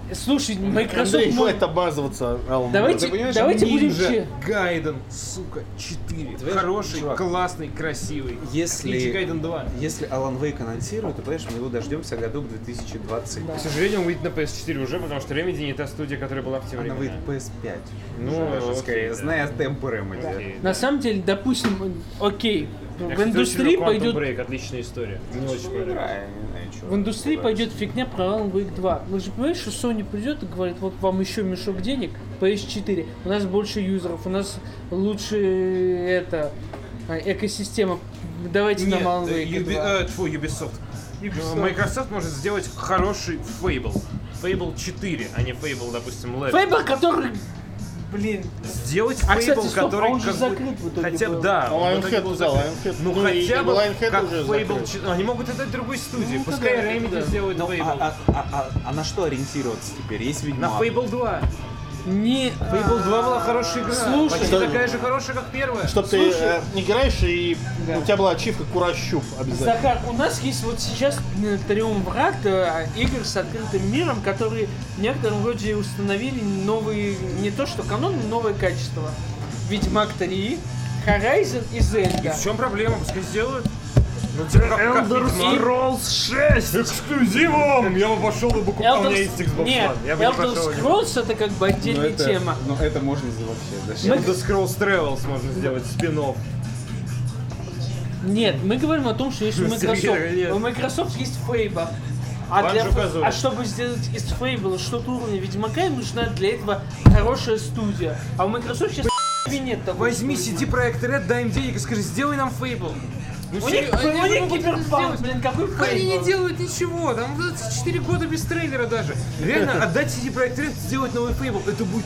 S3: Ну, слушай, Microsoft
S1: Андрей,
S3: может-
S1: хватит обмазываться, Алан.
S3: Давайте, давайте будем че-
S2: Гайден, сука, 4.
S5: понимаешь,
S2: Хороший,
S5: чувак,
S2: классный, красивый. Ninja
S5: Если...
S2: Гайден 2.
S5: Если Alan Wake анонсирует, то, понимаешь, мы его дождемся году к 2020.
S2: К сожалению, он выйдет на PS4 уже, потому что Remedy не та студия, которая была в те
S5: Она выйдет
S2: времена.
S5: PS5.
S2: Ну,
S5: Уже даже
S2: окей,
S5: скорее,
S2: да.
S5: зная темпы Remedy.
S2: Окей.
S3: На самом деле, допустим, окей,
S2: Я,
S3: Ну, в
S2: кстати,
S3: индустрии
S2: очень люблю Quantum
S3: пойдет
S2: Break, отличная история. Мне очень
S5: Не
S2: понравилось.
S5: знаю, не знаю, чё.
S3: В индустрии пойдет фигня про Alan Wake 2. Вы же понимаете, что Sony придет и говорит, вот вам еще мешок денег, PS4, у нас больше юзеров, у нас лучше э, это а, экосистема. Давайте
S2: Нет,
S3: нам Alan Wake
S2: Юби-
S3: 2.
S2: э, тьфу, Ubisoft. Microsoft может сделать хороший Fable. Fable 4, а не Fable, допустим, Legends.
S3: Фейбл, который блин.
S2: Сделать
S3: А,
S2: фейбл,
S3: кстати, стоп,
S2: который
S3: а он же
S2: как бы-
S3: закрыт в итоге
S2: Хотя бы,
S3: был.
S2: да.
S1: Ну,
S2: он в
S1: Lionhead,
S2: итоге был
S1: да,
S2: закрыт.
S1: Lionhead.
S2: Ну,
S1: Ну, и
S2: хотя бы,
S1: Lionhead
S2: как
S1: уже
S2: Fable
S1: закрыт.
S2: 4. Они могут это другой студии.
S3: Ну,
S2: Пускай
S3: да,
S2: Remedy
S3: да.
S2: сделают Fable.
S8: А, а- а- а на что ориентироваться теперь? Есть
S2: На
S8: Ведьмак.
S2: Fable 2.
S3: Не... а,
S2: Fable 2 была хорошая игра.
S3: Слушай,
S2: Почти
S1: да.
S8: ну,
S2: такая же хорошая, как первая.
S1: Чтоб ты э, играешь, и
S3: Да.
S1: у тебя была ачивка Куращук обязательно.
S3: Захар, у нас есть вот сейчас Планетариум Враг э, игр с открытым миром, которые в некотором роде установили новые, не то что канон, но новое качество. Ведьмак 3, Horizon и
S2: И
S3: Zelda.
S2: в чем проблема? Пускай сделают. Ну, типа, как, как Ведьмак. эксклюзивом! Я бы пошел и бы купил, у меня есть Xbox
S3: Нет,
S2: One. Я бы не
S3: Elder
S2: пошел. и не купил.
S3: Scrolls это как бы отдельная тема.
S8: Ну это можно сделать вообще. Зачем?
S2: Elder Scrolls Travels можно сделать спин -офф.
S3: Нет, мы говорим о том, что есть у Microsoft.
S2: Нет.
S3: У Microsoft есть Fable. А,
S2: Банджо
S3: для,
S2: Казуи.
S3: а чтобы сделать из Fable что-то уровня Ведьмака, им нужна для этого хорошая студия. А у Microsoft сейчас нет такой
S2: Возьми
S3: студии.
S2: CD Projekt Red, дай им денег и скажи, сделай нам Fable. Ну,
S3: У
S2: все,
S3: них,
S2: они
S3: у
S2: не
S3: них
S2: могут это
S3: киберпанк,
S2: сделать.
S3: блин, какой
S2: Они не
S3: Fable?
S2: делают ничего, там 4 года без трейлера даже. Реально, отдать CD Projekt Red, сделать новый Fable, это будет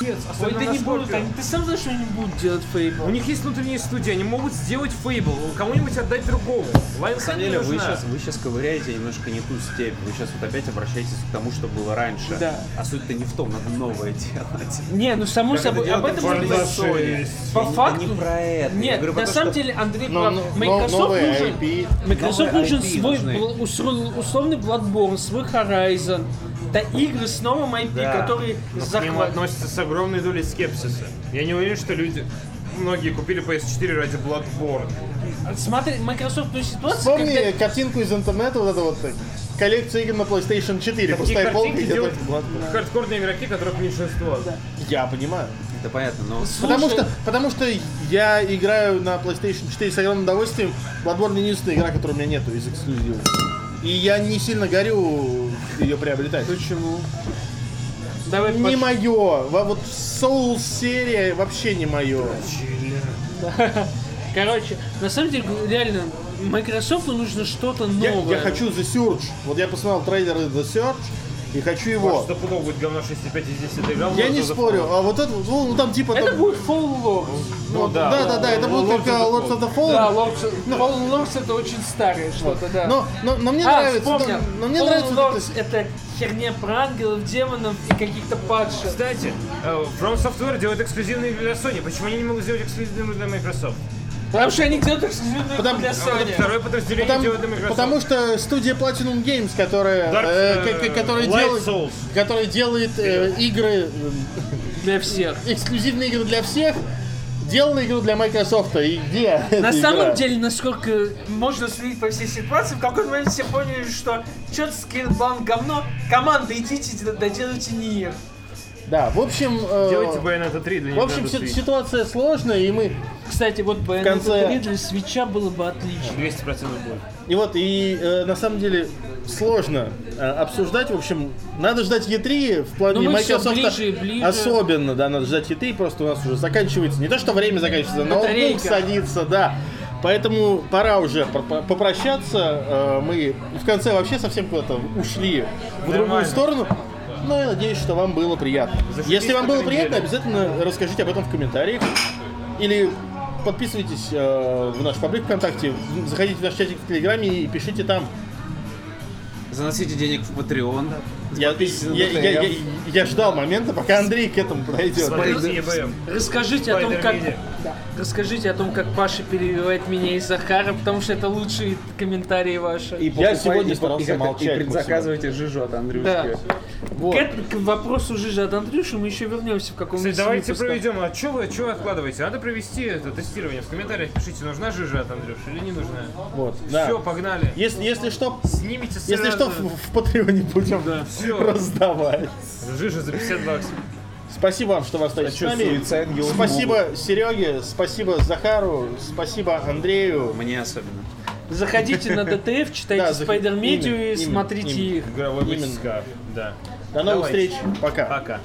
S2: пи***ц,
S3: Ой,
S2: особенно
S3: да
S2: на
S3: не будут,
S2: Scorpio.
S3: они, ты сам знаешь, что они не будут делать
S2: У
S3: Fable.
S2: них есть внутренняя студия, они могут сделать Fable, кому-нибудь отдать другому. Lionhead не
S8: Или вы
S2: нужна.
S8: сейчас, вы сейчас ковыряете немножко не ту степь, вы сейчас вот опять обращаетесь к тому, что было раньше.
S3: Да.
S8: А суть-то не в том, надо новое делать.
S3: Не, ну само собой, об этом
S8: можно
S3: можно по
S8: Да
S3: факту.
S8: не про это. Я
S3: Нет,
S8: говорю про
S3: на
S8: то,
S3: самом
S8: что-
S3: деле, Андрей
S1: Но,
S3: прав.
S1: но, но
S3: Microsoft
S1: новые
S3: нужен.
S1: IP.
S3: Microsoft
S8: Новые
S3: нужен
S8: IP
S3: свой
S8: нужны.
S3: бл- усро- условный Bloodborne, свой Horizon. Да игры с новым IP,
S2: Да.
S3: которые
S2: Но Ну, к нему
S3: захват...
S2: относятся с огромной долей скепсиса. Я не уверен, что люди... Многие купили PS4 ради Bloodborne.
S3: Смотри, Microsoft в той ситуации,
S1: Вспомни
S3: когда-
S1: картинку из интернета, вот это вот э, коллекция игр на PlayStation 4, пустая полка.
S2: картинки
S1: и
S2: делают
S1: это- Ладно.
S2: хардкорные игроки, которых меньшинство.
S1: Я понимаю.
S8: Да понятно, но...
S3: Слушай,
S1: Потому что, потому что я играю на PlayStation 4 с огромным удовольствием. Bloodborne единственная игра, которой у меня нету из эксклюзивов. И я не сильно горю ее приобретать.
S3: Почему? Давай
S1: Не
S3: Паш,
S1: мое. Вот Souls серия вообще не мое.
S3: Короче, на самом деле, реально, Microsoft нужно что-то
S1: Я,
S3: новое.
S1: я хочу The Surge. Вот я посмотрел трейлер The Surge и хочу его.
S2: Что пудов будет говно 6,5 из 10 играл.
S1: Я
S2: но
S1: не
S2: это
S1: спорю,
S2: запомнил.
S1: а вот это, ну там типа...
S3: Это
S1: там-
S3: будет Fall Lords.
S1: ну, да, да, да, это будет только Lords of the Fallen.
S3: Да, Lords, Fall Lords это очень старое что-то, да.
S1: Но, но, но мне
S3: а,
S1: нравится,
S3: вспомнил.
S1: но, но мне
S3: Fallen
S1: нравится вот
S3: Lords
S1: это-
S3: это херня про ангелов, демонов и каких-то падших.
S2: Кстати, э, From Software делает эксклюзивные игры для Sony. Почему они не могут сделать эксклюзивные для Microsoft?
S3: Потому что они делают эксклюзивную
S1: Потому-
S3: для Sony.
S2: Второе подразделение
S1: Потому,
S2: делает для Microsoft.
S1: потому что студия Platinum Games, которая,
S2: Dark,
S1: э,
S2: э,
S1: ко- ко- которая
S2: Light
S1: делает,
S2: Souls.
S1: которая делает э, игры,
S3: Для всех.
S1: э, эксклюзивные игры для всех, делала игру для Microsoft. И где
S3: На
S1: эта
S3: самом
S1: игра?
S3: деле, насколько можно судить по всей ситуации, в какой-то момент все поняли, что чё-то скиллбан говно, команда идите, д- доделайте не их.
S1: Да, в общем... э,
S2: Делайте Bayonetta 3 для
S1: в
S2: них
S1: общем,
S2: надо
S1: си-
S2: Switch.
S1: ситуация сложная, и мы...
S3: Кстати, вот Bayonetta
S1: конце-
S3: 3 для свеча было бы отлично.
S2: 200% будет.
S1: И вот, и э, на самом деле сложно э, обсуждать. В общем, надо ждать E3 в плане
S3: Но Ну, мы всё
S1: Microsoft.
S3: ближе и ближе.
S1: Особенно, да, надо ждать E3, просто у нас уже заканчивается. Не то, что время заканчивается, но ноутбук
S3: Батарейка.
S1: садится, да. Поэтому пора уже пр- пр- попрощаться. Э, Мы в конце вообще совсем куда-то ушли в другую
S2: Нормально.
S1: сторону. Но я надеюсь, что вам было приятно.
S2: Зашибись
S1: Если вам было
S2: такая
S1: приятно,
S2: неделя.
S1: обязательно расскажите об этом в комментариях. Или подписывайтесь э, в наш паблик ВКонтакте, в- заходите в наш чатик в Телеграме и пишите там.
S8: Заносите денег в Patreon.
S1: Я, я- я- я- я ждал момента, пока Андрей к этому пройдет.
S2: Смотрите EBM.
S3: Расскажите о том, как...
S2: Spider-Man.
S3: Да. Расскажите о том, как Паша перебивает меня и Захара, потому что это лучшие комментарии ваши.
S1: Я сегодня старался
S8: И
S1: молчать.
S8: предзаказывайте жижу от
S3: Да.
S8: Андрюшки.
S3: К, эт- к вопросу Жижи от Андрюши мы еще вернемся в каком-нибудь
S2: Кстати, давайте
S3: выпуске.
S2: проведем. А что вы, чё вы откладываете? Надо провести это тестирование. В комментариях пишите, нужна жижа от Андрюши или не нужна.
S1: Вот, да.
S2: Все, погнали.
S1: Если, если что,
S2: Снимите сразу.
S1: если что, в, в Патреоне будем
S2: Всё.
S1: раздавать.
S2: Жижа за 50 баксов.
S1: Спасибо вам, что вы остаетесь
S8: чё,
S1: с нами.
S8: Suicide Girls
S1: Спасибо Сереге, спасибо Захару, спасибо Андрею.
S8: Мне особенно.
S3: Заходите на ДТФ,
S1: Да,
S3: читайте
S1: зах-
S3: Spider
S1: именно,
S3: Media и
S1: именно,
S3: смотрите
S1: именно.
S3: их.
S2: Игровой
S1: Именно.
S2: батискаф. Да.
S1: До новых
S2: Давайте.
S1: встреч. Пока.
S2: Пока.